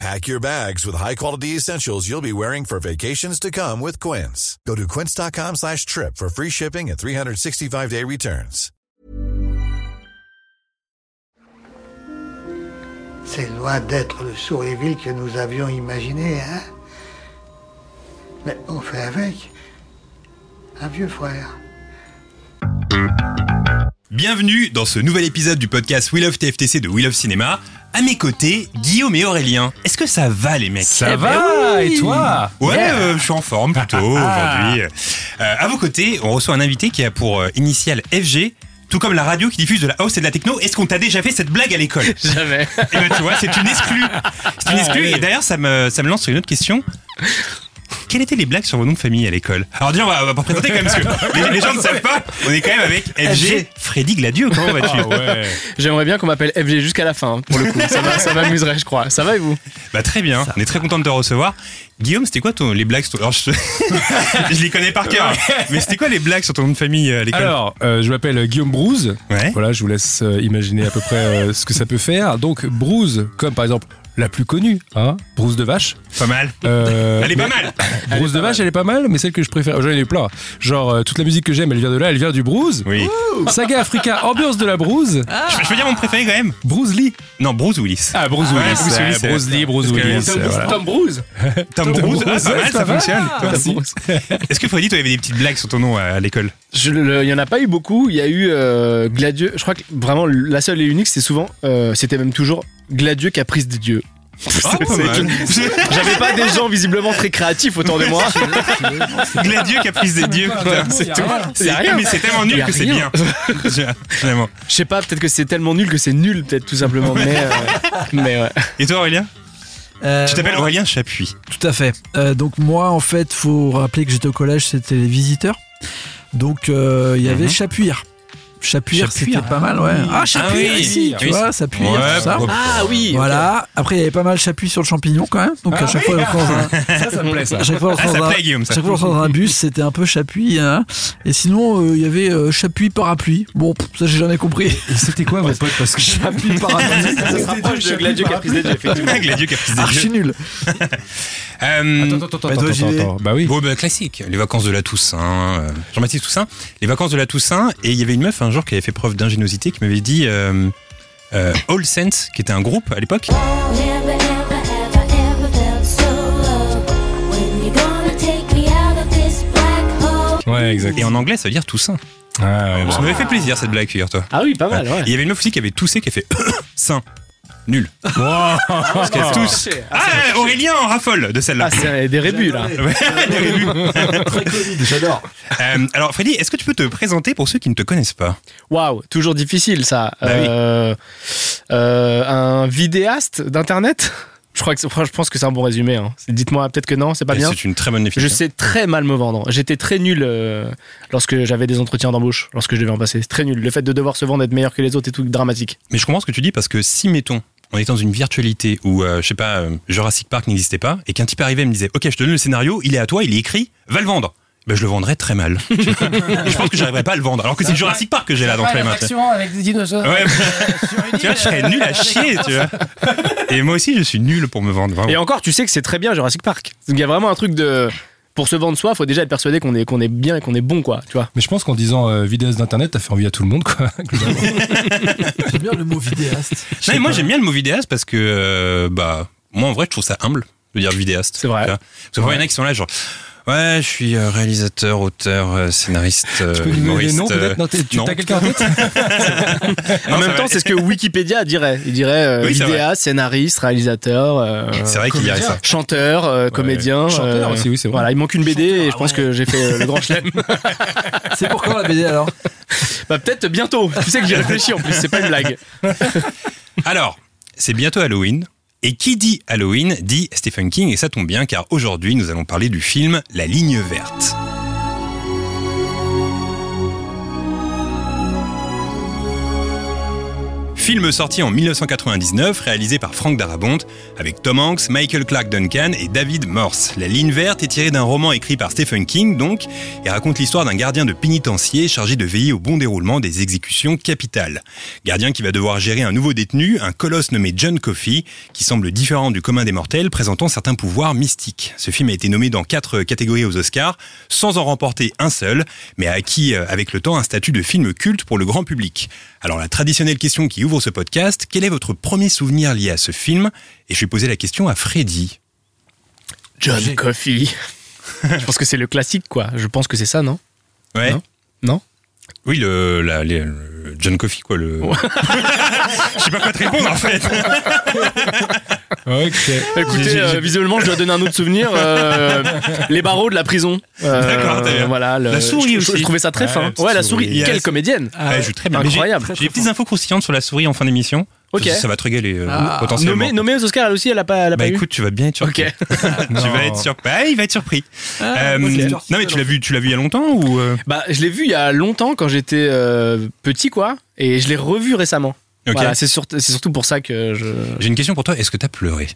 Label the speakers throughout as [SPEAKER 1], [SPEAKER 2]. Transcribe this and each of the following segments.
[SPEAKER 1] Pack your bags with high-quality essentials you'll be wearing for vacations to come with Quince. Go to quince.com slash trip for free shipping and 365-day returns.
[SPEAKER 2] C'est loin d'être le Souréville que nous avions imaginé, hein Mais on fait avec un vieux frère.
[SPEAKER 3] Bienvenue dans ce nouvel épisode du podcast We Love TFTC de We Love Cinéma. À mes côtés, Guillaume et Aurélien. Est-ce que ça va les mecs
[SPEAKER 4] Ça va Et toi
[SPEAKER 3] Ouais, euh, je suis en forme plutôt aujourd'hui. Euh, à vos côtés, on reçoit un invité qui a pour euh, initiale FG, tout comme la radio qui diffuse de la house et de la techno. Est-ce qu'on t'a déjà fait cette blague à l'école
[SPEAKER 4] Jamais.
[SPEAKER 3] Et ben tu vois, c'est une exclue. C'est
[SPEAKER 5] Ah,
[SPEAKER 3] une exclue. Et d'ailleurs, ça me, ça me lance sur une autre question. Quelles étaient les blagues sur vos noms de famille à l'école Alors déjà, on va, on va pas présenter quand même, parce que les, les gens ne savent pas. On est quand même avec FG, Freddy Gladieux. Comment vas-tu
[SPEAKER 5] Ah,
[SPEAKER 4] J'aimerais bien qu'on m'appelle FG jusqu'à la fin, pour le coup. Ça, va- ça m'amuserait, je crois. Ça va et vous
[SPEAKER 3] Bah très bien, on est très content de te recevoir. Guillaume, c'était quoi ton, les blagues sur ton... Alors, je... je les connais par cœur, mais c'était quoi les blagues sur ton nom de famille euh, à l'école
[SPEAKER 5] Alors, euh, je m'appelle Guillaume Brouze.
[SPEAKER 3] Ouais.
[SPEAKER 5] Voilà, je vous laisse euh, imaginer à peu près euh, ce que ça peut faire. Donc, Brouze, comme par exemple la plus connue, hein, Brouze de vache.
[SPEAKER 3] Pas mal.
[SPEAKER 5] Euh,
[SPEAKER 3] Elle est pas
[SPEAKER 5] mais-
[SPEAKER 3] mal.
[SPEAKER 5] Brouze de vache, elle est pas mal, mais celle que je préfère, oh, j'en ai eu plein. Genre, euh, toute la musique que j'aime, elle vient de là, elle vient du Brouze.
[SPEAKER 3] Oui.
[SPEAKER 5] Saga Africa, ambiance de la Brouze.
[SPEAKER 3] Je, je veux dire mon préféré quand même.
[SPEAKER 5] Bruce Lee.
[SPEAKER 3] Non, Bruce Willis.
[SPEAKER 5] Ah, Bruce
[SPEAKER 3] Ouais,
[SPEAKER 5] Willis.
[SPEAKER 3] Bruce
[SPEAKER 5] euh,
[SPEAKER 3] Willis,
[SPEAKER 5] Bruce Lee, Bruce
[SPEAKER 3] Parce que-
[SPEAKER 5] Willis. euh, voilà.
[SPEAKER 4] Bruce
[SPEAKER 3] Tom, Cruise. Ah, pas
[SPEAKER 5] ouais,
[SPEAKER 3] mal, ça,
[SPEAKER 5] va.
[SPEAKER 3] fonctionne.
[SPEAKER 5] Merci.
[SPEAKER 3] Est-ce que Freddy, toi, il y avait des petites blagues sur ton nom à, à l'école
[SPEAKER 4] Il y en a pas eu beaucoup. Il y a eu euh, Gladieux. Je crois que vraiment, la seule et unique, c'était souvent, euh, c'était même toujours Gladieux Caprice des Dieux. Ah,
[SPEAKER 3] Oh, pas mal.
[SPEAKER 4] J'avais pas des gens visiblement très créatifs autour de moi.
[SPEAKER 3] Gladieux, caprice des dieux. putain, C'est tout.
[SPEAKER 4] C'est rien.
[SPEAKER 3] Mais c'est tellement
[SPEAKER 4] Y
[SPEAKER 3] nul
[SPEAKER 4] a
[SPEAKER 3] que c'est bien.
[SPEAKER 4] rien.
[SPEAKER 3] Vraiment.
[SPEAKER 4] Je sais pas, peut-être que c'est tellement nul que c'est nul, peut-être tout simplement. Mais, euh, mais ouais.
[SPEAKER 3] Et toi, Aurélien
[SPEAKER 6] Euh,
[SPEAKER 3] Tu t'appelles
[SPEAKER 6] moi-
[SPEAKER 3] Aurélien Chapuis.
[SPEAKER 6] Tout à fait. Euh, donc moi, en fait, faut rappeler que j'étais au collège, c'était les visiteurs. Donc euh, il y avait
[SPEAKER 3] Mhm.
[SPEAKER 6] Chapuire. Chapuire,
[SPEAKER 3] Chapuire.
[SPEAKER 6] c'était pas mal, ouais. Ah, Chapuire
[SPEAKER 3] oui.
[SPEAKER 6] ici, tu
[SPEAKER 3] Oui,
[SPEAKER 6] vois, ça puire, tout ça.
[SPEAKER 3] pourquoi-
[SPEAKER 4] Ah oui
[SPEAKER 6] Voilà. Après, il y avait pas mal Chapuis sur le champignon quand même. Donc à chaque fois, quand on-
[SPEAKER 5] Ça, ça me plaît, ça.
[SPEAKER 6] à chaque fois, on
[SPEAKER 3] Ah,
[SPEAKER 6] rentre
[SPEAKER 3] ça
[SPEAKER 6] dans un-
[SPEAKER 3] plaît, Guillaume, ça.
[SPEAKER 6] chaque fois on rentre dans un bus, c'était un peu Chapuis. hein. Et sinon, euh, il y avait euh, Chapuis parapluie. Bon, pff, ça j'ai jamais compris.
[SPEAKER 5] Et C'était quoi, vos potes Parce que je
[SPEAKER 6] Chapuis parapluie,
[SPEAKER 4] Ça se rapproche de Gladieux Caprice des Dieux, effectivement.
[SPEAKER 3] Gladieux, caprice des dieux.
[SPEAKER 6] archi nul.
[SPEAKER 3] Euh,
[SPEAKER 5] Attends, attends, attends,
[SPEAKER 6] Bah, toi, j'y
[SPEAKER 5] attends,
[SPEAKER 6] vais.
[SPEAKER 5] attends. Mm. Bah oui.
[SPEAKER 3] Bon, bah, classique, les vacances de la Toussaint, euh, Jean-Baptiste Toussaint, les vacances de la Toussaint, et il y avait une meuf un jour qui avait fait preuve d'ingéniosité, qui m'avait dit euh, euh, All Sense, qui était un groupe à l'époque,
[SPEAKER 7] Never, ever, ever, ever felt so low. When you gonna take me out of this black hole?
[SPEAKER 5] Ouais, exact.
[SPEAKER 3] et en anglais ça veut dire Toussaint.
[SPEAKER 5] Ah, ouais,
[SPEAKER 3] Ça m'avait fait plaisir cette blague, figure-toi.
[SPEAKER 4] Ah oui, pas mal, ouais.
[SPEAKER 3] Et Il y avait une meuf aussi qui avait toussé, qui a fait Saint. Nul. Parce qu'elle tousse. Ah, Aurélien en raffole de celle-là.
[SPEAKER 4] Ah, c'est des rébus là.
[SPEAKER 3] Des rébus. Euh, alors, Freddy, est-ce que tu peux te présenter pour ceux qui ne te connaissent pas
[SPEAKER 4] Waouh, toujours difficile ça.
[SPEAKER 3] Bah oui.
[SPEAKER 4] Euh, euh, un vidéaste d'internet Je crois que c'est- franchement, je pense que c'est un bon résumé. hein. Dites-moi peut-être que non, c'est pas
[SPEAKER 3] Eh,
[SPEAKER 4] Bah, bien.
[SPEAKER 3] C'est une très bonne
[SPEAKER 4] Je
[SPEAKER 3] définition.
[SPEAKER 4] sais très mal me vendre. J'étais très nul euh, lorsque j'avais des entretiens d'embauche, lorsque je devais en passer. C'est très nul. Le fait de devoir se vendre, être meilleur que les autres et tout, dramatique.
[SPEAKER 3] Mais je comprends ce que tu dis parce que si, mettons, on est dans une virtualité où, euh, je sais pas, euh, Jurassic Park n'existait pas et qu'un type arrivait et me disait Ok, je te donne le scénario, il est à toi, il est écrit, va le vendre. Ben, je le vendrais très mal. Et je pense que j'arriverais pas à le vendre. Alors que c'est Jurassic Park que j'ai là dans les mains.
[SPEAKER 8] avec des dinosaures. Euh,
[SPEAKER 3] Ouais, tu vois, je serais nul à chier, tu vois. Et moi aussi, je suis nul pour me vendre. vraiment.
[SPEAKER 4] Et encore, tu sais que c'est très bien Jurassic Park. Donc il y a vraiment un truc de. Pour se vendre soi, faut déjà être persuadé qu'on est, qu'on est bien et qu'on est bon, quoi. Tu vois
[SPEAKER 5] Mais je pense qu'en disant euh, vidéaste d'internet, t'as fait envie à tout le monde,
[SPEAKER 3] Euh,
[SPEAKER 5] quoi.
[SPEAKER 6] J'aime bien le mot vidéaste.
[SPEAKER 3] Non, mais moi, j'aime bien le mot vidéaste parce que, euh, bah, moi, en vrai, je trouve ça humble de dire vidéaste.
[SPEAKER 4] C'est vrai.
[SPEAKER 3] Tu vois. Parce que parfois, il y en a qui sont là, genre. Ouais, je suis euh, réalisateur, auteur, euh, scénariste,
[SPEAKER 5] Tu
[SPEAKER 3] euh,
[SPEAKER 5] peux nous donner
[SPEAKER 3] humoriste.
[SPEAKER 5] des noms,
[SPEAKER 3] euh,
[SPEAKER 5] peut-être Non, t'es- tu
[SPEAKER 3] non.
[SPEAKER 5] t'as quelqu'un en tête
[SPEAKER 3] Non,
[SPEAKER 4] En
[SPEAKER 3] ça
[SPEAKER 4] même
[SPEAKER 3] va
[SPEAKER 4] temps,
[SPEAKER 3] aller.
[SPEAKER 4] c'est ce que Wikipédia dirait. Il dirait euh,
[SPEAKER 3] Oui, c'est
[SPEAKER 4] vidéaste, scénariste, réalisateur, euh,
[SPEAKER 3] C'est vrai qu'il y a ça.
[SPEAKER 4] chanteur, euh, comédien.
[SPEAKER 5] Chanteur aussi, oui, c'est vrai.
[SPEAKER 4] Voilà, il manque une BD et je pense que j'ai fait euh, le grand chelem.
[SPEAKER 6] C'est pour quand la BD alors
[SPEAKER 4] bah, peut-être bientôt. Tu sais que j'ai réfléchi en plus, c'est pas une blague.
[SPEAKER 3] Alors, c'est bientôt Halloween. Et qui dit Halloween dit Stephen King, et ça tombe bien car aujourd'hui nous allons parler du film La ligne verte. Film sorti en 1999, réalisé par Frank Darabont, avec Tom Hanks, Michael Clark Duncan et David Morse. La ligne verte est tirée d'un roman écrit par Stephen King, donc, et raconte l'histoire d'un gardien de pénitencier chargé de veiller au bon déroulement des exécutions capitales. Gardien qui va devoir gérer un nouveau détenu, un colosse nommé John Coffey, qui semble différent du commun des mortels, présentant certains pouvoirs mystiques. Ce film a été nommé dans quatre catégories aux Oscars, sans en remporter un seul, mais a acquis euh, avec le temps un statut de film culte pour le grand public. Alors la traditionnelle question qui ouvre ce podcast, quel est votre premier souvenir lié à ce film Et je vais poser la question à Freddy.
[SPEAKER 4] John Coffee. je pense que c'est le classique, quoi. Je pense que c'est ça, non
[SPEAKER 3] Ouais.
[SPEAKER 4] Non. Non
[SPEAKER 3] Oui, le, la- les- le John Coffey, quoi. Le... je sais pas quoi te répondre en fait.
[SPEAKER 5] Ok.
[SPEAKER 4] Écoutez,
[SPEAKER 5] J'ai- j'ai-
[SPEAKER 4] euh, visuellement, je dois donner un autre souvenir. euh, les barreaux de la prison. Euh,
[SPEAKER 3] D'accord, très bien.
[SPEAKER 4] Voilà, le-
[SPEAKER 3] La souris
[SPEAKER 4] je, je-
[SPEAKER 3] aussi.
[SPEAKER 4] je trouvais ça très
[SPEAKER 5] Ouais,
[SPEAKER 4] fin.
[SPEAKER 5] la
[SPEAKER 4] Ouais, la
[SPEAKER 5] petite
[SPEAKER 4] souris.
[SPEAKER 3] souris.
[SPEAKER 4] Quelle
[SPEAKER 3] Yes.
[SPEAKER 4] comédienne
[SPEAKER 6] Ah,
[SPEAKER 3] Ouais, je joue très bien. Mais j'ai-
[SPEAKER 4] Incroyable.
[SPEAKER 3] J'ai des petites infos croustillantes sur la souris en fin d'émission.
[SPEAKER 4] Ok.
[SPEAKER 3] Ça, ça va te régaler euh,
[SPEAKER 6] Ah.
[SPEAKER 3] potentiellement.
[SPEAKER 4] Nommée, nommée aux Oscars, elle aussi, elle a pas, elle a
[SPEAKER 3] bah
[SPEAKER 4] pas eu
[SPEAKER 3] écoute, tu vas bien être surpris.
[SPEAKER 4] Ok. Ah,
[SPEAKER 3] tu vas être surpris. Ah, il va être surpris. Euh,
[SPEAKER 6] moi, je l'ai
[SPEAKER 3] non mais tu l'as vu, tu l'as vu il y a longtemps ou euh,
[SPEAKER 4] Bah, je l'ai vu il y a longtemps quand j'étais euh, petit, quoi. Et je l'ai revu récemment.
[SPEAKER 3] Ok.
[SPEAKER 4] Voilà, c'est sur- c'est surtout pour ça que je.
[SPEAKER 3] J'ai une question pour toi. Est-ce que t'as pleuré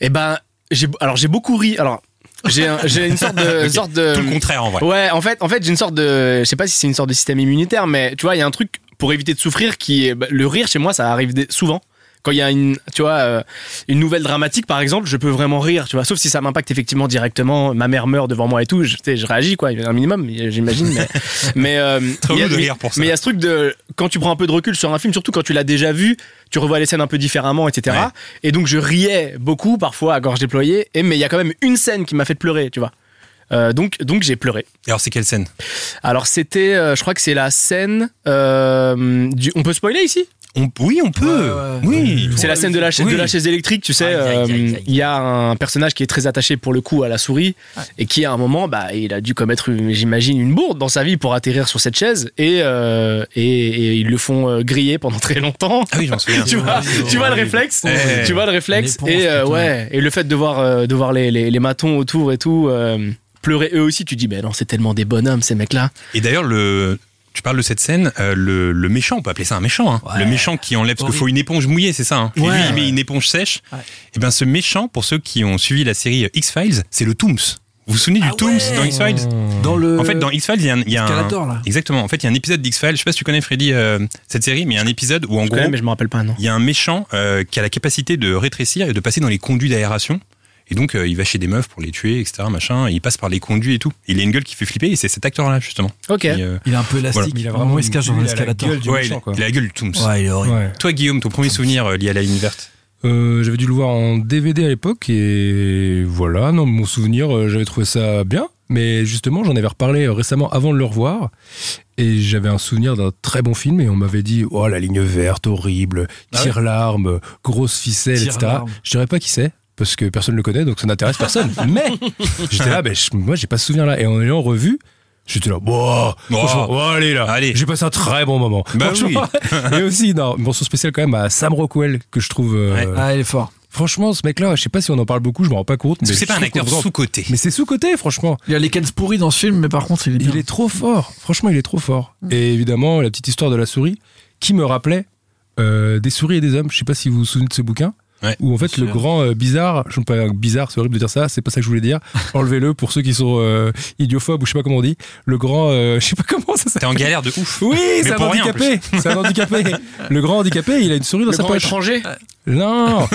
[SPEAKER 4] Eh ben, j'ai alors j'ai beaucoup ri. Alors j'ai un- j'ai une sorte de
[SPEAKER 3] Ok.
[SPEAKER 4] sorte de.
[SPEAKER 3] Tout le contraire en vrai.
[SPEAKER 4] Ouais, en fait, en fait, j'ai une sorte de, je sais pas si c'est une sorte de système immunitaire, mais tu vois, il y a un truc pour éviter de souffrir qui est bah, le rire chez moi, ça arrive des- souvent. Quand il y a une, tu vois, euh, une nouvelle dramatique, par exemple, je peux vraiment rire, tu vois. Sauf si ça m'impacte effectivement directement, ma mère meurt devant moi et tout, je, tu sais, je réagis quoi, un minimum, j'imagine. Mais, mais euh,
[SPEAKER 3] Très
[SPEAKER 4] il y a-
[SPEAKER 3] relou de
[SPEAKER 4] mais-
[SPEAKER 3] rire pour ça.
[SPEAKER 4] mais il y a ce truc de quand tu prends un peu de recul sur un film, surtout quand tu l'as déjà vu, tu revois les scènes un peu différemment, etc.
[SPEAKER 3] Ouais.
[SPEAKER 4] Et donc je riais beaucoup parfois à gorge déployée. Et mais il y a quand même une scène qui m'a fait pleurer, tu vois. Euh, donc donc j'ai pleuré.
[SPEAKER 3] Et Alors c'est quelle scène
[SPEAKER 4] Alors c'était, euh, je crois que c'est la scène. euh, du... On peut spoiler ici
[SPEAKER 3] On- Oui, on peut.
[SPEAKER 6] Ouais, ouais.
[SPEAKER 3] Oui.
[SPEAKER 4] C'est la scène de la, chaise,
[SPEAKER 3] Oui.
[SPEAKER 4] de la chaise électrique, tu sais.
[SPEAKER 8] Aïe, aïe,
[SPEAKER 4] euh,
[SPEAKER 8] aïe, aïe.
[SPEAKER 4] Il y a un personnage qui est très attaché pour le coup à la souris et qui à un moment, bah, il a dû commettre, une- j'imagine, une bourde dans sa vie pour atterrir sur cette chaise et, euh, et, et ils le font euh, griller pendant très longtemps.
[SPEAKER 3] Ah oui, j'en souviens.
[SPEAKER 4] tu vois, tu vois le réflexe,
[SPEAKER 3] Eh.
[SPEAKER 4] tu vois le réflexe
[SPEAKER 6] L'éponge,
[SPEAKER 4] et euh,
[SPEAKER 6] putain.
[SPEAKER 4] ouais et le fait de voir euh, de voir les, les, les matons autour et tout euh, pleurer eux aussi, tu dis ben non c'est tellement des bonhommes ces mecs là.
[SPEAKER 3] Et d'ailleurs, le, tu parles de cette scène, euh, le, le méchant, on peut appeler ça un méchant, hein.
[SPEAKER 6] Ouais.
[SPEAKER 3] le méchant qui enlève, parce qu'il faut une éponge mouillée, c'est ça. hein. Et
[SPEAKER 6] Ouais.
[SPEAKER 3] lui, il met une éponge sèche.
[SPEAKER 6] Ouais.
[SPEAKER 3] Et bien, ce méchant, pour ceux qui ont suivi la série euh, X-Files, c'est le Tooms. Vous vous souvenez du
[SPEAKER 6] Ah
[SPEAKER 3] Tooms
[SPEAKER 6] ouais.
[SPEAKER 3] dans X-Files
[SPEAKER 6] Dans le.
[SPEAKER 3] En fait, dans X-Files, il y a un. il y a un-
[SPEAKER 6] Escalator, là.
[SPEAKER 3] Exactement. En fait, il y a un épisode d'X-Files, je sais pas si tu connais Freddy euh, cette série, mais il y a un épisode où en
[SPEAKER 4] Je
[SPEAKER 3] gros,
[SPEAKER 4] connais, mais je me rappelle pas non.
[SPEAKER 3] il y a un méchant euh, qui a la capacité de rétrécir et de passer dans les conduits d'aération. Et donc, euh, il va chez des meufs pour les tuer, etc. Machin, et il passe par les conduits et tout. Il a une gueule qui fait flipper, et c'est cet acteur-là, justement.
[SPEAKER 4] Ok.
[SPEAKER 3] qui, euh,
[SPEAKER 6] Il est un peu élastique.
[SPEAKER 5] Voilà. Il a
[SPEAKER 6] Vraiment, il se
[SPEAKER 5] une-
[SPEAKER 6] cache dans
[SPEAKER 5] il
[SPEAKER 6] un
[SPEAKER 5] a la
[SPEAKER 6] escalator.
[SPEAKER 5] gueule du-
[SPEAKER 3] ouais,
[SPEAKER 5] méchant,
[SPEAKER 3] il a-
[SPEAKER 5] quoi.
[SPEAKER 3] il a la gueule du Tooms.
[SPEAKER 6] Ouais, il est horrible.
[SPEAKER 5] Ouais.
[SPEAKER 3] Toi, Guillaume, ton premier souvenir euh, lié à la ligne verte
[SPEAKER 5] Euh, j'avais dû le voir en DVD à l'époque et voilà, non, mon souvenir, euh, j'avais trouvé ça bien. Mais justement, j'en avais reparlé euh, récemment avant de le revoir et j'avais un souvenir d'un très bon film et on m'avait dit Oh, la ligne verte, horrible,
[SPEAKER 3] Ah
[SPEAKER 5] tire l'arme, grosse ficelle,
[SPEAKER 6] Tire
[SPEAKER 5] etc.
[SPEAKER 6] l'arme.
[SPEAKER 5] Je dirais pas qui c'est. Parce que personne ne le connaît, donc ça n'intéresse personne. Mais j'étais là, ben, je- moi j'ai pas ce souvenir là. Et en ayant revu, j'étais là, Wouah, franchement, oh, allez là,
[SPEAKER 3] Allez.
[SPEAKER 5] j'ai passé un très bon moment.
[SPEAKER 3] Bah
[SPEAKER 5] Franchement, et aussi, non, mention spéciale quand même à Sam Rockwell, que je trouve euh,
[SPEAKER 3] Ouais.
[SPEAKER 6] Ah, il est fort.
[SPEAKER 5] Franchement, ce mec-là, je sais pas si on en parle beaucoup, je m'en rends pas compte.
[SPEAKER 3] Parce
[SPEAKER 5] mais
[SPEAKER 3] que c'est
[SPEAKER 5] je
[SPEAKER 3] pas un
[SPEAKER 5] trouve
[SPEAKER 3] acteur
[SPEAKER 5] qu'on le vend.
[SPEAKER 3] sous-côté.
[SPEAKER 5] Mais c'est sous-côté, franchement.
[SPEAKER 6] Il y a les Kens pourris dans ce film, mais par contre, il est bien.
[SPEAKER 5] Il est trop fort. Franchement, il est trop fort.
[SPEAKER 4] Mm.
[SPEAKER 5] Et évidemment, la petite histoire de la souris, qui me rappelait euh, des souris et des hommes. Je sais pas si vous vous souvenez de ce bouquin.
[SPEAKER 3] Ouais.
[SPEAKER 5] Où en fait le
[SPEAKER 6] sûr.
[SPEAKER 5] grand euh, bizarre, je ne pas bizarre, c'est horrible de dire ça, c'est pas ça que je voulais dire. Enlevez-le pour ceux qui sont euh, idiophobes ou je sais pas comment on dit. Le grand, euh, je sais pas comment ça
[SPEAKER 3] T'es
[SPEAKER 5] s'appelle.
[SPEAKER 3] en galère de ouf.
[SPEAKER 5] Oui,
[SPEAKER 3] Mais
[SPEAKER 5] c'est un
[SPEAKER 3] pour rien, en
[SPEAKER 5] handicapé. C'est un handicapé. Le grand handicapé, il a une souris dans
[SPEAKER 4] Le
[SPEAKER 5] sa
[SPEAKER 4] grand
[SPEAKER 5] poche.
[SPEAKER 4] étranger
[SPEAKER 5] Non,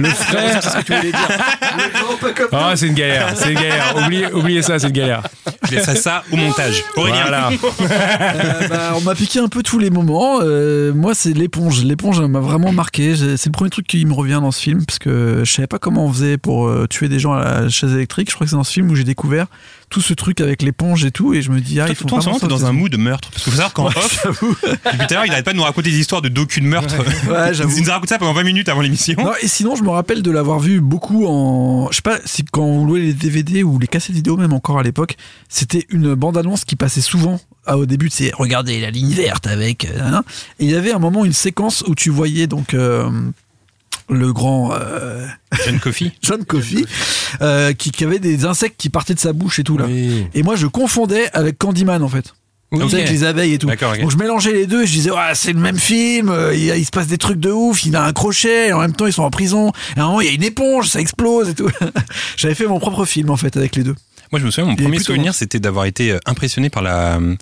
[SPEAKER 5] le frère. C'est ce que tu voulais dire. Ah, c'est une galère, c'est une galère. Oubliez, oubliez ça, c'est une galère.
[SPEAKER 3] Je laisserai ça au montage. Aurélien.
[SPEAKER 5] Voilà.
[SPEAKER 6] Euh, bah, on m'a piqué un peu tous les moments. Euh, moi, c'est l'éponge. L'éponge elle m'a vraiment marqué. J'ai- C'est le premier truc qui me revient dans ce film parce que je savais pas comment on faisait pour euh, tuer des gens à la chaise électrique. Je crois que c'est dans ce film où j'ai découvert tout ce truc avec l'éponge et tout. Et je me dis, ah,
[SPEAKER 3] Toi,
[SPEAKER 6] ils font
[SPEAKER 3] toi, en ce
[SPEAKER 6] vraiment
[SPEAKER 3] moment,
[SPEAKER 6] ça
[SPEAKER 3] t'es dans
[SPEAKER 6] aux
[SPEAKER 3] un mood de meurtre. Parce qu'il faut savoir qu'en off, depuis tout à l'heure, il arrête pas de nous raconter des histoires de docu de meurtre.
[SPEAKER 6] Ouais, j'avoue.
[SPEAKER 3] il nous a raconté ça pendant 20 minutes avant l'émission.
[SPEAKER 6] Non, et sinon, je me rappelle de l'avoir vu beaucoup en. Je sais pas si quand on louait les DVD ou les cassettes vidéo, même encore à l'époque, c'était une bande-annonce qui passait souvent ah, au début. C'est regardez la ligne verte avec. euh, nanana. Et il y avait un moment, une séquence où tu voyais donc. euh, le grand euh,
[SPEAKER 3] John Coffey.
[SPEAKER 6] John Coffey, euh, qui, qui avait des insectes qui partaient de sa bouche et tout là. Et moi, je confondais avec Candyman en fait. Vous
[SPEAKER 3] Ok.
[SPEAKER 6] savez, avec les abeilles et tout.
[SPEAKER 3] D'accord, ok.
[SPEAKER 6] Donc je mélangeais les deux et je disais, ouais, c'est le même film, euh, il, il se passe des trucs de ouf, il a un crochet, et en même temps ils sont en prison, et à un moment il y a une éponge, ça explose et tout. J'avais fait mon propre film en fait avec les deux.
[SPEAKER 3] Moi, je me souviens, mon
[SPEAKER 6] Il est
[SPEAKER 3] premier
[SPEAKER 6] plutôt
[SPEAKER 3] souvenir, c'était d'avoir été euh, impressionné par la, euh,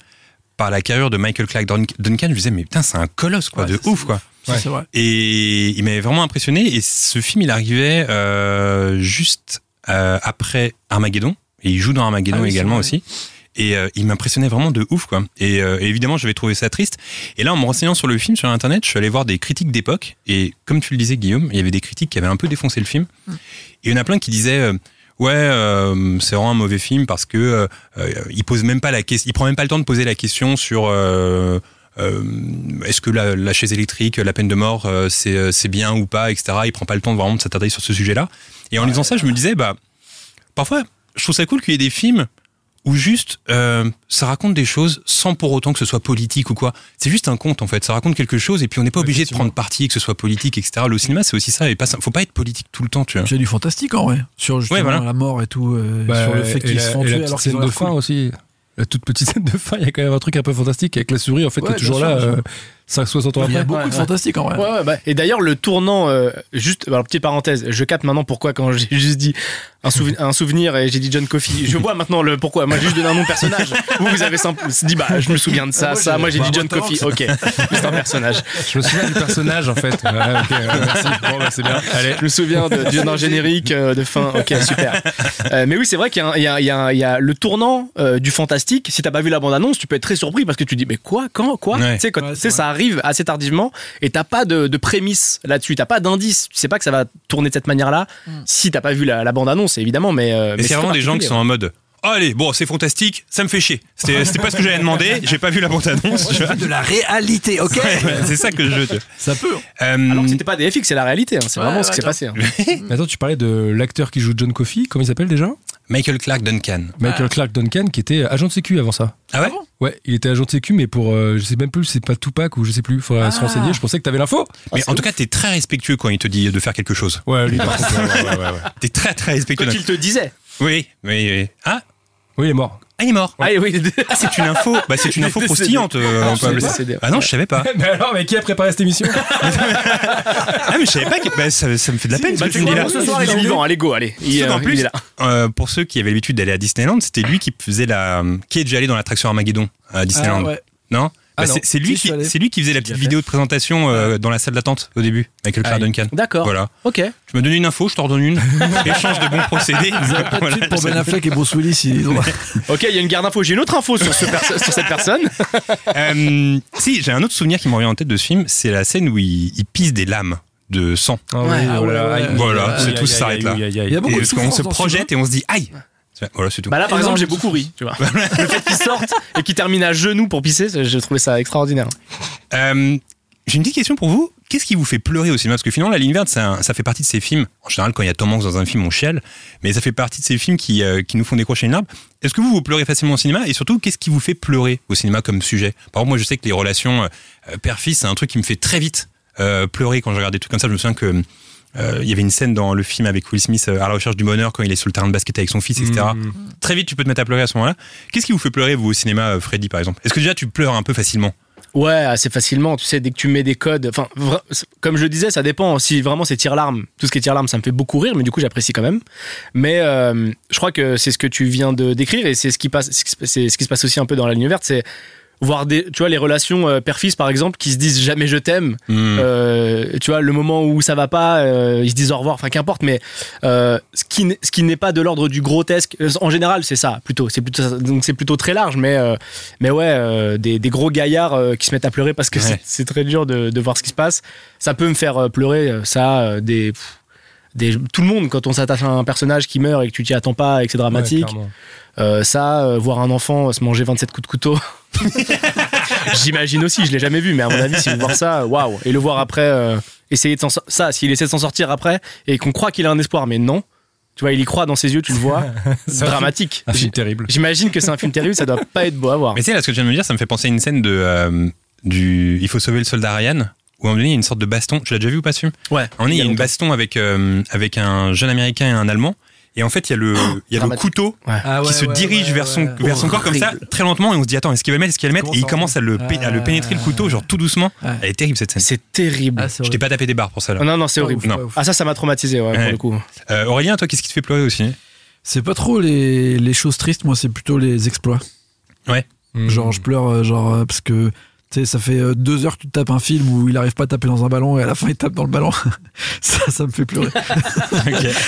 [SPEAKER 3] par la carrure de Michael Clark Dun- Duncan. Je me disais, mais putain, c'est un colosse, quoi,
[SPEAKER 6] Ouais,
[SPEAKER 3] de
[SPEAKER 6] ça,
[SPEAKER 3] ouf, quoi.
[SPEAKER 6] Ça,
[SPEAKER 5] Ouais.
[SPEAKER 6] C'est vrai.
[SPEAKER 3] Et il m'avait vraiment impressionné. Et ce film, il arrivait euh, juste euh, après Armageddon. Et il joue dans Armageddon
[SPEAKER 6] Ah oui, c'est
[SPEAKER 3] également
[SPEAKER 6] vrai.
[SPEAKER 3] aussi. Et euh, il m'impressionnait vraiment de ouf, quoi. Et euh, évidemment, j'avais trouvé ça triste. Et là, en me renseignant sur le film sur Internet, je suis allé voir des critiques d'époque. Et comme tu le disais, Guillaume, il y avait des critiques qui avaient un peu défoncé le film.
[SPEAKER 6] Hum.
[SPEAKER 3] Et il y en a plein qui disaient. euh, Ouais, euh, c'est vraiment un mauvais film parce que euh, euh, il pose même pas la question, il prend même pas le temps de poser la question sur euh, euh, est-ce que la, la chaise électrique, la peine de mort, euh, c'est euh, c'est bien ou pas, etc. Il prend pas le temps de vraiment de s'attarder sur ce sujet-là. Et en lisant ça, je me disais, bah, parfois, je trouve ça cool qu'il y ait des films où juste euh, ça raconte des choses sans pour autant que ce soit politique ou quoi. C'est juste un conte en fait. Ça raconte quelque chose et puis on n'est pas obligé de
[SPEAKER 5] Effectivement.
[SPEAKER 3] prendre parti que ce soit politique, etc. Le cinéma, c'est aussi ça. Et pas, ça- faut pas être politique tout le temps, tu vois.
[SPEAKER 6] J'ai du fantastique en vrai, sur justement
[SPEAKER 3] Ouais, voilà.
[SPEAKER 6] la mort et tout, euh,
[SPEAKER 5] Bah,
[SPEAKER 6] sur le fait
[SPEAKER 5] et
[SPEAKER 6] qu'ils
[SPEAKER 5] la-
[SPEAKER 6] se font
[SPEAKER 5] et la
[SPEAKER 6] tuer
[SPEAKER 5] petite
[SPEAKER 6] alors qu'ils
[SPEAKER 5] scène
[SPEAKER 6] ont
[SPEAKER 5] de
[SPEAKER 6] l'air
[SPEAKER 5] fin
[SPEAKER 6] cool.
[SPEAKER 5] aussi. La toute petite scène de fin, il y a quand même un truc un peu fantastique avec la souris en fait qui
[SPEAKER 6] Ouais,
[SPEAKER 5] est toujours
[SPEAKER 6] bien
[SPEAKER 5] là,
[SPEAKER 6] sûr, bien
[SPEAKER 5] euh, 5 60 ans
[SPEAKER 6] Il y a
[SPEAKER 5] après.
[SPEAKER 6] beaucoup
[SPEAKER 4] Ouais,
[SPEAKER 6] de
[SPEAKER 4] ouais.
[SPEAKER 6] fantastique en vrai.
[SPEAKER 4] Ouais, ouais, bah, et d'ailleurs, le tournant, euh, juste, alors petite parenthèse, je capte maintenant pourquoi quand j'ai juste dit un, souve- un souvenir et j'ai dit John Coffey, je vois maintenant le pourquoi. Moi, j'ai juste donné un nom de personnage. Vous, vous avez simple, dit, bah, je me souviens de ça,
[SPEAKER 6] Moi,
[SPEAKER 4] ça.
[SPEAKER 6] j'ai-
[SPEAKER 4] Moi, j'ai
[SPEAKER 6] bah,
[SPEAKER 4] dit
[SPEAKER 6] moi,
[SPEAKER 4] John
[SPEAKER 6] t'as
[SPEAKER 4] Coffey, ok. C'est un personnage.
[SPEAKER 5] Je me souviens du personnage en fait. Ouais, ok, ouais, merci. Bon, bah, c'est bien. Allez.
[SPEAKER 4] Je me souviens de- du- d'un générique euh, de fin. Ok, super. Euh, mais oui, c'est vrai qu'il y a un- il y, a- il y a un- il y a le tournant euh, du fantastique. Si t'as pas vu la bande-annonce, tu peux être très surpris parce que tu dis mais quoi, quand, quoi.
[SPEAKER 3] Ouais.
[SPEAKER 4] Tu sais, quand-
[SPEAKER 6] Ouais,
[SPEAKER 4] tu
[SPEAKER 6] c'est
[SPEAKER 4] sais,
[SPEAKER 6] vrai.
[SPEAKER 4] ça arrive assez tardivement et t'as pas de, de prémisse là-dessus, t'as pas d'indice. Tu sais pas que ça va tourner de cette manière-là.
[SPEAKER 6] Hmm.
[SPEAKER 4] Si t'as pas vu la, la bande-annonce, évidemment, mais. euh, mais
[SPEAKER 3] Mais c'est vraiment
[SPEAKER 4] très
[SPEAKER 3] des gens qui
[SPEAKER 4] particulier.
[SPEAKER 3] sont en mode. Oh, allez, bon, c'est fantastique, ça me fait chier. C'était c'était pas ce que j'avais demandé, j'ai pas vu la bande-annonce. tu vois.
[SPEAKER 6] De la réalité, ok
[SPEAKER 3] Ouais, ouais, c'est ça que je veux.
[SPEAKER 6] Ça peut.
[SPEAKER 3] Euh,
[SPEAKER 4] Alors que c'était pas des FX, c'est la réalité. hein. C'est
[SPEAKER 6] Ouais,
[SPEAKER 4] vraiment ce
[SPEAKER 6] ouais,
[SPEAKER 4] qui s'est
[SPEAKER 6] attends.
[SPEAKER 4] passé. hein.
[SPEAKER 5] Attends, tu parlais de l'acteur qui joue John Coffey, comment il s'appelle déjà
[SPEAKER 3] Michael Clark Duncan.
[SPEAKER 5] Michael Clark Duncan qui était agent de sécu avant ça.
[SPEAKER 3] Ah ouais
[SPEAKER 5] Ouais, il était agent de sécu mais pour euh, je sais même plus, c'est pas Tupac ou je sais plus, faudra se
[SPEAKER 6] Ah.
[SPEAKER 5] renseigner, je pensais que t'avais l'info.
[SPEAKER 3] Mais en tout cas, t'es très respectueux quand il te dit de faire quelque chose.
[SPEAKER 5] Ouais, lui par contre. ouais, ouais, ouais, ouais.
[SPEAKER 3] T'es très très
[SPEAKER 4] Quand
[SPEAKER 3] respectueux.
[SPEAKER 4] il te disait.
[SPEAKER 3] Oui, oui, oui. Ah,
[SPEAKER 5] Oui, il est mort.
[SPEAKER 3] ah, il est mort.
[SPEAKER 4] Ah oui,
[SPEAKER 3] Ah, c'est une info. Bah, c'est une
[SPEAKER 4] Il est
[SPEAKER 3] info
[SPEAKER 4] décédé.
[SPEAKER 3] croustillante. euh,
[SPEAKER 4] Ah,
[SPEAKER 3] on
[SPEAKER 4] je
[SPEAKER 3] peut
[SPEAKER 4] savais
[SPEAKER 3] appeler
[SPEAKER 4] pas.
[SPEAKER 3] ça.
[SPEAKER 4] Décédé.
[SPEAKER 3] Ah non, je savais pas.
[SPEAKER 5] mais alors, mais qui a préparé cette émission
[SPEAKER 3] Ah, mais je savais pas. que- bah, ça, ça me fait de la peine ce
[SPEAKER 4] bah,
[SPEAKER 3] que tu
[SPEAKER 4] tu
[SPEAKER 3] me dis
[SPEAKER 4] vois,
[SPEAKER 3] là.
[SPEAKER 4] ce soir, il est vivant. Allez, go, allez. Il,
[SPEAKER 3] Surtout qu'en
[SPEAKER 4] euh,
[SPEAKER 3] plus,
[SPEAKER 4] il est là.
[SPEAKER 3] euh, pour ceux qui avaient l'habitude d'aller à Disneyland, c'était lui qui faisait la. qui est déjà allé dans l'attraction Armageddon à Disneyland.
[SPEAKER 6] Ah ouais.
[SPEAKER 3] Non Bah,
[SPEAKER 5] Ah, non.
[SPEAKER 3] c'est- C'est lui,
[SPEAKER 6] Si, je
[SPEAKER 3] qui-
[SPEAKER 6] suis allé.
[SPEAKER 3] c'est lui qui faisait la petite vidéo de présentation euh, dans la salle d'attente au début, Michael Clark
[SPEAKER 5] Ah,
[SPEAKER 3] Duncan.
[SPEAKER 4] D'accord.
[SPEAKER 3] Voilà.
[SPEAKER 4] Ok.
[SPEAKER 3] Tu m'as donné une info, je t'en redonne une. Échange de bons procédés. Voilà,
[SPEAKER 6] pour
[SPEAKER 3] c'est-
[SPEAKER 6] Ben Affleck et Bruce Willis, ils ont...
[SPEAKER 4] Ok, il y a une garde info. J'ai une autre info sur, ce perso- sur cette personne.
[SPEAKER 3] Euh, si, j'ai un autre souvenir qui me revient en tête de ce film, c'est la scène où il, il pisse des lames de sang.
[SPEAKER 5] Ah
[SPEAKER 6] Ouais,
[SPEAKER 5] oui,
[SPEAKER 6] ah
[SPEAKER 5] oh là
[SPEAKER 6] ouais,
[SPEAKER 5] là,
[SPEAKER 6] ouais,
[SPEAKER 5] aïe,
[SPEAKER 6] ouais.
[SPEAKER 3] Voilà,
[SPEAKER 5] aïe,
[SPEAKER 3] c'est
[SPEAKER 5] aïe,
[SPEAKER 3] tout,
[SPEAKER 5] aïe,
[SPEAKER 3] ça s'arrête
[SPEAKER 5] aïe,
[SPEAKER 3] là.
[SPEAKER 5] aïe, aïe, aïe.
[SPEAKER 6] Il y a beaucoup
[SPEAKER 3] Et
[SPEAKER 6] de
[SPEAKER 3] parce qu'on
[SPEAKER 6] souffrance
[SPEAKER 3] se
[SPEAKER 6] dans ce hein.
[SPEAKER 3] projette et on se dit aïe. Voilà, c'est tout.
[SPEAKER 4] Bah là, par
[SPEAKER 6] Énorme
[SPEAKER 4] exemple, j'ai beaucoup ri, tu vois. Le fait qu'ils sortent et qu'ils terminent à genoux pour pisser, ça, j'ai trouvé ça extraordinaire.
[SPEAKER 3] Euh, j'ai une petite question pour vous. Qu'est-ce qui vous fait pleurer au cinéma Parce que finalement, La Ligne Verte, c'est un- ça fait partie de ces films. En général, quand il y a Tom Hanks dans un film, on chiale. Mais ça fait partie de ces films qui, euh, qui nous font décrocher une larme. Est-ce que vous, vous pleurez facilement au cinéma Et surtout, qu'est-ce qui vous fait pleurer au cinéma comme sujet Par exemple, moi, je sais que les relations euh, père-fils, c'est un truc qui me fait très vite euh, pleurer quand je regarde des trucs comme ça. Je me souviens que. euh, Il y avait une scène dans le film avec Will Smith euh, à la recherche du bonheur quand il est sur le terrain de basket avec son fils, etc.
[SPEAKER 5] Mm.
[SPEAKER 3] Très vite, tu peux te mettre à pleurer à ce moment-là. Qu'est-ce qui vous fait pleurer, vous, au cinéma, euh, Freddy, par exemple Est-ce que déjà tu pleures un peu facilement
[SPEAKER 4] Ouais, assez facilement, tu sais, dès que tu mets des codes. Enfin, vra- c'est- comme je le disais, ça dépend. Si vraiment c'est tire-larme, tout ce qui est tire-larme, ça me fait beaucoup rire, mais du coup, j'apprécie quand même. Mais euh, je crois que c'est ce que tu viens de décrire et c'est ce qui passe, c'est ce qui se passe aussi un peu dans la ligne verte, c'est voir des, tu vois, les relations euh, père-fils par exemple qui se disent jamais je t'aime,
[SPEAKER 3] Hmm.
[SPEAKER 4] Euh, tu vois, le moment où ça va pas, euh, ils se disent au revoir, enfin qu'importe, mais euh, ce qui n'est- ce qui n'est pas de l'ordre du grotesque, euh, en général, c'est ça, plutôt. C'est plutôt ça. donc c'est plutôt très large, mais euh, mais ouais, euh, des, des gros gaillards euh, qui se mettent à pleurer parce que
[SPEAKER 3] Ouais.
[SPEAKER 4] c'est- c'est très dur de, de voir ce qui se passe. Ça peut me faire euh, pleurer, euh, ça, euh, des, pff, des tout le monde quand on s'attache à un personnage qui meurt et que tu t'y attends pas et que c'est
[SPEAKER 5] Ouais,
[SPEAKER 4] dramatique.
[SPEAKER 5] clairement.
[SPEAKER 4] Euh, ça, euh, voir un enfant euh, se manger 27 coups de couteau. J'imagine aussi, je l'ai jamais vu, mais à mon avis, si vous voir ça, euh, waouh. Et le voir après, euh, essayer de s'en sortir. Ça, s'il essaie de s'en sortir après et qu'on croit qu'il a un espoir, mais non. Tu vois, il y croit dans ses yeux, tu le vois. C'est dramatique.
[SPEAKER 5] Un film
[SPEAKER 4] J-
[SPEAKER 5] terrible.
[SPEAKER 4] J'imagine que c'est un film terrible, ça doit pas être beau à voir.
[SPEAKER 3] Mais tu sais, là, ce que tu viens de me dire, ça me fait penser à une scène de euh, du Il faut sauver le soldat Ryan, où à un moment donné, il y a une sorte de baston. Tu l'as déjà vu ou pas, ce film
[SPEAKER 4] Ouais.
[SPEAKER 3] À un moment donné, il y a une
[SPEAKER 4] longtemps.
[SPEAKER 3] baston avec, euh, avec un jeune américain et un allemand. Et en fait, il y a le, il y a le
[SPEAKER 4] dramatique.
[SPEAKER 3] couteau
[SPEAKER 6] Ah
[SPEAKER 3] qui
[SPEAKER 6] ouais,
[SPEAKER 3] se
[SPEAKER 6] ouais,
[SPEAKER 3] dirige
[SPEAKER 6] ouais,
[SPEAKER 3] vers son,
[SPEAKER 6] ouais.
[SPEAKER 3] vers son corps comme ça, très lentement, et on se dit attends, est-ce qu'il va le mettre, est-ce qu'il va le mettre, et il
[SPEAKER 6] Comment Ah.
[SPEAKER 3] commence à le, pé- à le pénétrer le couteau, genre tout doucement.
[SPEAKER 6] Ouais.
[SPEAKER 3] Elle est terrible cette scène.
[SPEAKER 4] C'est terrible.
[SPEAKER 6] Ah, c'est
[SPEAKER 3] Je t'ai
[SPEAKER 6] horrible.
[SPEAKER 3] pas tapé des barres pour ça là.
[SPEAKER 4] non, non, c'est
[SPEAKER 6] Ah,
[SPEAKER 4] horrible.
[SPEAKER 6] ouf,
[SPEAKER 3] Non.
[SPEAKER 6] ouais, ouf.
[SPEAKER 4] Ah, ça, ça m'a traumatisé, ouais,
[SPEAKER 3] Ouais.
[SPEAKER 4] pour le coup.
[SPEAKER 3] Euh, Aurélien, toi, qu'est-ce qui te fait pleurer aussi
[SPEAKER 6] C'est pas trop les, les choses tristes, moi, c'est plutôt les exploits. Genre, je pleure, euh, genre, euh, parce que. Tu sais, ça fait euh, deux heures que tu tapes un film où il arrive pas à taper dans un ballon et à la fin il tape dans le ballon. ça, ça me fait pleurer.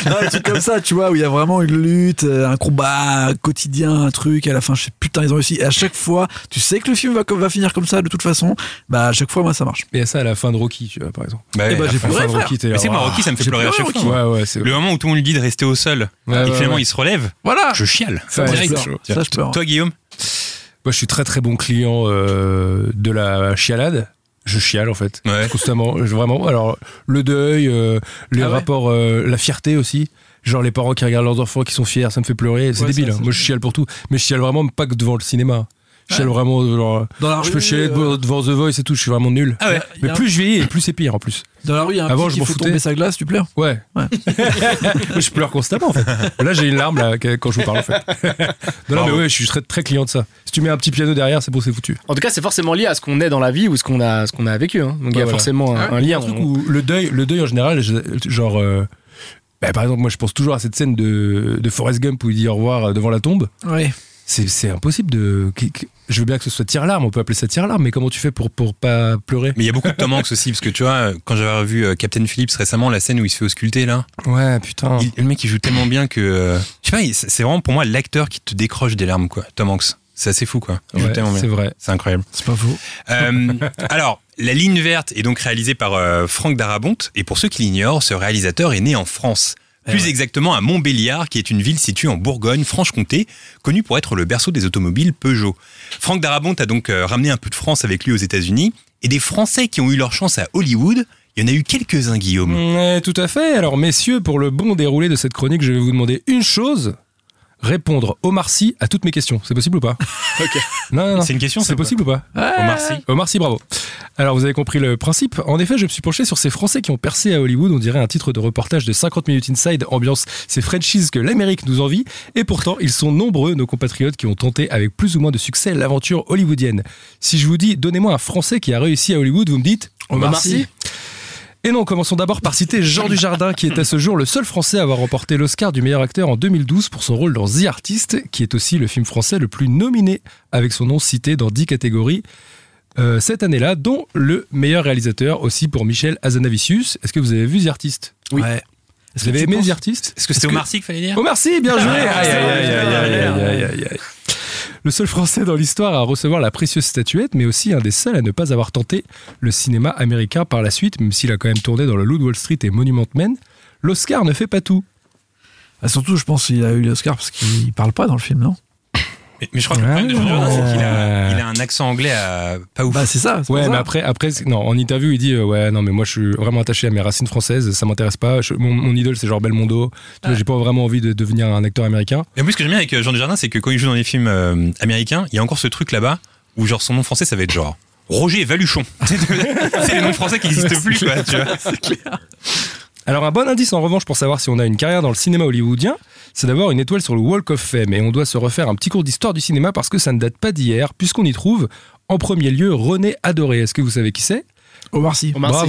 [SPEAKER 6] Non, un truc comme ça, tu vois, où il y a vraiment une lutte, euh, un combat quotidien, un truc. Et à la fin, je sais putain, ils ont réussi. Et à chaque fois, tu sais que le film va, va finir comme ça de toute façon. Bah, à chaque fois, moi, ça marche.
[SPEAKER 5] Et ça à la fin de Rocky, tu vois, par exemple.
[SPEAKER 3] Bah,
[SPEAKER 6] Eh
[SPEAKER 3] ouais,
[SPEAKER 6] ben,
[SPEAKER 3] la
[SPEAKER 6] j'ai
[SPEAKER 3] fin.
[SPEAKER 6] pleuré,
[SPEAKER 5] Enfin,
[SPEAKER 6] frère.
[SPEAKER 5] Rocky, t'es-
[SPEAKER 3] Mais c'est moi,
[SPEAKER 5] Ah,
[SPEAKER 3] Rocky, ça me fait
[SPEAKER 6] j'ai
[SPEAKER 3] pleurer à
[SPEAKER 6] pleuré,
[SPEAKER 3] chaque
[SPEAKER 6] Rocky.
[SPEAKER 3] fois.
[SPEAKER 5] Ouais, ouais, c'est
[SPEAKER 3] Le moment où tout le monde lui dit de rester au sol,
[SPEAKER 5] Ouais,
[SPEAKER 3] et
[SPEAKER 5] ouais,
[SPEAKER 3] finalement
[SPEAKER 5] ouais.
[SPEAKER 3] il se relève,
[SPEAKER 6] Voilà.
[SPEAKER 3] je chiale.
[SPEAKER 6] Ça,
[SPEAKER 5] Ouais,
[SPEAKER 6] je
[SPEAKER 5] direct.
[SPEAKER 6] pleure. Ça, je pleure.
[SPEAKER 3] Toi, Guillaume
[SPEAKER 5] Moi, je suis très très bon client euh, de la chialade. Je chiale en fait
[SPEAKER 3] Ouais.
[SPEAKER 5] constamment, je- vraiment. Alors le deuil, euh, les
[SPEAKER 6] Ah ouais
[SPEAKER 5] rapports, euh, la fierté aussi. Genre les parents qui regardent leurs enfants qui sont fiers, ça me fait pleurer. C'est
[SPEAKER 6] Ouais,
[SPEAKER 5] débile.
[SPEAKER 6] ça,
[SPEAKER 5] hein.
[SPEAKER 6] c'est-
[SPEAKER 5] Moi, je chiale pour tout, mais je chiale vraiment pas que devant le cinéma. Je chiale vraiment. genre,
[SPEAKER 6] Dans la
[SPEAKER 5] je
[SPEAKER 6] rue,
[SPEAKER 5] peux chialer
[SPEAKER 6] euh,
[SPEAKER 5] devant, devant The Voice et tout. Je suis vraiment nul.
[SPEAKER 3] Ah ouais.
[SPEAKER 5] Mais plus je vieillis, et plus c'est pire en plus.
[SPEAKER 6] Dans la rue, il y a un
[SPEAKER 5] Avant,
[SPEAKER 6] petit
[SPEAKER 5] je
[SPEAKER 6] qui
[SPEAKER 5] m'en
[SPEAKER 6] fait
[SPEAKER 5] foutais.
[SPEAKER 6] tomber sa glace, tu pleures
[SPEAKER 5] Ouais.
[SPEAKER 6] Ouais.
[SPEAKER 5] je pleure constamment en fait. Là j'ai une larme là, que- quand je vous parle en fait. non, non, mais ouais, je suis très, très client de ça. Si tu mets un petit piano derrière, c'est bon, c'est foutu.
[SPEAKER 4] En tout cas, c'est forcément lié à ce qu'on est dans la vie ou ce qu'on a, ce qu'on a vécu. hein. Donc, il y a
[SPEAKER 5] voilà.
[SPEAKER 4] forcément un, un lien.
[SPEAKER 5] Ah Un truc
[SPEAKER 4] On-
[SPEAKER 5] où le deuil, le deuil en général, je- genre. euh, bah, par exemple, moi je pense toujours à cette scène de, de Forrest Gump où il dit au revoir euh, devant la tombe.
[SPEAKER 6] Ouais.
[SPEAKER 5] C'est c'est impossible de. qui- qui- Je veux bien que ce soit tire-larme, on peut appeler ça tire-larme, mais comment tu fais pour, pour pas pleurer
[SPEAKER 3] Mais il y a beaucoup de Tom Hanks aussi, parce que tu vois, quand j'avais revu euh, Captain Phillips récemment, la scène où il se fait ausculter là,
[SPEAKER 5] Ouais, putain.
[SPEAKER 3] il- le mec il joue tellement bien que. euh, je sais pas, il- c'est c'est vraiment pour moi l'acteur qui te décroche des larmes, quoi. Tom Hanks. C'est assez fou, quoi. Il joue
[SPEAKER 5] Ouais,
[SPEAKER 3] tellement bien.
[SPEAKER 5] c'est vrai.
[SPEAKER 3] C'est incroyable.
[SPEAKER 6] C'est pas faux.
[SPEAKER 3] Euh, alors, La Ligne Verte est donc réalisée par euh, Franck Darabont. Et pour ceux qui l'ignorent, ce réalisateur est né en France. Plus exactement à Montbéliard, qui est une ville située en Bourgogne-Franche-Comté, connue pour être le berceau des automobiles Peugeot. Franck Darabont a donc euh, ramené un peu de France avec lui aux États-Unis. Et des Français qui ont eu leur chance à Hollywood, il y en a eu quelques-uns, Guillaume.
[SPEAKER 5] Ouais, Eh, tout à fait. Alors, messieurs, pour le bon déroulé de cette chronique, je vais vous demander une chose répondre Omar Sy à toutes mes questions. C'est possible ou pas Non, non, non.
[SPEAKER 3] C'est une question,
[SPEAKER 5] C'est possible ou pas
[SPEAKER 3] Omar Sy.
[SPEAKER 5] Omar Sy, bravo. Alors, vous avez compris le principe. En effet, je me suis penché sur ces Français qui ont percé à Hollywood. On dirait un titre de reportage de 50 minutes inside, ambiance ces franchises que l'Amérique nous envie. Et pourtant, ils sont nombreux, nos compatriotes, qui ont tenté avec plus ou moins de succès l'aventure hollywoodienne. Si je vous dis, donnez-moi un Français qui a réussi à Hollywood, vous me dites
[SPEAKER 6] Omar Sy.
[SPEAKER 5] et non, commençons d'abord par citer Jean Dujardin, qui est à ce jour le seul Français à avoir remporté l'Oscar du meilleur acteur en 2012 pour son rôle dans The Artist, qui est aussi le film français le plus nominé, avec son nom cité dans 10 catégories euh, cette année-là, dont le meilleur réalisateur aussi pour Michel Azanavicius. Est-ce que vous avez vu The Artist
[SPEAKER 4] Oui.
[SPEAKER 6] Ouais.
[SPEAKER 5] Vous avez aimé The Artist
[SPEAKER 3] Est-ce que c'était Omar Sy qu'il fallait dire
[SPEAKER 5] Oh merci, bien joué
[SPEAKER 3] Ah,
[SPEAKER 5] Aïe, aïe, aïe, aïe, aïe, aïe, aïe, aïe. Le seul Français dans l'histoire à recevoir la précieuse statuette, mais aussi un des seuls à ne pas avoir tenté le cinéma américain par la suite, même s'il a quand même tourné dans le Loup de Wall Street et Monument Men. L'Oscar ne fait pas tout.
[SPEAKER 6] Ah, surtout, je pense qu'il a eu l'Oscar parce qu'il parle pas dans le film, non
[SPEAKER 3] mais, mais je crois que le problème de Jean Dujardin, c'est qu'il a, il a un accent anglais à pas ouf.
[SPEAKER 6] Bah, c'est ça. c'est
[SPEAKER 5] Ouais,
[SPEAKER 6] pour
[SPEAKER 5] mais
[SPEAKER 6] ça.
[SPEAKER 5] après, après c'est- non, en interview, il dit euh, Ouais, non, mais moi, je suis vraiment attaché à mes racines françaises, ça m'intéresse pas. Je- mon, mon idole, c'est genre Belmondo. Tu vois, J'ai pas vraiment envie de devenir un acteur américain.
[SPEAKER 3] Et en plus, ce que j'aime bien avec euh, Jean Dujardin, c'est que quand il joue dans les films euh, américains, il y a encore ce truc là-bas où genre son nom français, ça va être genre Roger Valuchon. c'est les noms français qui n'existent plus, quoi. Tu vois.
[SPEAKER 5] Alors un bon indice en revanche pour savoir si on a une carrière dans le cinéma hollywoodien, c'est d'avoir une étoile sur le Walk of Fame et on doit se refaire un petit cours d'histoire du cinéma parce que ça ne date pas d'hier puisqu'on y trouve en premier lieu René Adoré. Est-ce que vous savez qui c'est
[SPEAKER 6] Omar Sy.
[SPEAKER 4] Omar Sy.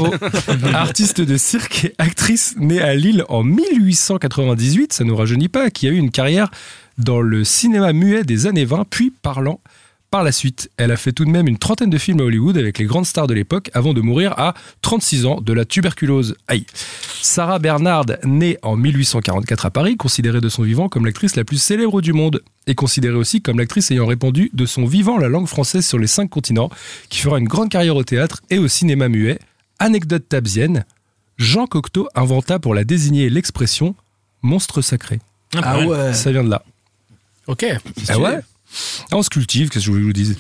[SPEAKER 5] Bravo. Artiste de cirque et actrice née à Lille en 1898, ça nous rajeunit pas, qui a eu une carrière dans le cinéma muet des années 20, puis parlant par la suite. Elle a fait tout de même une trentaine de films à Hollywood avec les grandes stars de l'époque avant de mourir à 36 ans de la tuberculose. Aïe. Sarah Bernard, née en 1844 à Paris, considérée de son vivant comme l'actrice la plus célèbre du monde et considérée aussi comme l'actrice ayant répandu de son vivant la langue française sur les cinq continents, qui fera une grande carrière au théâtre et au cinéma muet. Anecdote tabzienne, Jean Cocteau inventa pour la désigner l'expression monstre sacré.
[SPEAKER 6] Ah ouais.
[SPEAKER 5] Ça vient de là.
[SPEAKER 4] Ok.
[SPEAKER 5] Ah ouais Ah, On se cultive, qu'est-ce que je voulais vous dise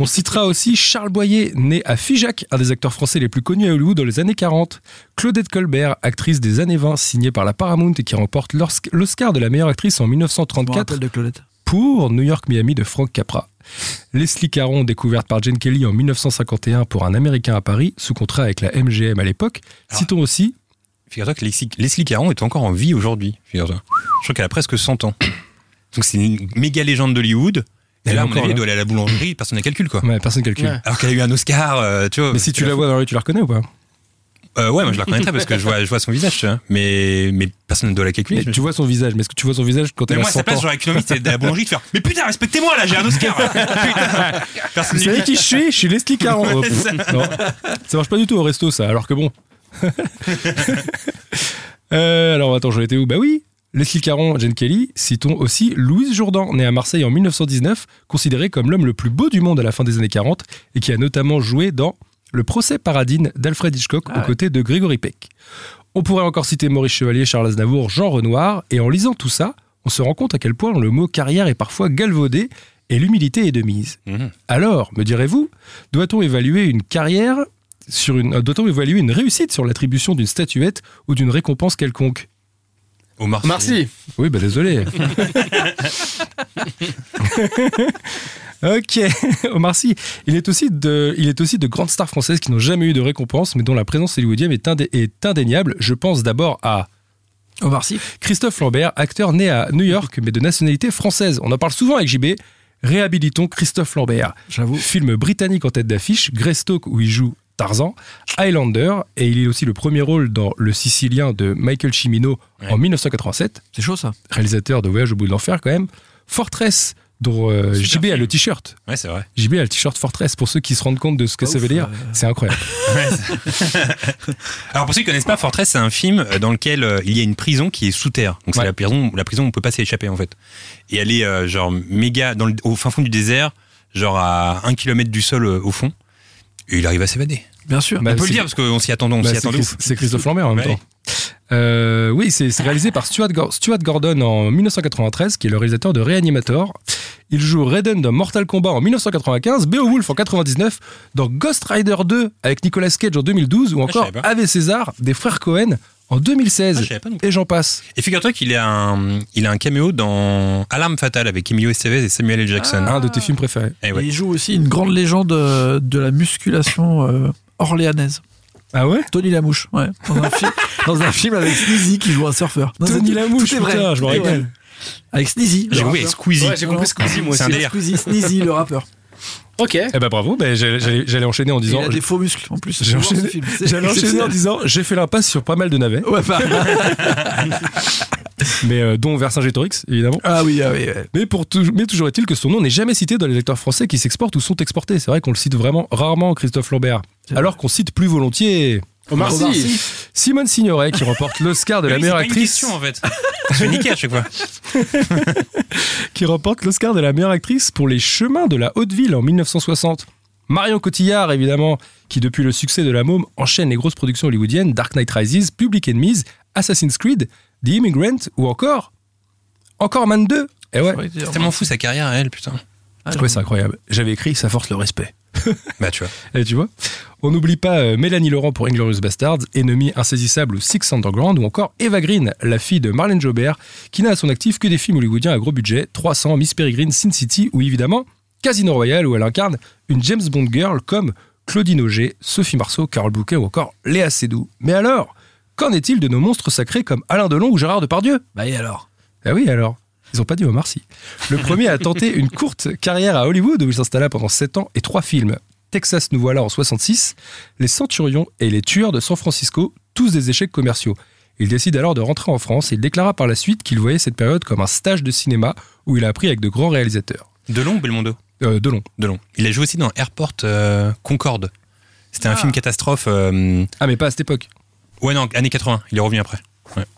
[SPEAKER 5] On citera aussi Charles Boyer, né à Figeac, un des acteurs français les plus connus à Hollywood dans les années 40. Claudette Colbert, actrice des années 20, signée par la Paramount et qui remporte l'Ors- l'Oscar de la meilleure actrice en
[SPEAKER 6] Je me
[SPEAKER 5] 1934
[SPEAKER 6] rappelle de Claudette.
[SPEAKER 5] pour New York Miami de Frank Capra. Leslie Caron, découverte par Jane Kelly en 1951 pour un Américain à Paris, sous contrat avec la MGM à l'époque. Citons aussi
[SPEAKER 3] Figure-toi que Lexi- Leslie Caron est encore en vie aujourd'hui. Figure-toi. Je crois qu'elle a presque 100 ans. Donc c'est une méga légende d'Hollywood. Et
[SPEAKER 5] Elle est
[SPEAKER 3] là, à mon
[SPEAKER 5] encore
[SPEAKER 3] avis,
[SPEAKER 5] là.
[SPEAKER 3] elle doit aller à la boulangerie, personne ne calcule quoi.
[SPEAKER 5] Ouais, personne calcule.
[SPEAKER 4] Ouais.
[SPEAKER 3] Alors qu'elle a eu un Oscar, euh, tu vois.
[SPEAKER 5] Mais si tu la vois dans la rue, tu la reconnais ou pas
[SPEAKER 3] Euh, ouais, moi je la reconnaîtrais parce que je vois, je vois son visage, tu vois. Mais, mais personne ne doit la calculer.
[SPEAKER 5] Mais Tu vois son visage, mais est-ce que tu vois son visage quand
[SPEAKER 3] Mais
[SPEAKER 5] elle a
[SPEAKER 3] moi, à sa
[SPEAKER 5] 100
[SPEAKER 3] place,
[SPEAKER 5] ans
[SPEAKER 3] j'aurais qu'une envie, c'est de la boulangerie de faire Mais putain, respectez-moi là, j'ai un Oscar Putain Personne
[SPEAKER 5] Vous savez qui je suis Je suis Leslie Caron.
[SPEAKER 3] Ouais,
[SPEAKER 5] Oh, pff,
[SPEAKER 3] ça.
[SPEAKER 5] non. Ça marche pas du tout au resto, ça, alors que bon. Euh, alors attends, j'en étais où Bah oui Leslie Caron, Jane Kelly, citons aussi Louise Jourdan, née à Marseille en 1919, considérée comme l'homme le plus beau du monde à la fin des années 40 et qui a notamment joué dans Le procès Paradine d'Alfred Hitchcock
[SPEAKER 6] Ah
[SPEAKER 5] aux
[SPEAKER 6] ouais.
[SPEAKER 5] côtés de Grégory Peck. On pourrait encore citer Maurice Chevalier, Charles Aznavour, Jean Renoir, et en lisant tout ça, on se rend compte à quel point le mot carrière est parfois galvaudé et l'humilité est de mise.
[SPEAKER 6] Mmh.
[SPEAKER 3] Mhm.
[SPEAKER 5] Alors, me direz-vous, doit-on évaluer une carrière sur une, euh, doit-on évaluer une réussite sur l'attribution d'une statuette ou d'une récompense quelconque
[SPEAKER 3] Au Marseille.
[SPEAKER 4] Merci.
[SPEAKER 5] Oui, bah désolé. ok, Omar Sy. Il est, aussi de, il est aussi de grandes stars françaises qui n'ont jamais eu de récompense, mais dont la présence hollywoodienne est, indé- est indéniable. Je pense d'abord à
[SPEAKER 6] Omar Sy.
[SPEAKER 5] Christophe Lambert, acteur né à New York, mais de nationalité française. On en parle souvent avec JB. Réhabilitons Christophe Lambert.
[SPEAKER 6] J'avoue.
[SPEAKER 5] Film britannique en tête d'affiche, Greystoke où il joue Tarzan, Highlander, et il est aussi le premier rôle dans Le Sicilien de Michael Cimino en 1987,
[SPEAKER 6] C'est chaud ça.
[SPEAKER 5] réalisateur de Voyage au bout de l'enfer quand même, Fortress, dont euh,
[SPEAKER 3] Super
[SPEAKER 5] JB a
[SPEAKER 3] film.
[SPEAKER 5] le t-shirt.
[SPEAKER 3] Ouais, c'est vrai.
[SPEAKER 5] JB a le t-shirt Fortress, pour ceux qui se rendent compte de ce que
[SPEAKER 6] Pas
[SPEAKER 5] ça
[SPEAKER 6] ouf,
[SPEAKER 5] veut dire,
[SPEAKER 6] euh.
[SPEAKER 5] c'est incroyable.
[SPEAKER 3] Alors pour ceux qui connaissent pas, Fortress c'est un film euh, dans lequel euh, il y a une prison qui est sous terre. Donc c'est
[SPEAKER 5] Ouais.
[SPEAKER 3] la prison, la prison où on peut pas s'y échapper en fait. Et elle est euh, genre méga dans le- au fin fond du désert, genre à un kilomètre du sol euh, au fond. Et il arrive à s'évader.
[SPEAKER 6] Bien sûr.
[SPEAKER 5] Bah,
[SPEAKER 3] on peut
[SPEAKER 5] c'est-
[SPEAKER 3] le dire parce qu'on s'y attendait, on
[SPEAKER 5] Bah,
[SPEAKER 3] s'y
[SPEAKER 5] c'est
[SPEAKER 3] attendait.
[SPEAKER 5] Chris- c'est Christophe Lambert en même
[SPEAKER 3] Ouais.
[SPEAKER 5] temps. Euh, oui, c'est c'est réalisé par Stuart, Gor- Stuart Gordon en 1993, qui est le réalisateur de Reanimator. Il joue Raiden dans Mortal Kombat en 1995, Beowulf en 99, dans Ghost Rider 2 avec Nicolas Cage en 2012, ou encore
[SPEAKER 3] Ah, savais pas.
[SPEAKER 5] Ave César des frères Cohen en 2016.
[SPEAKER 3] Ah, je savais pas non plus.
[SPEAKER 5] et j'en passe.
[SPEAKER 3] Et figure-toi qu'il a un, il a un caméo dans Alarme fatale avec Emilio Estevez et Samuel L. Jackson.
[SPEAKER 5] Un de tes films préférés.
[SPEAKER 3] Eh ouais.
[SPEAKER 6] Il joue aussi une grande légende euh, de la musculation euh, orléanaise.
[SPEAKER 5] Ah ouais
[SPEAKER 6] Tony Lamouche, ouais. Dans un, film, dans un film avec Sneezy qui joue un surfeur. Non, c'est
[SPEAKER 5] Tony
[SPEAKER 6] tout-
[SPEAKER 5] Lamouche,
[SPEAKER 6] tout est vrai.
[SPEAKER 5] putain, je me
[SPEAKER 6] Tout est
[SPEAKER 5] rappelle.
[SPEAKER 6] vrai. Avec Sneezy. le
[SPEAKER 3] J'ai oublié
[SPEAKER 6] rappeur.
[SPEAKER 3] Squeezie.
[SPEAKER 4] Ouais, j'ai compris Squeezie, moi
[SPEAKER 3] C'est un
[SPEAKER 4] aussi.
[SPEAKER 3] délire.
[SPEAKER 6] Squeezie, Sneezy, le rappeur.
[SPEAKER 4] Ok.
[SPEAKER 5] Eh ben bravo, ben, j'allais- j'allais j'allais enchaîner en
[SPEAKER 6] Et Il
[SPEAKER 5] disant.
[SPEAKER 6] a des faux muscles en plus.
[SPEAKER 5] J'ai
[SPEAKER 6] Faut voir ce
[SPEAKER 5] enchaîné-
[SPEAKER 6] film, c'est
[SPEAKER 5] J'allais enchaîner en
[SPEAKER 6] exceptionnel.
[SPEAKER 5] disant j'ai fait l'impasse sur pas mal de
[SPEAKER 3] Oh.
[SPEAKER 5] navets,
[SPEAKER 6] Ouais, bah,
[SPEAKER 5] mais euh, dont Vercingétorix évidemment.
[SPEAKER 6] ah oui, ah oui. ouais.
[SPEAKER 5] Mais, pour tou- mais toujours est-il que son nom n'est jamais cité dans les acteurs français qui s'exportent ou sont exportés. C'est vrai qu'on le cite vraiment rarement, Christophe Lambert. Alors qu'on cite plus volontiers
[SPEAKER 4] Omar Sy.
[SPEAKER 6] Omar Sy.
[SPEAKER 5] Simone Signoret, qui remporte l'Oscar de la
[SPEAKER 3] Mais oui,
[SPEAKER 5] meilleure
[SPEAKER 3] c'est pas une
[SPEAKER 5] actrice.
[SPEAKER 3] question, en fait. Je vais niquer à chaque fois. hein.
[SPEAKER 5] Qui remporte l'Oscar de la meilleure actrice pour Les Chemins de la Haute-Ville en 1960. Marion Cotillard, évidemment, qui depuis le succès de La Môme enchaîne les grosses productions hollywoodiennes Dark Knight Rises, Public Enemies, Assassin's Creed, The Immigrant ou encore. Encore Man 2 Eh ouais,
[SPEAKER 6] Ouais, dire-
[SPEAKER 3] C'est tellement fou sa carrière, elle, putain.
[SPEAKER 6] Ah,
[SPEAKER 5] je trouvais ça incroyable. J'avais écrit Ça force le respect.
[SPEAKER 3] Bah, tu vois.
[SPEAKER 5] Et Eh, tu vois On n'oublie pas euh, Mélanie Laurent pour Inglorious Bastards, Ennemi insaisissable ou Six Underground, ou encore Eva Green, la fille de Marlène Jobert, qui n'a à son actif que des films hollywoodiens à gros budget, 300, Miss Peregrine, Sin City, ou évidemment Casino Royale, où elle incarne une James Bond girl comme Claudine Auger, Sophie Marceau, Carole Bouquet ou encore Léa Seydoux. Mais alors, qu'en est-il de nos monstres sacrés comme Alain Delon ou Gérard Depardieu
[SPEAKER 6] Bah et alors
[SPEAKER 5] ah oui, alors Ils ont pas dit Omar Sy. Le premier a tenté une courte carrière à Hollywood où il s'installa pendant 7 ans et 3 films. Texas nous voilà en 66, Les Centurions et Les Tueurs de San Francisco, tous des échecs commerciaux. Il décide alors de rentrer en France et il déclara par la suite qu'il voyait cette période comme un stage de cinéma où il a appris avec de grands réalisateurs.
[SPEAKER 3] Delon ou Belmondo
[SPEAKER 5] Euh, Delon.
[SPEAKER 3] Delon. Il a joué aussi dans Airport euh, Concorde. C'était un film catastrophe. euh,
[SPEAKER 5] Ah mais pas à cette époque,
[SPEAKER 3] ouais, non, années 80. Il est revenu après.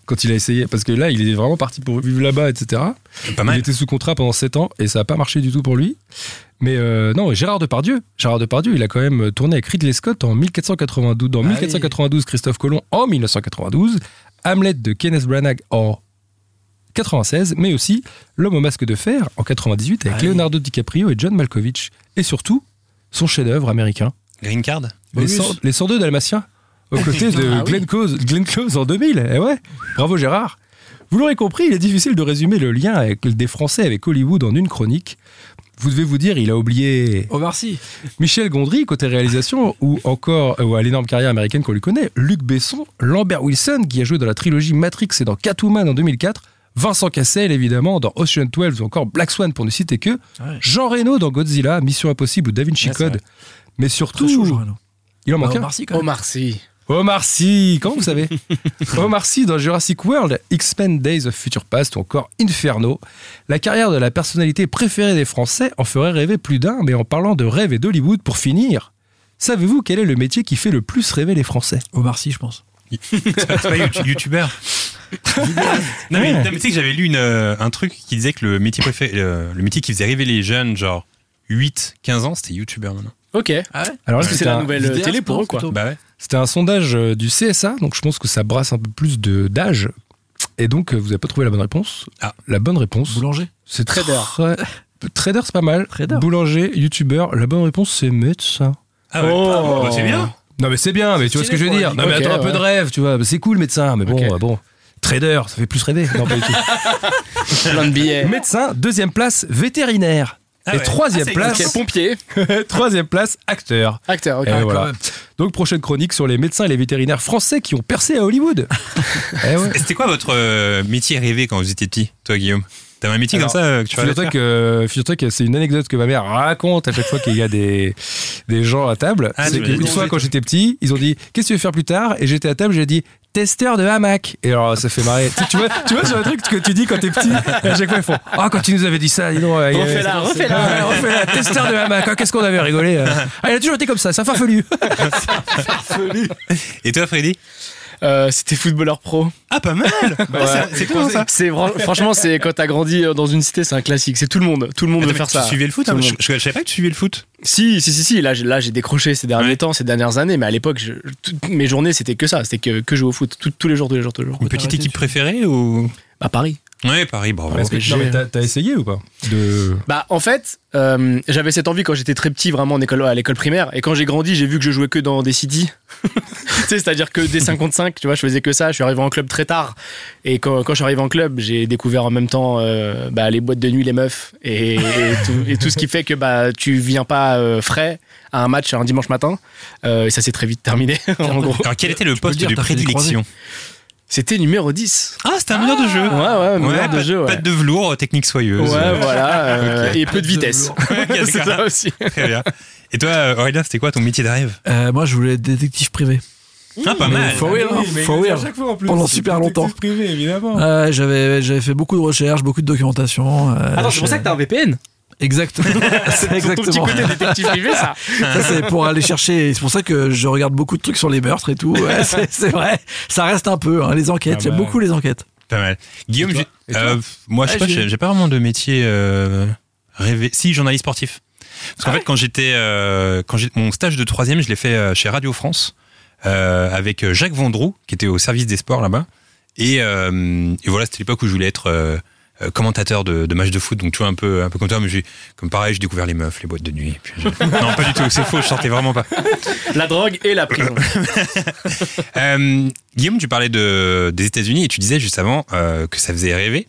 [SPEAKER 5] quand il a essayé, parce que là il est vraiment parti pour vivre là-bas, etc.
[SPEAKER 3] Pas
[SPEAKER 5] Il
[SPEAKER 3] mal.
[SPEAKER 5] était sous contrat pendant 7 ans et ça n'a pas marché du tout pour lui. Mais euh, non, et Gérard Depardieu, Gérard Depardieu, il a quand même tourné avec Ridley Scott en 1492, dans
[SPEAKER 6] Ah
[SPEAKER 5] 1492 Christophe Colomb en 1992, Hamlet de Kenneth Branagh en 96, mais aussi L'homme au masque de fer en 98 avec
[SPEAKER 6] Ah oui.
[SPEAKER 5] Leonardo DiCaprio et John Malkovich. Et surtout, son chef-d'œuvre américain,
[SPEAKER 3] Green Card
[SPEAKER 5] les,
[SPEAKER 6] Bonus.
[SPEAKER 5] 100 les 102 Dalmatiens, aux côtés de
[SPEAKER 6] putain, ah oui.
[SPEAKER 5] Glenn, Close, Glenn Close en 2000. Eh ouais, bravo Gérard. Vous l'aurez compris, il est difficile de résumer le lien avec- des Français avec Hollywood en une chronique. Vous devez vous dire, il a oublié
[SPEAKER 6] Omar Sy.
[SPEAKER 5] Michel Gondry, côté réalisation, ou encore euh, ou à l'énorme carrière américaine qu'on lui connaît, Luc Besson, Lambert Wilson, qui a joué dans la trilogie Matrix et dans Catwoman en 2004, Vincent Cassel, évidemment, dans Ocean 12 ou encore Black Swan, pour ne citer que,
[SPEAKER 6] Ouais.
[SPEAKER 5] Jean Reno dans Godzilla, Mission Impossible ou Da Vinci
[SPEAKER 6] Ouais, c'est
[SPEAKER 5] Code.
[SPEAKER 6] vrai.
[SPEAKER 5] Mais
[SPEAKER 6] Très
[SPEAKER 5] surtout,
[SPEAKER 6] chaud, Jean Reno.
[SPEAKER 5] il en
[SPEAKER 6] Bah,
[SPEAKER 5] manque un.
[SPEAKER 6] Omar Sy, quand même.
[SPEAKER 4] Omar Sy.
[SPEAKER 5] Omar Sy, comment vous savez Omar Sy dans Jurassic World, X-Men Days of Future Past ou encore Inferno. La carrière de la personnalité préférée des Français en ferait rêver plus d'un, mais en parlant de rêve et d'Hollywood pour finir, savez-vous quel est le métier qui fait le plus rêver les Français
[SPEAKER 6] Omar Sy, je pense.
[SPEAKER 3] C'est pas you- youtubeur. non, mais, non, mais tu sais que j'avais lu une, euh, un truc qui disait que le métier, préféré, euh, le métier qui faisait rêver les jeunes, genre 8, 15 ans, c'était youtubeur maintenant.
[SPEAKER 4] Ok.
[SPEAKER 3] Ah,
[SPEAKER 5] Alors là,
[SPEAKER 4] Parce que c'est
[SPEAKER 5] c'était
[SPEAKER 4] la
[SPEAKER 5] un-
[SPEAKER 4] nouvelle euh,
[SPEAKER 6] vidéaste,
[SPEAKER 4] télé pour
[SPEAKER 6] non,
[SPEAKER 4] eux, quoi.
[SPEAKER 6] plutôt.
[SPEAKER 3] Bah ouais.
[SPEAKER 5] C'était un sondage euh, du CSA, donc je pense que ça brasse un peu plus de- d'âge. Et donc, euh, vous n'avez pas trouvé la bonne réponse.
[SPEAKER 3] Ah.
[SPEAKER 5] la bonne réponse.
[SPEAKER 6] Boulanger.
[SPEAKER 5] C'est
[SPEAKER 4] Trader.
[SPEAKER 5] très- Trader, c'est pas mal.
[SPEAKER 6] Trader.
[SPEAKER 5] Boulanger, youtubeur. La bonne réponse, c'est médecin.
[SPEAKER 3] Ah ouais,
[SPEAKER 4] Oh.
[SPEAKER 3] bah, c'est bien.
[SPEAKER 5] Non, mais c'est bien, mais tu vois ce que je veux dire. Non, mais
[SPEAKER 4] Ok,
[SPEAKER 5] attends, un peu
[SPEAKER 4] ouais.
[SPEAKER 5] de rêve, tu vois. C'est cool, médecin, mais bon,
[SPEAKER 4] Ok.
[SPEAKER 5] euh, bon. Trader, ça fait plus rêver. Non, pas du tout.
[SPEAKER 4] Plein de billets.
[SPEAKER 5] médecin, deuxième place, vétérinaire.
[SPEAKER 3] Ah
[SPEAKER 5] et
[SPEAKER 3] ouais. Ah,
[SPEAKER 5] troisième
[SPEAKER 3] ça
[SPEAKER 5] place,
[SPEAKER 4] Ok, pompier,
[SPEAKER 5] troisième place, acteur.
[SPEAKER 4] acteur, ok.
[SPEAKER 5] Et
[SPEAKER 3] Eh,
[SPEAKER 6] Ah, quand
[SPEAKER 5] voilà.
[SPEAKER 6] même.
[SPEAKER 5] Donc prochaine chronique sur les médecins et les vétérinaires français qui ont percé à Hollywood. Eh ouais.
[SPEAKER 3] C'était quoi votre euh, métier rêvé quand vous étiez petit, toi, Guillaume T'avais un métier
[SPEAKER 5] Alors,
[SPEAKER 3] comme ça euh, que tu faisais
[SPEAKER 5] Figure-toi que, figure-toi que c'est une anecdote que ma mère raconte à chaque fois qu'il y a des, des gens à table.
[SPEAKER 3] Ah,
[SPEAKER 5] c'est
[SPEAKER 3] tu
[SPEAKER 5] qu'une
[SPEAKER 3] l'as
[SPEAKER 5] fois,
[SPEAKER 3] dit.
[SPEAKER 5] quand j'étais petit, ils ont dit Qu'est-ce que tu veux faire plus tard Et j'étais à table, j'ai dit Testeur de hamac. Et alors, ça fait marrer. tu, tu vois, tu vois, c'est un truc que tu dis quand t'es petit. Et à chaque fois, ils font Ah, quand tu nous avais dit ça, dis donc. euh,
[SPEAKER 4] Refais-la,
[SPEAKER 5] euh,
[SPEAKER 4] refais-la.
[SPEAKER 5] Ah, ouais, refais-la, Testeur de hamac. Ah, Qu'est-ce qu'on avait rigolé euh. Ah, il a toujours été comme ça, c'est un farfelu.
[SPEAKER 3] Et toi, Freddy
[SPEAKER 4] Euh, C'était footballeur pro.
[SPEAKER 3] Ah, pas mal
[SPEAKER 4] Ouais.
[SPEAKER 3] C'est quoi ça
[SPEAKER 4] C'est vra- franchement, c'est quand t'as grandi euh, dans une cité, c'est un classique. C'est tout le monde, tout le monde veut faire ça.
[SPEAKER 3] Tu suivais le foot
[SPEAKER 4] Tout
[SPEAKER 3] hein,
[SPEAKER 4] le
[SPEAKER 3] je,
[SPEAKER 4] monde.
[SPEAKER 3] je- je savais pas que tu suivais le foot.
[SPEAKER 4] Si, si, si, si. Là, j'ai- là, j'ai décroché ces derniers temps, ces dernières années, mais à l'époque, je- toutes mes journées, c'était que ça, c'était que, que jouer au foot, Tout- tous les jours, tous les jours, tous les jours.
[SPEAKER 3] Une petite équipe préférée ou
[SPEAKER 4] À Paris.
[SPEAKER 3] Ouais, Paris, bravo.
[SPEAKER 4] Ouais. Est-ce que- non, mais t'as-
[SPEAKER 5] essayé ou pas de...
[SPEAKER 4] Bah, en fait, euh, j'avais cette envie quand j'étais très petit, vraiment en école, à l'école primaire, et quand j'ai grandi, j'ai vu que je jouais que dans des CD. tu sais, c'est-à-dire que des 55, tu vois, je faisais que ça. Je suis arrivé en club très tard, et quand, quand je suis arrivé en club, j'ai découvert en même temps euh, bah, les boîtes de nuit, les meufs, et, et tout, et tout ce qui fait que bah tu viens pas euh, frais à un match un dimanche matin. Euh, et ça s'est très vite terminé, en gros.
[SPEAKER 3] Alors, quel était le poste
[SPEAKER 6] le dire,
[SPEAKER 3] de
[SPEAKER 6] t'as fait des
[SPEAKER 3] prédilection
[SPEAKER 4] C'était numéro 10.
[SPEAKER 3] Ah, c'était un meneur de jeu.
[SPEAKER 4] Ouais, ouais, meneur
[SPEAKER 3] Ouais,
[SPEAKER 4] de
[SPEAKER 3] pas-
[SPEAKER 4] jeu, ouais.
[SPEAKER 3] Pas de velours, euh, technique soyeuse.
[SPEAKER 4] Ouais, voilà. euh,
[SPEAKER 3] Ok.
[SPEAKER 4] Et peu de vitesse.
[SPEAKER 3] Ouais, ok,
[SPEAKER 4] c'est
[SPEAKER 3] d'accord.
[SPEAKER 4] ça aussi.
[SPEAKER 3] Très bien. Et toi, euh, Aurélien, c'était quoi ton métier de rêve
[SPEAKER 6] Euh, moi, je voulais être détective privé.
[SPEAKER 3] Ah, pas mal.
[SPEAKER 6] For real, hein, for real. Pendant super longtemps.
[SPEAKER 5] privé, évidemment.
[SPEAKER 6] Ouais, j'avais j'avais fait beaucoup de recherches, beaucoup de documentation. euh, je-
[SPEAKER 4] t'as un VPN.
[SPEAKER 6] Exact. c'est
[SPEAKER 4] Ton
[SPEAKER 6] exactement.
[SPEAKER 4] petit côté détective privé, ça.
[SPEAKER 6] Ça, c'est pour aller chercher. C'est pour ça que je regarde beaucoup de trucs sur les meurtres et tout. Ouais, c'est c'est vrai. Ça reste un peu hein, les enquêtes.
[SPEAKER 5] Ah
[SPEAKER 6] J'aime
[SPEAKER 5] bah.
[SPEAKER 6] beaucoup les enquêtes.
[SPEAKER 3] Pas mal. Guillaume,
[SPEAKER 5] Et toi
[SPEAKER 3] j'ai-
[SPEAKER 5] Et toi Ah,
[SPEAKER 3] euh, moi, je sais
[SPEAKER 6] Ouais,
[SPEAKER 3] pas,
[SPEAKER 6] j'ai-
[SPEAKER 3] j'ai j'ai pas vraiment de métier euh, rêvé. Si, journaliste sportif. Parce
[SPEAKER 5] Ah
[SPEAKER 3] qu'en fait, quand j'étais, euh, quand j'ai mon stage de troisième, je l'ai fait euh, chez Radio France euh, avec euh, Jacques Vendroux, qui était au service des sports là-bas. Et, euh, et voilà, c'était l'époque où je voulais être euh, euh, commentateur de, de matchs de foot. Donc, tu vois, un peu, un peu comme toi, mais j'ai, comme pareil, j'ai découvert les meufs, les boîtes de nuit. Puis je- non, pas du tout, c'est faux, je sortais vraiment pas.
[SPEAKER 4] La drogue et la prison.
[SPEAKER 3] Euh, Guillaume, tu parlais de, des États-Unis et tu disais juste avant euh, que ça faisait rêver.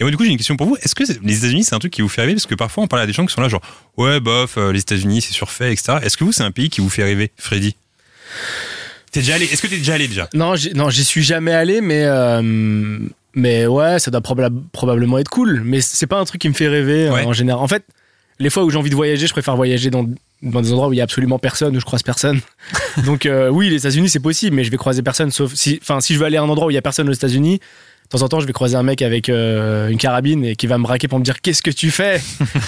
[SPEAKER 3] Et moi, du coup, j'ai une question pour vous. Est-ce que c'est- les États-Unis, c'est un truc qui vous fait rêver Parce que parfois, on parle à des gens qui sont là, genre, ouais, bof, euh, les États-Unis, c'est surfait, etc. Est-ce que vous, c'est un pays qui vous fait rêver, Freddy T'es déjà allé Est-ce que t'es déjà allé déjà
[SPEAKER 4] Non, j'ai- non, j'y suis jamais allé, mais euh, mais ouais, ça doit proba- probablement être cool. Mais c'est pas un truc qui me fait rêver euh,
[SPEAKER 3] Ouais.
[SPEAKER 4] en général. En fait, les fois où j'ai envie de voyager, je préfère voyager dans dans des endroits où il y a absolument personne, où je croise personne. Donc euh, oui, les États-Unis c'est possible, mais je vais croiser personne. Sauf si, enfin, si je veux aller à un endroit où il y a personne aux États-Unis. De temps en temps, je vais croiser un mec avec euh, une carabine et qui va me braquer pour me dire qu'est-ce que tu fais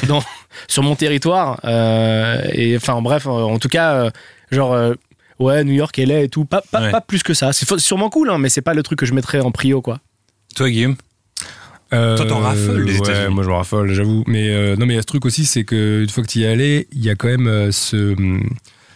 [SPEAKER 4] dans, sur mon territoire. Euh, et enfin, bref, euh, en tout cas, euh, genre euh, ouais, New York, LA et tout, pas, pas,
[SPEAKER 3] Ouais.
[SPEAKER 4] pas plus que ça. C'est fa- sûrement cool, hein, mais c'est pas le truc que je mettrais en prio, quoi.
[SPEAKER 3] Toi, Guillaume Toi, t'en raffoles, les
[SPEAKER 5] Euh, ouais,
[SPEAKER 3] États-Unis.
[SPEAKER 5] moi, je raffole, j'avoue. Mais euh, non, mais il y a ce truc aussi, c'est qu'une fois que tu y es allé, il y a quand même euh, ce. hum,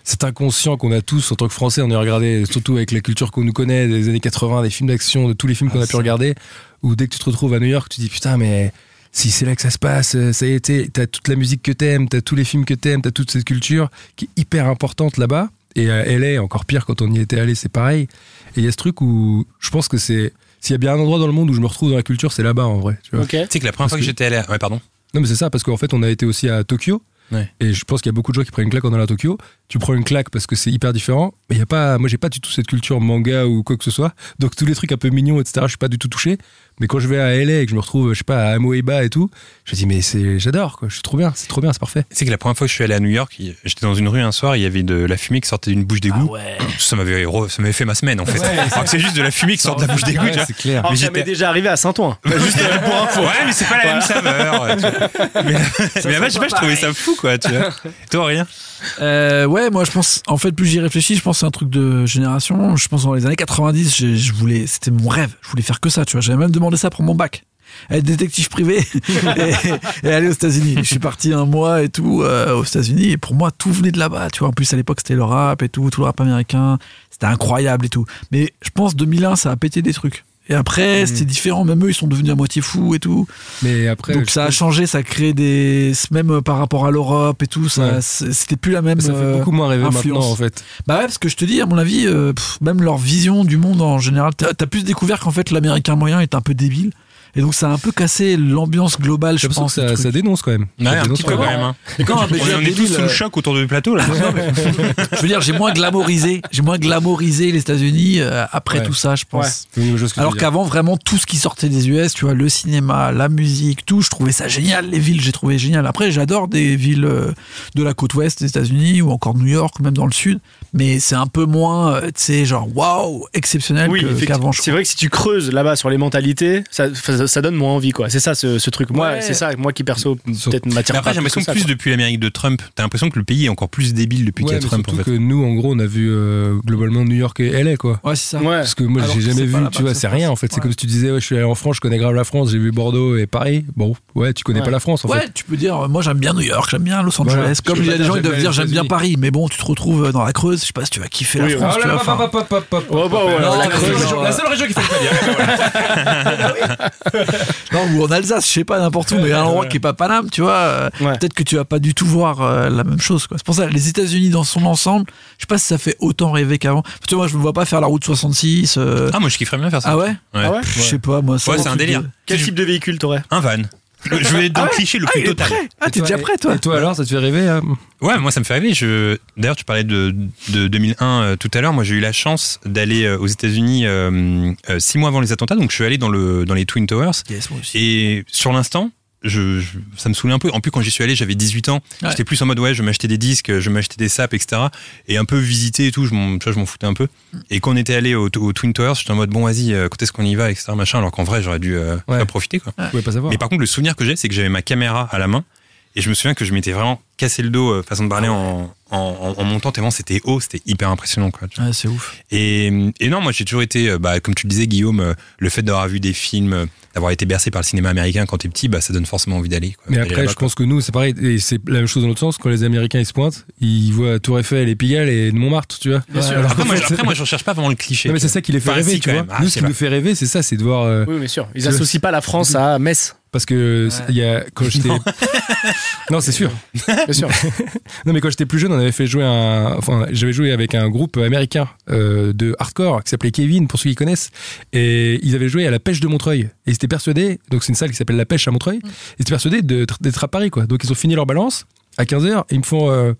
[SPEAKER 5] Cet inconscient qu'on a tous en tant que Français, on est regardé, surtout avec la culture qu'on nous connaît des années 80, des films d'action, de tous les films
[SPEAKER 3] Ah,
[SPEAKER 5] qu'on a pu regarder, où dès que tu te retrouves à New York, tu dis putain, mais si c'est là que ça se passe, euh, ça y est, t'es- t'as toute la musique que t'aimes, t'as tous les films que t'aimes, t'as toute cette culture qui est hyper importante là-bas. Et à LA, encore pire, quand on y était allé, c'est pareil. Et il y a ce truc où je pense que c'est S'il y a bien un endroit dans le monde où je me retrouve dans la culture, c'est là-bas en vrai. Tu vois.
[SPEAKER 4] Ok.
[SPEAKER 3] Tu sais que la première fois que
[SPEAKER 5] que-
[SPEAKER 3] j'étais allé. à- Ouais, pardon.
[SPEAKER 5] Non, mais c'est ça, parce qu'en fait, on a été aussi à Tokyo.
[SPEAKER 3] Ouais.
[SPEAKER 5] Et je pense qu'il y a beaucoup de gens qui prennent une claque en allant à Tokyo. Tu prends une claque parce que c'est hyper différent. Mais il y a pas, moi, j'ai pas du tout cette culture manga ou quoi que ce soit. Donc tous les trucs un peu mignons, etc. Je suis pas du tout touché. Mais quand je vais à LA et que je me retrouve, je sais pas, à Amoeba et tout, je me dis mais c'est, j'adore quoi. Je suis trop bien, c'est trop bien, c'est parfait.
[SPEAKER 3] C'est que la première fois que je suis allé à New York, il- j'étais dans une rue un soir, il y avait de la fumée qui sortait d'une bouche d'égout. Ça m'avait re- ça m'avait fait ma semaine en fait. Alors que c'est juste de la fumée qui sort de la bouche d'égout. tu vois. Ah.
[SPEAKER 5] c'est clair.
[SPEAKER 4] Alors,
[SPEAKER 3] Mais
[SPEAKER 4] Ah, ça
[SPEAKER 3] j'étais-
[SPEAKER 4] m'est déjà arrivé à Saint-Ouen.
[SPEAKER 3] Juste pour info. Ouais, mais c'est pas la même saveur. ouais, tu vois. Mais, mais là-bas, je sais pas, je trouvais ça fou quoi. Tu vois. Toi, rien.
[SPEAKER 6] Euh, ouais, moi je pense, en fait, plus j'y réfléchis, je pense que c'est un truc de génération. Je pense dans les années 90, je, je voulais, c'était mon rêve. Je voulais faire que ça, tu vois. J'avais même demandé ça pour mon bac. Être détective privé et, et aller aux États-Unis. Je suis parti un mois et tout euh, aux États-Unis et pour moi tout venait de là-bas. Tu vois, en plus à l'époque c'était le rap et tout, tout le rap américain, c'était incroyable et tout. Mais je pense 2001 ça a pété des trucs. Et
[SPEAKER 5] Hmm.
[SPEAKER 6] après c'était différent. Même eux ils sont devenus à moitié fous et tout.
[SPEAKER 5] Mais après,
[SPEAKER 6] Donc
[SPEAKER 5] je
[SPEAKER 6] ça a
[SPEAKER 5] pense-
[SPEAKER 6] changé, ça a créé des même euh, par rapport à l'Europe et tout. Ça,
[SPEAKER 5] Ouais.
[SPEAKER 6] c'est- c'était plus la même.
[SPEAKER 5] ça fait
[SPEAKER 6] euh,
[SPEAKER 5] beaucoup moins rêver
[SPEAKER 6] influence.
[SPEAKER 5] maintenant en fait.
[SPEAKER 6] bah ouais, parce que je te dis, à mon avis, euh, pff, même leur vision du monde en général, t'as t'as plus découvert qu'en fait l'américain moyen est un peu débile. Et donc ça a un peu cassé l'ambiance globale,
[SPEAKER 5] Je
[SPEAKER 6] je
[SPEAKER 5] pense
[SPEAKER 6] pense.
[SPEAKER 5] que ça,
[SPEAKER 6] du truc.
[SPEAKER 5] ça dénonce quand même.
[SPEAKER 3] Ouais,
[SPEAKER 5] Ça
[SPEAKER 3] un
[SPEAKER 5] dénonce
[SPEAKER 3] petit peu
[SPEAKER 5] quand
[SPEAKER 3] quand
[SPEAKER 5] même.
[SPEAKER 3] même. hein.
[SPEAKER 6] Quand un
[SPEAKER 3] On est-
[SPEAKER 6] baiser
[SPEAKER 3] on est tous
[SPEAKER 6] débile,
[SPEAKER 3] sous
[SPEAKER 6] euh,
[SPEAKER 3] le choc autour du plateau là.
[SPEAKER 6] je veux dire, j'ai moins glamorisé, j'ai moins glamorisé les États-Unis euh, après
[SPEAKER 5] Ouais.
[SPEAKER 6] tout ça, je pense.
[SPEAKER 5] C'est une chose que tu
[SPEAKER 6] Alors
[SPEAKER 5] dis.
[SPEAKER 6] qu'avant, vraiment, tout ce qui sortait des US, tu vois, le cinéma, la musique, tout, je trouvais ça génial. Les villes, j'ai trouvé génial. Après, j'adore des villes euh, de la côte ouest des États-Unis ou encore New York, ou même dans le sud. Mais c'est un peu moins, euh, tu sais, genre, waouh, exceptionnel que- qu'avant.
[SPEAKER 4] effectivement.
[SPEAKER 6] je
[SPEAKER 4] c'est vrai que si tu creuses là-bas sur les mentalités, ça, ça- ça donne moins envie, quoi. C'est ça ce, ce truc. Moi,
[SPEAKER 6] Ouais.
[SPEAKER 4] c'est ça, moi qui perso,
[SPEAKER 5] Sur-
[SPEAKER 4] peut-être ne m'attire
[SPEAKER 3] Mais
[SPEAKER 4] pas.
[SPEAKER 3] Après, j'ai l'impression
[SPEAKER 4] que
[SPEAKER 3] que
[SPEAKER 4] ça,
[SPEAKER 3] plus
[SPEAKER 4] quoi.
[SPEAKER 3] depuis l'Amérique de Trump, t'as l'impression que le pays est encore plus débile depuis qu'il y
[SPEAKER 5] Ouais,
[SPEAKER 3] a
[SPEAKER 5] mais
[SPEAKER 3] Trump en
[SPEAKER 5] surtout
[SPEAKER 3] fait.
[SPEAKER 5] que nous, en gros, on a vu euh, globalement New York et LA, quoi.
[SPEAKER 6] crois. Ouais, c'est ça.
[SPEAKER 4] Ouais.
[SPEAKER 5] Parce que moi,
[SPEAKER 6] Alors
[SPEAKER 5] j'ai
[SPEAKER 6] que
[SPEAKER 5] jamais
[SPEAKER 6] c'est
[SPEAKER 5] vu,
[SPEAKER 6] pas là-bas
[SPEAKER 5] tu vois,
[SPEAKER 6] que ça
[SPEAKER 5] c'est
[SPEAKER 6] se
[SPEAKER 5] rien
[SPEAKER 6] passe.
[SPEAKER 5] en fait. C'est
[SPEAKER 6] Ouais.
[SPEAKER 5] comme si tu disais, ouais, je suis allé en France, je connais grave la France, j'ai vu Bordeaux et Paris. Bon, ouais, tu connais
[SPEAKER 4] Ouais.
[SPEAKER 5] pas la France en
[SPEAKER 6] Ouais,
[SPEAKER 5] fait.
[SPEAKER 6] tu peux dire, euh, moi j'aime bien New York, j'aime bien Los Angeles.
[SPEAKER 5] Voilà.
[SPEAKER 6] Comme
[SPEAKER 5] Je
[SPEAKER 6] il y
[SPEAKER 5] peux
[SPEAKER 6] a des
[SPEAKER 5] pas
[SPEAKER 6] gens qui
[SPEAKER 5] dire
[SPEAKER 6] doivent dire, j'aime bien
[SPEAKER 5] États-Unis.
[SPEAKER 6] Paris. Mais bon, tu te retrouves euh, dans la Creuse, je sais pas si tu vas kiffer
[SPEAKER 4] Oui,
[SPEAKER 6] la France.
[SPEAKER 4] oh
[SPEAKER 6] tu vois, enfin.
[SPEAKER 4] Oh, bah, ouais,
[SPEAKER 6] Non,
[SPEAKER 4] ouais,
[SPEAKER 6] Ah, la
[SPEAKER 4] ouais.
[SPEAKER 6] creuse, genre,
[SPEAKER 5] seule région qui fait le
[SPEAKER 6] Non, ou en Alsace, je sais pas, n'importe où, mais un endroit qui est pas Paname, tu vois, euh,
[SPEAKER 4] Ouais.
[SPEAKER 6] peut-être que tu vas pas du tout voir euh, la même chose. quoi. C'est pour ça, les États-Unis dans son ensemble, je sais pas si ça fait autant rêver qu'avant. Tu vois, moi, je me vois pas faire la route 66. euh,
[SPEAKER 3] Ah, moi, je kifferais bien faire ça.
[SPEAKER 6] Ah ouais
[SPEAKER 3] Ouais.
[SPEAKER 4] Ah ouais
[SPEAKER 6] Je sais pas, moi.
[SPEAKER 3] Ouais, c'est un
[SPEAKER 6] truc
[SPEAKER 3] délire.
[SPEAKER 6] de-
[SPEAKER 4] Quel type de véhicule t'aurais
[SPEAKER 3] Un van. Le- Je vais être dans le cliché le
[SPEAKER 6] Ah,
[SPEAKER 3] plus
[SPEAKER 6] il est
[SPEAKER 3] total.
[SPEAKER 6] prêt Ah, t'es déjà prêt, toi
[SPEAKER 5] Et toi alors, ça te fait rêver hein
[SPEAKER 3] Ouais, moi ça me fait rêver. Je... D'ailleurs, tu parlais de, de 2001 euh, tout à l'heure. Moi, j'ai eu la chance d'aller euh, aux États-Unis euh, euh, six mois avant les attentats. Donc, je suis allé dans, le, dans les Twin Towers.
[SPEAKER 6] Yes, moi aussi.
[SPEAKER 3] Et sur l'instant, je, je- ça me saoulait un peu. En plus, quand j'y suis allé, j'avais 18 ans.
[SPEAKER 6] Ouais.
[SPEAKER 3] J'étais plus en mode, ouais, je m'achetais des disques, je m'achetais des saps, etc. Et un peu visiter et tout, je m'en, tu vois, je m'en foutais un peu. Et quand on était allé au, au Twin Towers, j'étais en mode, bon, vas-y, euh, quand est-ce qu'on y va, etc. Machin, alors qu'en vrai, j'aurais dû euh,
[SPEAKER 5] Ouais.
[SPEAKER 3] en profiter, quoi.
[SPEAKER 5] Vous pouvez pas savoir.
[SPEAKER 3] Mais par contre, le souvenir que j'ai, c'est que j'avais ma caméra à la main. Et je me souviens que je m'étais vraiment cassé le dos, euh, façon de parler, en, en, en- en montant tellement c'était haut, c'était hyper impressionnant. Quoi, tu vois.
[SPEAKER 6] Ouais, c'est ouf.
[SPEAKER 3] Et, et non, moi j'ai toujours été, euh, bah, comme tu le disais Guillaume, euh, le fait d'avoir vu des films, euh, d'avoir été bercé par le cinéma américain quand t'es petit, bah, ça donne forcément envie d'aller. quoi.
[SPEAKER 5] Mais
[SPEAKER 3] D'aller
[SPEAKER 5] après,
[SPEAKER 3] là-bas,
[SPEAKER 5] je pense que nous, c'est pareil, et c'est la même chose dans l'autre sens. Quand les Américains ils se pointent, ils voient Tour Eiffel et Pigalle et Montmartre, tu vois.
[SPEAKER 4] sûr.
[SPEAKER 5] Alors
[SPEAKER 3] quoi. Après,
[SPEAKER 5] qu'en
[SPEAKER 3] moi,
[SPEAKER 5] fait,
[SPEAKER 3] je- après, moi, je recherche pas vraiment le cliché.
[SPEAKER 5] Non, mais c'est ça qui les fait
[SPEAKER 3] Enfin,
[SPEAKER 5] rêver,
[SPEAKER 3] si,
[SPEAKER 5] tu
[SPEAKER 3] quand
[SPEAKER 5] vois.
[SPEAKER 3] même. Ah,
[SPEAKER 5] Nous,
[SPEAKER 3] c'est
[SPEAKER 5] ce qui
[SPEAKER 3] vrai.
[SPEAKER 5] nous fait rêver, c'est ça, c'est de voir. euh,
[SPEAKER 4] Oui, bien sûr. Ils associent pas la France à Metz.
[SPEAKER 5] Parce que c'est- il y a quand j'étais non c'est sûr
[SPEAKER 4] Bien sûr.
[SPEAKER 5] non mais quand j'étais plus jeune on avait fait jouer un enfin j'avais joué avec un groupe américain euh, de hardcore qui s'appelait Kevin pour ceux qui connaissent et ils avaient joué à la pêche de Montreuil et ils étaient persuadés donc c'est une salle qui s'appelle la pêche à Montreuil ils étaient persuadés de- d'être à Paris quoi donc ils ont fini leur balance à 15h et ils me font euh,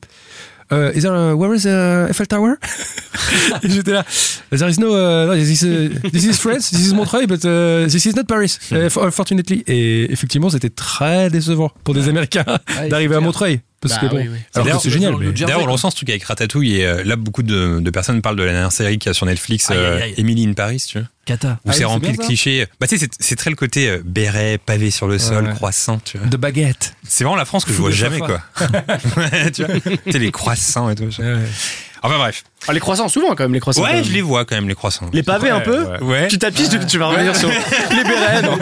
[SPEAKER 5] euh, is there a- where is the Eiffel Tower? Et J'étais là. There is no. uh, no, this, is, uh, this is France, this is Montreuil, but uh, this is not Paris, uh, for- fortunately. Et effectivement, c'était très décevant pour des Américains d'arriver à Montreuil. Parce
[SPEAKER 4] Bah
[SPEAKER 5] que bon,
[SPEAKER 4] oui, oui.
[SPEAKER 5] alors que
[SPEAKER 3] D'ailleurs,
[SPEAKER 5] c'est génial.
[SPEAKER 6] dans
[SPEAKER 5] mais-
[SPEAKER 6] le Jersey,
[SPEAKER 3] D'ailleurs, on
[SPEAKER 6] quoi.
[SPEAKER 3] ressent ce truc avec Ratatouille, et euh, là, beaucoup de, de personnes parlent de la dernière série qu'il y a sur Netflix,
[SPEAKER 6] Aïe, aïe,
[SPEAKER 3] euh,
[SPEAKER 6] aïe.
[SPEAKER 3] Emily in Paris, tu vois.
[SPEAKER 6] Kata.
[SPEAKER 3] Où
[SPEAKER 5] Ah
[SPEAKER 3] c'est
[SPEAKER 5] oui, c'est
[SPEAKER 3] rempli
[SPEAKER 5] bien
[SPEAKER 3] de
[SPEAKER 5] ça.
[SPEAKER 3] clichés. Bah, tu sais, c'est- c'est très le côté euh, béret, pavé sur le sol,
[SPEAKER 5] ouais.
[SPEAKER 3] croissant, tu vois.
[SPEAKER 5] De baguette.
[SPEAKER 3] C'est vraiment la France que je
[SPEAKER 5] Fou
[SPEAKER 3] vois
[SPEAKER 5] de
[SPEAKER 3] jamais, quoi.
[SPEAKER 5] fafa.
[SPEAKER 3] Ouais, tu vois, tu sais, les croissants et tout. ça. Enfin, bref.
[SPEAKER 4] Ah, les croissants, souvent quand même, les croissants. quand
[SPEAKER 3] Ouais,
[SPEAKER 4] même.
[SPEAKER 3] je les vois quand même, les croissants.
[SPEAKER 4] Les pavés un peu
[SPEAKER 3] Ouais.
[SPEAKER 4] Tu tapises, tu- tu vas revenir sur les bérets. non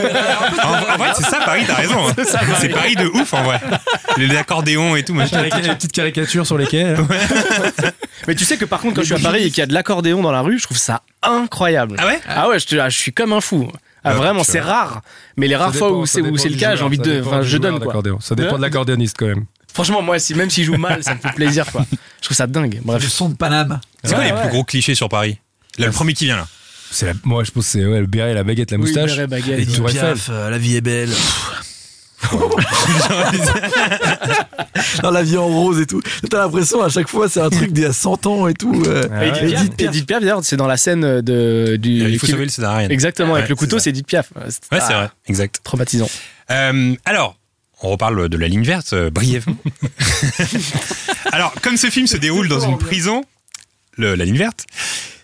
[SPEAKER 3] En, en vrai, c'est ça, Paris, t'as raison. hein. C'est Paris de ouf, en vrai. Les accordéons et tout, machin.
[SPEAKER 5] Les petites caricatures sur les quais. hein.
[SPEAKER 4] Mais tu sais que par contre, quand je suis à Paris et qu'il y a de l'accordéon dans la rue, je trouve ça incroyable.
[SPEAKER 3] Ah ouais
[SPEAKER 4] Ah ouais, je, te- ah, je suis comme un fou. Ah,
[SPEAKER 3] Ah,
[SPEAKER 4] vraiment,
[SPEAKER 3] tu
[SPEAKER 4] c'est
[SPEAKER 3] vois.
[SPEAKER 4] rare. Mais les rares fois où Ah, c'est où c'est le cas, j'ai envie de. Enfin, je donne quoi.
[SPEAKER 5] Ça dépend de l'accordéoniste quand même.
[SPEAKER 4] Franchement, moi, si, même s'il joue mal, ça me fait plaisir quoi. Je trouve ça dingue.
[SPEAKER 6] Le
[SPEAKER 4] Bref.
[SPEAKER 6] son de Paname.
[SPEAKER 3] C'est quoi
[SPEAKER 4] Ouais,
[SPEAKER 3] les
[SPEAKER 4] ouais.
[SPEAKER 3] plus gros clichés sur Paris Là, le premier qui vient, là.
[SPEAKER 5] C'est la- moi, je pense que c'est ouais, le béret, la baguette, la
[SPEAKER 4] Oui,
[SPEAKER 5] moustache.
[SPEAKER 4] béret, baguette,
[SPEAKER 5] et
[SPEAKER 4] ouais.
[SPEAKER 5] Tour Eiffel.
[SPEAKER 6] Piaf, euh, la vie est belle. non, la vie en rose et tout. T'as l'impression à chaque fois c'est un truc d'il y a 100 ans et tout. euh.
[SPEAKER 4] Ah Edith
[SPEAKER 6] Edith
[SPEAKER 4] Piaf,
[SPEAKER 6] Piaf.
[SPEAKER 4] Edith Piaf, d'ailleurs, c'est dans la scène euh, de, du.
[SPEAKER 3] Il faut
[SPEAKER 4] qui-
[SPEAKER 3] sauver le Césarien.
[SPEAKER 4] Exactement, avec
[SPEAKER 3] Ouais,
[SPEAKER 4] le couteau,
[SPEAKER 3] c'est ça.
[SPEAKER 4] c'est Edith Piaf. Ouais,
[SPEAKER 3] Ouais, c'est vrai, exact.
[SPEAKER 4] Traumatisant.
[SPEAKER 3] Euh, alors, on reparle de la ligne verte, euh, brièvement. alors, comme ce film se déroule dans une prison, le- la ligne verte,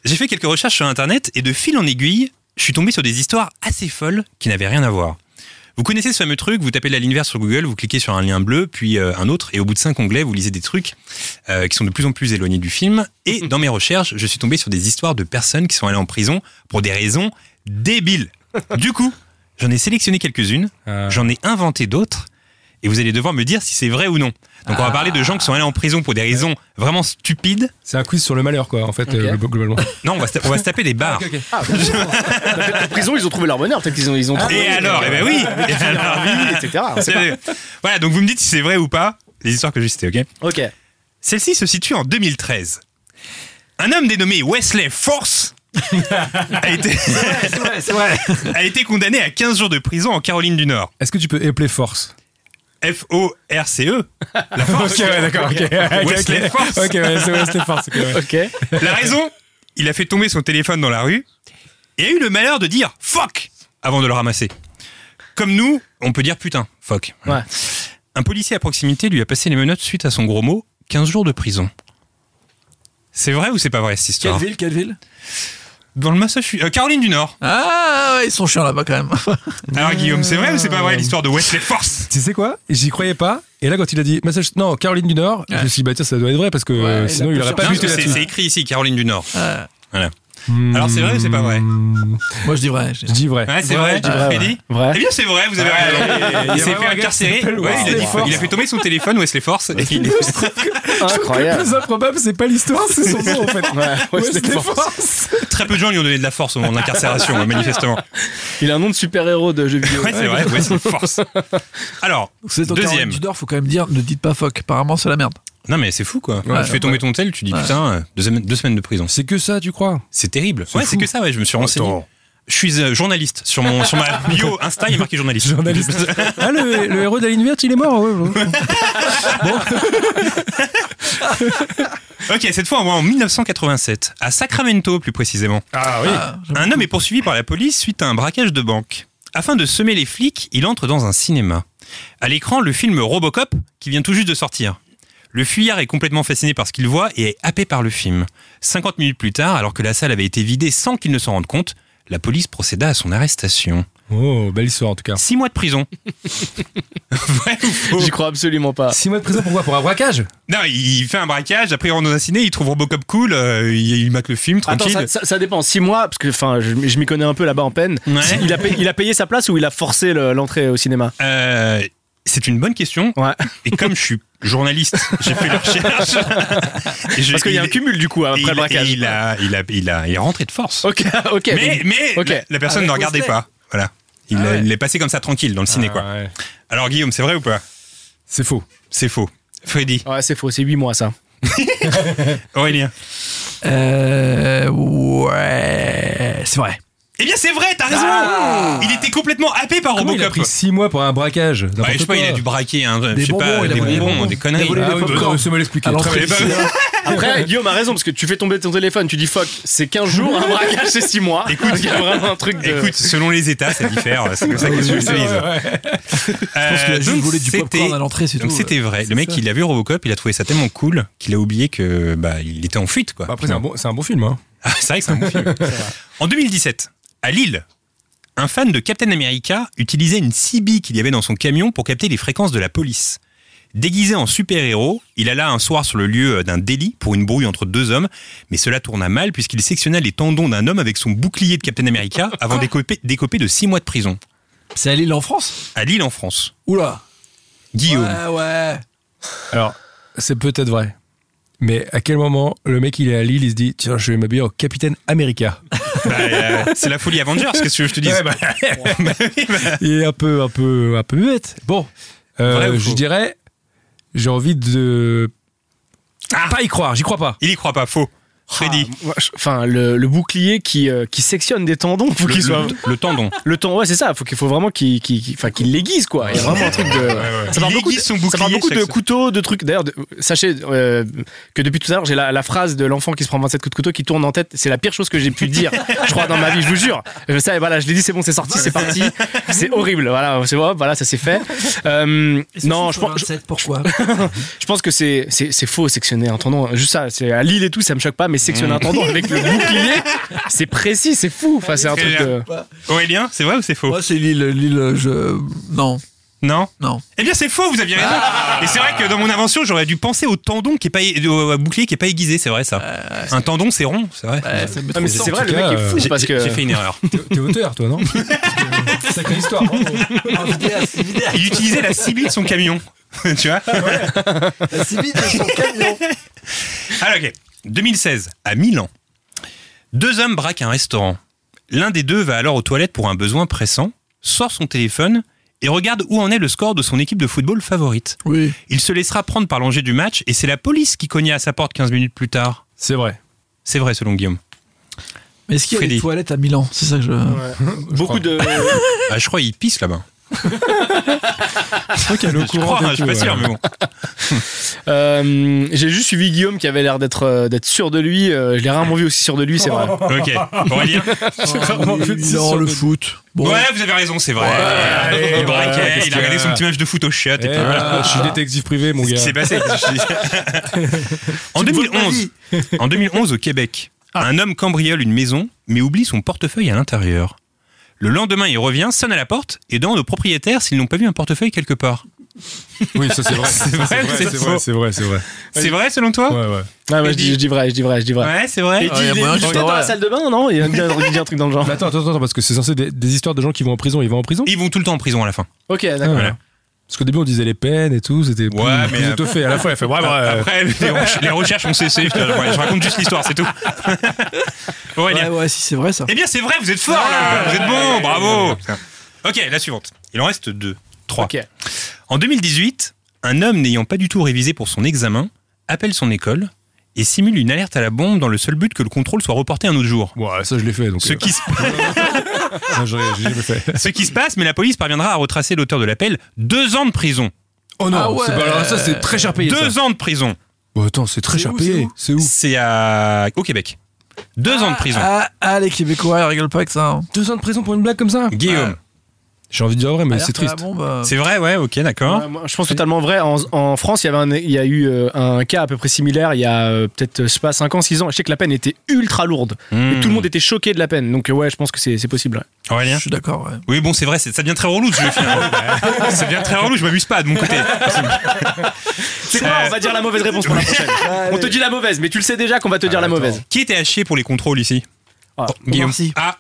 [SPEAKER 3] j'ai fait quelques recherches sur Internet et de fil en aiguille, je suis tombé sur des histoires assez folles qui n'avaient rien à voir. Vous connaissez ce fameux truc, vous tapez la ligne verte sur Google, vous cliquez sur un lien bleu, puis euh, un autre, et au bout de cinq onglets, vous lisez des trucs euh, qui sont de plus en plus éloignés du film. Et dans mes recherches, je suis tombé sur des histoires de personnes qui sont allées en prison pour des raisons débiles. Du coup, j'en ai sélectionné quelques-unes
[SPEAKER 5] Euh,
[SPEAKER 3] J'en ai inventé d'autres et vous allez devoir me dire si c'est vrai ou non. Donc on va parler de gens qui sont allés en prison pour des raisons vraiment stupides.
[SPEAKER 5] c'est un quiz sur le malheur, quoi, en fait,
[SPEAKER 4] Ok.
[SPEAKER 5] euh, globalement.
[SPEAKER 3] Non, on va, se ta- on va se taper des barres.
[SPEAKER 4] En prison, ils ont trouvé leur bonheur, peut-être qu'ils ont, ils ont trouvé.
[SPEAKER 3] Et alors Eh ben oui Et alors
[SPEAKER 4] etc.
[SPEAKER 3] Voilà, donc vous me dites si c'est vrai ou pas, les histoires que j'ai citées, ok
[SPEAKER 4] Ok.
[SPEAKER 3] Celle-ci se situe en 2013. Un homme dénommé Wesley Force a, été, a été condamné à 15 jours de prison en Caroline du Nord.
[SPEAKER 5] Est-ce que tu peux épeler force
[SPEAKER 3] F-O-R-C-E. E. La force.
[SPEAKER 5] Ok, ouais, d'accord, ok. Ok,
[SPEAKER 3] Wesley
[SPEAKER 5] ok.
[SPEAKER 3] Force.
[SPEAKER 5] Ok, ouais, c'est Wesley Force. ok, ouais.
[SPEAKER 4] Ok.
[SPEAKER 3] La raison Il a fait tomber son téléphone dans la rue et a eu le malheur de dire fuck avant de le ramasser. Comme nous, on peut dire putain, fuck.
[SPEAKER 4] Ouais.
[SPEAKER 3] Un policier à proximité lui a passé les menottes suite à son gros mot 15 jours de prison. C'est vrai ou c'est pas vrai cette histoire
[SPEAKER 6] ville, quelle ville
[SPEAKER 3] Dans le Massachusetts. euh, Caroline du Nord.
[SPEAKER 6] Ah, ouais, ils sont chiants là-bas quand même.
[SPEAKER 3] Alors Guillaume, c'est vrai ou c'est pas vrai l'histoire de Wesley Force
[SPEAKER 5] Tu sais quoi J'y croyais pas. Et là, quand il a dit Massachusetts, non, Caroline du Nord, je me suis dit, bah tiens, ça doit être vrai parce que euh,
[SPEAKER 6] il
[SPEAKER 5] sinon,
[SPEAKER 6] a
[SPEAKER 5] il
[SPEAKER 6] plus
[SPEAKER 5] aurait pas
[SPEAKER 3] Non,
[SPEAKER 5] vu
[SPEAKER 3] parce que
[SPEAKER 5] que
[SPEAKER 3] C'est
[SPEAKER 5] là-dessus.
[SPEAKER 3] c'est écrit ici, Caroline du Nord.
[SPEAKER 6] Euh,
[SPEAKER 3] Voilà. Alors c'est vrai ou c'est pas vrai
[SPEAKER 5] Hmm,
[SPEAKER 6] moi je dis vrai. je
[SPEAKER 5] Je
[SPEAKER 6] dis-
[SPEAKER 5] dis vrai.
[SPEAKER 3] Ouais, c'est vrai,
[SPEAKER 4] je dis vrai,
[SPEAKER 3] Freddy
[SPEAKER 4] Vrai.
[SPEAKER 3] Eh bien, c'est vrai, vous avez raison. Il s'est fait incarcérer.
[SPEAKER 5] s'appelle
[SPEAKER 3] Ouais, il, a
[SPEAKER 5] Wesley
[SPEAKER 3] dit-
[SPEAKER 5] Force.
[SPEAKER 3] il a fait tomber son téléphone, Wesley Force. et il est-
[SPEAKER 5] Le
[SPEAKER 4] Incroyable.
[SPEAKER 5] plus improbable, c'est pas l'histoire, c'est son nom en fait.
[SPEAKER 4] Ouais, Wesley
[SPEAKER 5] Wesley
[SPEAKER 4] Force.
[SPEAKER 5] Force.
[SPEAKER 3] Très peu de gens lui ont donné de la force au moment de l'incarcération, hein, manifestement.
[SPEAKER 4] Il a un nom de super-héros de jeux vidéo.
[SPEAKER 3] Ouais, c'est vrai, Wesley Force. Alors,
[SPEAKER 6] C'est en
[SPEAKER 3] deuxième.
[SPEAKER 6] Caroline du Nord, faut quand même dire, ne dites pas fuck. Apparemment, c'est la merde.
[SPEAKER 3] Non, mais c'est fou, quoi.
[SPEAKER 6] Ouais,
[SPEAKER 3] tu fais tomber ton tel, tu dis, putain, euh, deux, semaines- deux semaines de prison.
[SPEAKER 5] C'est que ça, tu crois
[SPEAKER 3] C'est terrible.
[SPEAKER 5] C'est
[SPEAKER 3] Ouais,
[SPEAKER 5] fou.
[SPEAKER 3] c'est que ça, ouais, je me suis renseigné. Je suis euh, journaliste. Sur, mon, sur ma bio Insta, il est marqué journaliste.
[SPEAKER 5] Journaliste. Ah, le, le héros de la ligne verte, il est mort. ouais, ouais.
[SPEAKER 3] ok, cette fois, on va en 1987, à Sacramento, plus précisément.
[SPEAKER 5] Ah oui.
[SPEAKER 3] Un homme est poursuivi par la police suite à un braquage de banque. Afin de semer les flics, il entre dans un cinéma. À l'écran, le film Robocop qui vient tout juste de sortir. Le fuyard est complètement fasciné par ce qu'il voit et est happé par le film. 50 minutes plus tard, alors que la salle avait été vidée sans qu'il ne s'en rende compte, la police procéda à son arrestation.
[SPEAKER 5] Oh, belle histoire en tout cas.
[SPEAKER 3] Six mois de prison. Vrai ou faux
[SPEAKER 4] J'y crois absolument pas.
[SPEAKER 5] Six mois de prison, pourquoi Pour un braquage
[SPEAKER 3] Non, il fait un braquage, après il rentre dans un ciné, il trouve Robocop cool, euh, il, il maque le film,
[SPEAKER 4] Attends,
[SPEAKER 3] tranquille.
[SPEAKER 4] ça, ça- ça dépend. Six mois, parce que enfin, je, je m'y connais un peu là-bas en peine.
[SPEAKER 3] Ouais.
[SPEAKER 4] Si- Il, a payé, il a payé sa place ou il a forcé le- l'entrée au cinéma
[SPEAKER 3] Euh, c'est une bonne question.
[SPEAKER 4] Ouais.
[SPEAKER 3] Et comme je suis journaliste, j'ai fait la recherche. Et je-
[SPEAKER 4] Parce qu'il y a un
[SPEAKER 3] il-
[SPEAKER 4] cumul du coup hein,
[SPEAKER 3] et
[SPEAKER 4] après
[SPEAKER 3] il-
[SPEAKER 4] le braquage.
[SPEAKER 3] et Il, a, il, a, il, a, il est rentré de force.
[SPEAKER 4] Ok, ok.
[SPEAKER 3] mais mais
[SPEAKER 4] ok.
[SPEAKER 3] la, la personne
[SPEAKER 6] Avec
[SPEAKER 3] ne regardait
[SPEAKER 6] Wesley.
[SPEAKER 3] pas. Voilà. Il
[SPEAKER 6] Ah
[SPEAKER 3] a-
[SPEAKER 6] ouais.
[SPEAKER 3] il est passé comme ça tranquille dans le ciné. quoi.
[SPEAKER 5] Ah, ouais.
[SPEAKER 3] Alors Guillaume, c'est vrai ou pas
[SPEAKER 5] C'est faux.
[SPEAKER 3] C'est faux. Freddy,
[SPEAKER 4] Ouais, c'est faux, c'est 8 mois ça.
[SPEAKER 3] Aurélien.
[SPEAKER 6] Euh, ouais, c'est vrai.
[SPEAKER 3] Eh bien c'est vrai, t'as raison
[SPEAKER 6] Ah.
[SPEAKER 3] Il était complètement happé par
[SPEAKER 5] Comment il a
[SPEAKER 3] Robocop.
[SPEAKER 5] pris six mois pour un braquage
[SPEAKER 3] Ouais,
[SPEAKER 5] N'importe
[SPEAKER 3] je sais pas,
[SPEAKER 5] quoi.
[SPEAKER 3] il a dû braquer un, je
[SPEAKER 6] Des
[SPEAKER 3] sais
[SPEAKER 6] bonbons,
[SPEAKER 3] pas,
[SPEAKER 6] il a
[SPEAKER 3] des
[SPEAKER 6] volé des
[SPEAKER 3] bonbons,
[SPEAKER 6] bonbons.
[SPEAKER 3] des conneries.
[SPEAKER 6] Il a volé
[SPEAKER 5] Ah
[SPEAKER 6] des
[SPEAKER 5] oui, bah,
[SPEAKER 6] popcorns.
[SPEAKER 5] non, c'est mal expliqué.
[SPEAKER 6] À l'entrée
[SPEAKER 5] Très
[SPEAKER 6] du
[SPEAKER 3] bien.
[SPEAKER 6] cinéma.
[SPEAKER 4] Après, Guillaume a raison, parce que tu fais tomber ton téléphone, tu dis fuck, c'est 15 jours, un braquage c'est 6 mois.
[SPEAKER 3] Écoute,
[SPEAKER 4] il y a vraiment un truc de.
[SPEAKER 3] Écoute, selon les états, ça diffère. C'est comme ça qu'ils
[SPEAKER 5] bien.
[SPEAKER 3] utilisent.
[SPEAKER 5] Ouais, ouais.
[SPEAKER 6] Je pense qu'il a
[SPEAKER 3] Euh,
[SPEAKER 6] juste
[SPEAKER 3] donc,
[SPEAKER 6] volé du popcorn
[SPEAKER 3] c'était-
[SPEAKER 6] à l'entrée, c'est
[SPEAKER 3] Donc
[SPEAKER 6] tout.
[SPEAKER 3] c'était vrai.
[SPEAKER 5] euh, c'est
[SPEAKER 3] Le mec,
[SPEAKER 5] ça.
[SPEAKER 3] il a vu Robocop, il a trouvé ça tellement cool qu'il a oublié que bah il était en fuite quoi.
[SPEAKER 5] Bah, Après, c'est un bon- c'est un bon film. hein.
[SPEAKER 3] Ah, c'est vrai que c'est un bon film. En 2017, à Lille, un fan de Captain America utilisait une CB qu'il y avait dans son camion pour capter les fréquences de la police. Déguisé en super-héros, il alla un soir sur le lieu euh, d'un délit pour une brouille entre deux hommes, mais cela tourna mal puisqu'il sectionna les tendons d'un homme avec son bouclier de Captain America avant d'écoper d'écoper de six mois de prison.
[SPEAKER 6] C'est à Lille en France
[SPEAKER 3] À Lille, en France.
[SPEAKER 6] Oula
[SPEAKER 3] Guillaume.
[SPEAKER 6] Ouais, ouais.
[SPEAKER 5] Alors, c'est peut-être vrai. Mais à quel moment le mec il est à Lille, il se dit tiens, je vais m'habiller en Capitaine America.
[SPEAKER 3] Bah, euh, c'est la folie Avengers, qu'est-ce que tu veux que je te dise
[SPEAKER 5] Ouais,
[SPEAKER 3] Bah oui, bah.
[SPEAKER 5] Il est un peu, un peu, un peu bête. Bon, euh,
[SPEAKER 3] Vrai ou
[SPEAKER 5] je
[SPEAKER 3] faux Ah
[SPEAKER 5] dirais, j'ai envie de pas y croire. J'y crois pas.
[SPEAKER 3] Il y croit pas, faux. Freddy.
[SPEAKER 4] Ah, moi, je- Enfin, le, le bouclier qui, euh, qui sectionne des tendons, faut
[SPEAKER 3] Le-
[SPEAKER 4] qu'il soit.
[SPEAKER 3] le, le tendon.
[SPEAKER 4] Le tendon, ouais, c'est ça, faut qu'il faut vraiment qu'il qu'il- qu'il- enfin, qu'il l'aiguise, quoi. Il y a vraiment un truc de. Ça
[SPEAKER 3] Il
[SPEAKER 4] parle beaucoup, de,
[SPEAKER 3] aiguise son
[SPEAKER 4] ça parle
[SPEAKER 3] bouclier
[SPEAKER 4] beaucoup de
[SPEAKER 3] chaque-
[SPEAKER 4] couteaux, de trucs. D'ailleurs, de- sachez euh, que depuis tout à l'heure, j'ai la, la phrase de l'enfant qui se prend 27 coups de couteau qui tourne en tête. C'est la pire chose que j'ai pu dire, je crois, dans ma vie, je vous jure. Je sais, voilà, je l'ai dit, c'est bon, c'est sorti, c'est parti. C'est horrible, voilà, c'est hop, voilà, ça s'est fait. Euh, non, je, pense- je,
[SPEAKER 8] 27, pourquoi
[SPEAKER 4] je pense que c'est c'est c'est faux, sectionner un tendon. Juste ça, c'est à Lille et tout, ça me choque pas, mais sectionner un tendon avec le bouclier, c'est précis, c'est fou. Enfin, c'est un truc de.
[SPEAKER 3] Aurélien, Oh, eh c'est vrai ou c'est faux
[SPEAKER 6] Moi, c'est Lille. Lille, je. Non,
[SPEAKER 3] Non
[SPEAKER 6] non.
[SPEAKER 3] Eh bien, c'est faux, vous aviez raison.
[SPEAKER 4] Ah.
[SPEAKER 3] Et c'est vrai que dans mon invention, j'aurais dû penser au tendon qui est pas, au au bouclier qui est pas aiguisé, c'est vrai ça. un tendon, c'est rond, c'est vrai.
[SPEAKER 4] Ah, mais Euh, c'est
[SPEAKER 5] en
[SPEAKER 4] vrai,
[SPEAKER 5] tout
[SPEAKER 4] le mec
[SPEAKER 5] cas,
[SPEAKER 4] est fou
[SPEAKER 3] J'ai-
[SPEAKER 4] parce
[SPEAKER 3] euh, j'ai-
[SPEAKER 4] que.
[SPEAKER 3] J'ai fait une erreur.
[SPEAKER 5] T'es auteur, toi, non Sacrée histoire.
[SPEAKER 8] En vidéaste, vidéaste.
[SPEAKER 3] Il utilisait la cibie de son camion. tu vois
[SPEAKER 8] C'est vite de son camion.
[SPEAKER 3] Alors, ok. 2016, à Milan, deux hommes braquent un restaurant. L'un des deux va alors aux toilettes pour un besoin pressant, sort son téléphone et regarde où en est le score de son équipe de football favorite.
[SPEAKER 6] Oui.
[SPEAKER 3] Il se laissera prendre par l'enjeu du match et c'est la police qui cogna à sa porte 15 minutes plus tard.
[SPEAKER 5] C'est vrai.
[SPEAKER 3] C'est vrai, selon Guillaume.
[SPEAKER 6] Mais est-ce qu'il y a
[SPEAKER 3] Freddy.
[SPEAKER 6] des toilettes à Milan C'est ça que je.
[SPEAKER 4] Beaucoup de.
[SPEAKER 3] Ah, je crois qu'il pisse là-bas.
[SPEAKER 5] Je crois qu'elle est au
[SPEAKER 3] Je
[SPEAKER 5] courant.
[SPEAKER 3] crois,
[SPEAKER 5] des
[SPEAKER 3] hein, je suis pas
[SPEAKER 5] tout,
[SPEAKER 3] sûr,
[SPEAKER 5] ouais.
[SPEAKER 3] mais bon.
[SPEAKER 4] Euh, J'ai juste suivi Guillaume qui avait l'air d'être euh, d'être sûr de lui. Euh, je l'ai rarement vu aussi sûr de lui, c'est vrai.
[SPEAKER 3] Ok, Aurélien
[SPEAKER 5] vraiment fait
[SPEAKER 6] Milan,
[SPEAKER 5] sur
[SPEAKER 6] le
[SPEAKER 5] le-
[SPEAKER 6] foot. Bon.
[SPEAKER 3] Ouais, vous avez raison, c'est vrai. il
[SPEAKER 5] ouais,
[SPEAKER 3] braquait,
[SPEAKER 5] qu'est-ce
[SPEAKER 3] il
[SPEAKER 5] qu'il
[SPEAKER 3] a
[SPEAKER 5] y a
[SPEAKER 3] regardé son petit match de foot au chiottes.
[SPEAKER 5] Eh,
[SPEAKER 3] et puis voilà.
[SPEAKER 5] voilà, Je suis détective privé, mon
[SPEAKER 3] C'est ce
[SPEAKER 5] gars.
[SPEAKER 3] qui s'est passé. en, 2011, en 2011, au Québec,
[SPEAKER 5] Ah.
[SPEAKER 3] un homme cambriole une maison, mais oublie son portefeuille à l'intérieur. Le lendemain, il revient, sonne à la porte et demande aux propriétaires s'ils n'ont pas vu un portefeuille quelque part.
[SPEAKER 5] Oui, ça c'est vrai. Ça, C'est
[SPEAKER 3] vrai ou c'est
[SPEAKER 5] c'est vrai,
[SPEAKER 3] faux
[SPEAKER 5] c'est vrai, c'est vrai.
[SPEAKER 3] C'est vrai selon toi
[SPEAKER 5] Ouais, ouais.
[SPEAKER 4] Ah Ouais, moi, je, dis, je dis vrai, je dis vrai, je dis vrai.
[SPEAKER 3] Ouais, c'est vrai.
[SPEAKER 4] Et dis,
[SPEAKER 6] y a
[SPEAKER 4] il est-
[SPEAKER 6] moyen
[SPEAKER 4] il
[SPEAKER 6] que
[SPEAKER 4] était
[SPEAKER 6] ce
[SPEAKER 4] dans
[SPEAKER 6] soit
[SPEAKER 4] la
[SPEAKER 6] vrai.
[SPEAKER 4] salle de bain, non il, dit un- il dit un truc dans le genre.
[SPEAKER 5] Mais attends, attends, attends, parce que c'est censé des, des histoires de gens qui vont en prison. Ils vont en prison
[SPEAKER 3] Ils vont tout le temps en prison à la fin.
[SPEAKER 4] Ok,
[SPEAKER 5] Ah,
[SPEAKER 4] d'accord.
[SPEAKER 5] voilà. Parce qu'au début, on disait les peines et tout. C'était plus,
[SPEAKER 3] Ouais, mais,
[SPEAKER 5] plus
[SPEAKER 3] euh,
[SPEAKER 5] étoffé. À la fois, elle fait bravo. euh,
[SPEAKER 3] Après, les, recher- les recherches ont cessé. Je, ouais, je raconte juste l'histoire, c'est tout. Aurélien.
[SPEAKER 6] Ouais, ouais, si c'est vrai ça.
[SPEAKER 3] Eh bien, c'est vrai, vous êtes fort là Vous êtes bon, bravo Ok, la suivante. Il en reste deux. Trois.
[SPEAKER 4] Ok.
[SPEAKER 3] En 2018, un homme n'ayant pas du tout révisé pour son examen appelle son école et simule une alerte à la bombe dans le seul but que le contrôle soit reporté un autre jour.
[SPEAKER 5] Ouais, ça je l'ai fait. Donc,
[SPEAKER 3] Ce
[SPEAKER 5] euh,
[SPEAKER 3] qui, se,
[SPEAKER 5] ça, j'aurais- j'ai jamais fait.
[SPEAKER 3] ce qui se passe, mais la police parviendra à retracer l'auteur de l'appel. Deux ans de prison.
[SPEAKER 5] Oh non, c'est pas- alors ça c'est très cher payé. ça.
[SPEAKER 3] Deux ans de prison.
[SPEAKER 5] Bon, attends, c'est très
[SPEAKER 6] C'est
[SPEAKER 5] cher
[SPEAKER 6] où,
[SPEAKER 5] payé. C'est où
[SPEAKER 3] C'est à... au Québec. Deux ans de prison.
[SPEAKER 6] Ah, ah, les Québécois, ils rigolent pas avec ça. hein.
[SPEAKER 5] Deux ans de prison pour une blague comme ça
[SPEAKER 3] Guillaume.
[SPEAKER 5] J'ai envie de dire vrai, mais c'est
[SPEAKER 6] Alerte à la
[SPEAKER 5] triste.
[SPEAKER 6] bombe, euh,
[SPEAKER 3] C'est vrai, ouais, ok, d'accord.
[SPEAKER 4] ah. Ouais, moi, je pense totalement vrai. En, en France, il y, avait un- il y a eu euh, un cas à peu près similaire il y a euh, peut-être, je sais pas, 5 ans, 6 ans. Je sais que la peine était ultra lourde. Et
[SPEAKER 3] Hmm.
[SPEAKER 4] tout le monde était choqué de la peine. Donc, euh, ouais, je pense que c'est c'est possible. ouais.
[SPEAKER 3] Aurélien
[SPEAKER 6] Je suis d'accord, ouais.
[SPEAKER 3] Oui, bon, c'est vrai, c'est- ça devient très relou ce jeu, finalement. ça devient très relou, je m'amuse pas de mon côté.
[SPEAKER 4] C'est quoi On va dire la mauvaise réponse pour la prochaine. On te dit la mauvaise, mais tu le sais déjà qu'on va te dire la mauvaise.
[SPEAKER 3] Qui était à chier pour les contrôles ici
[SPEAKER 4] Ah,
[SPEAKER 3] Guillaume.
[SPEAKER 6] Sy.
[SPEAKER 3] Ah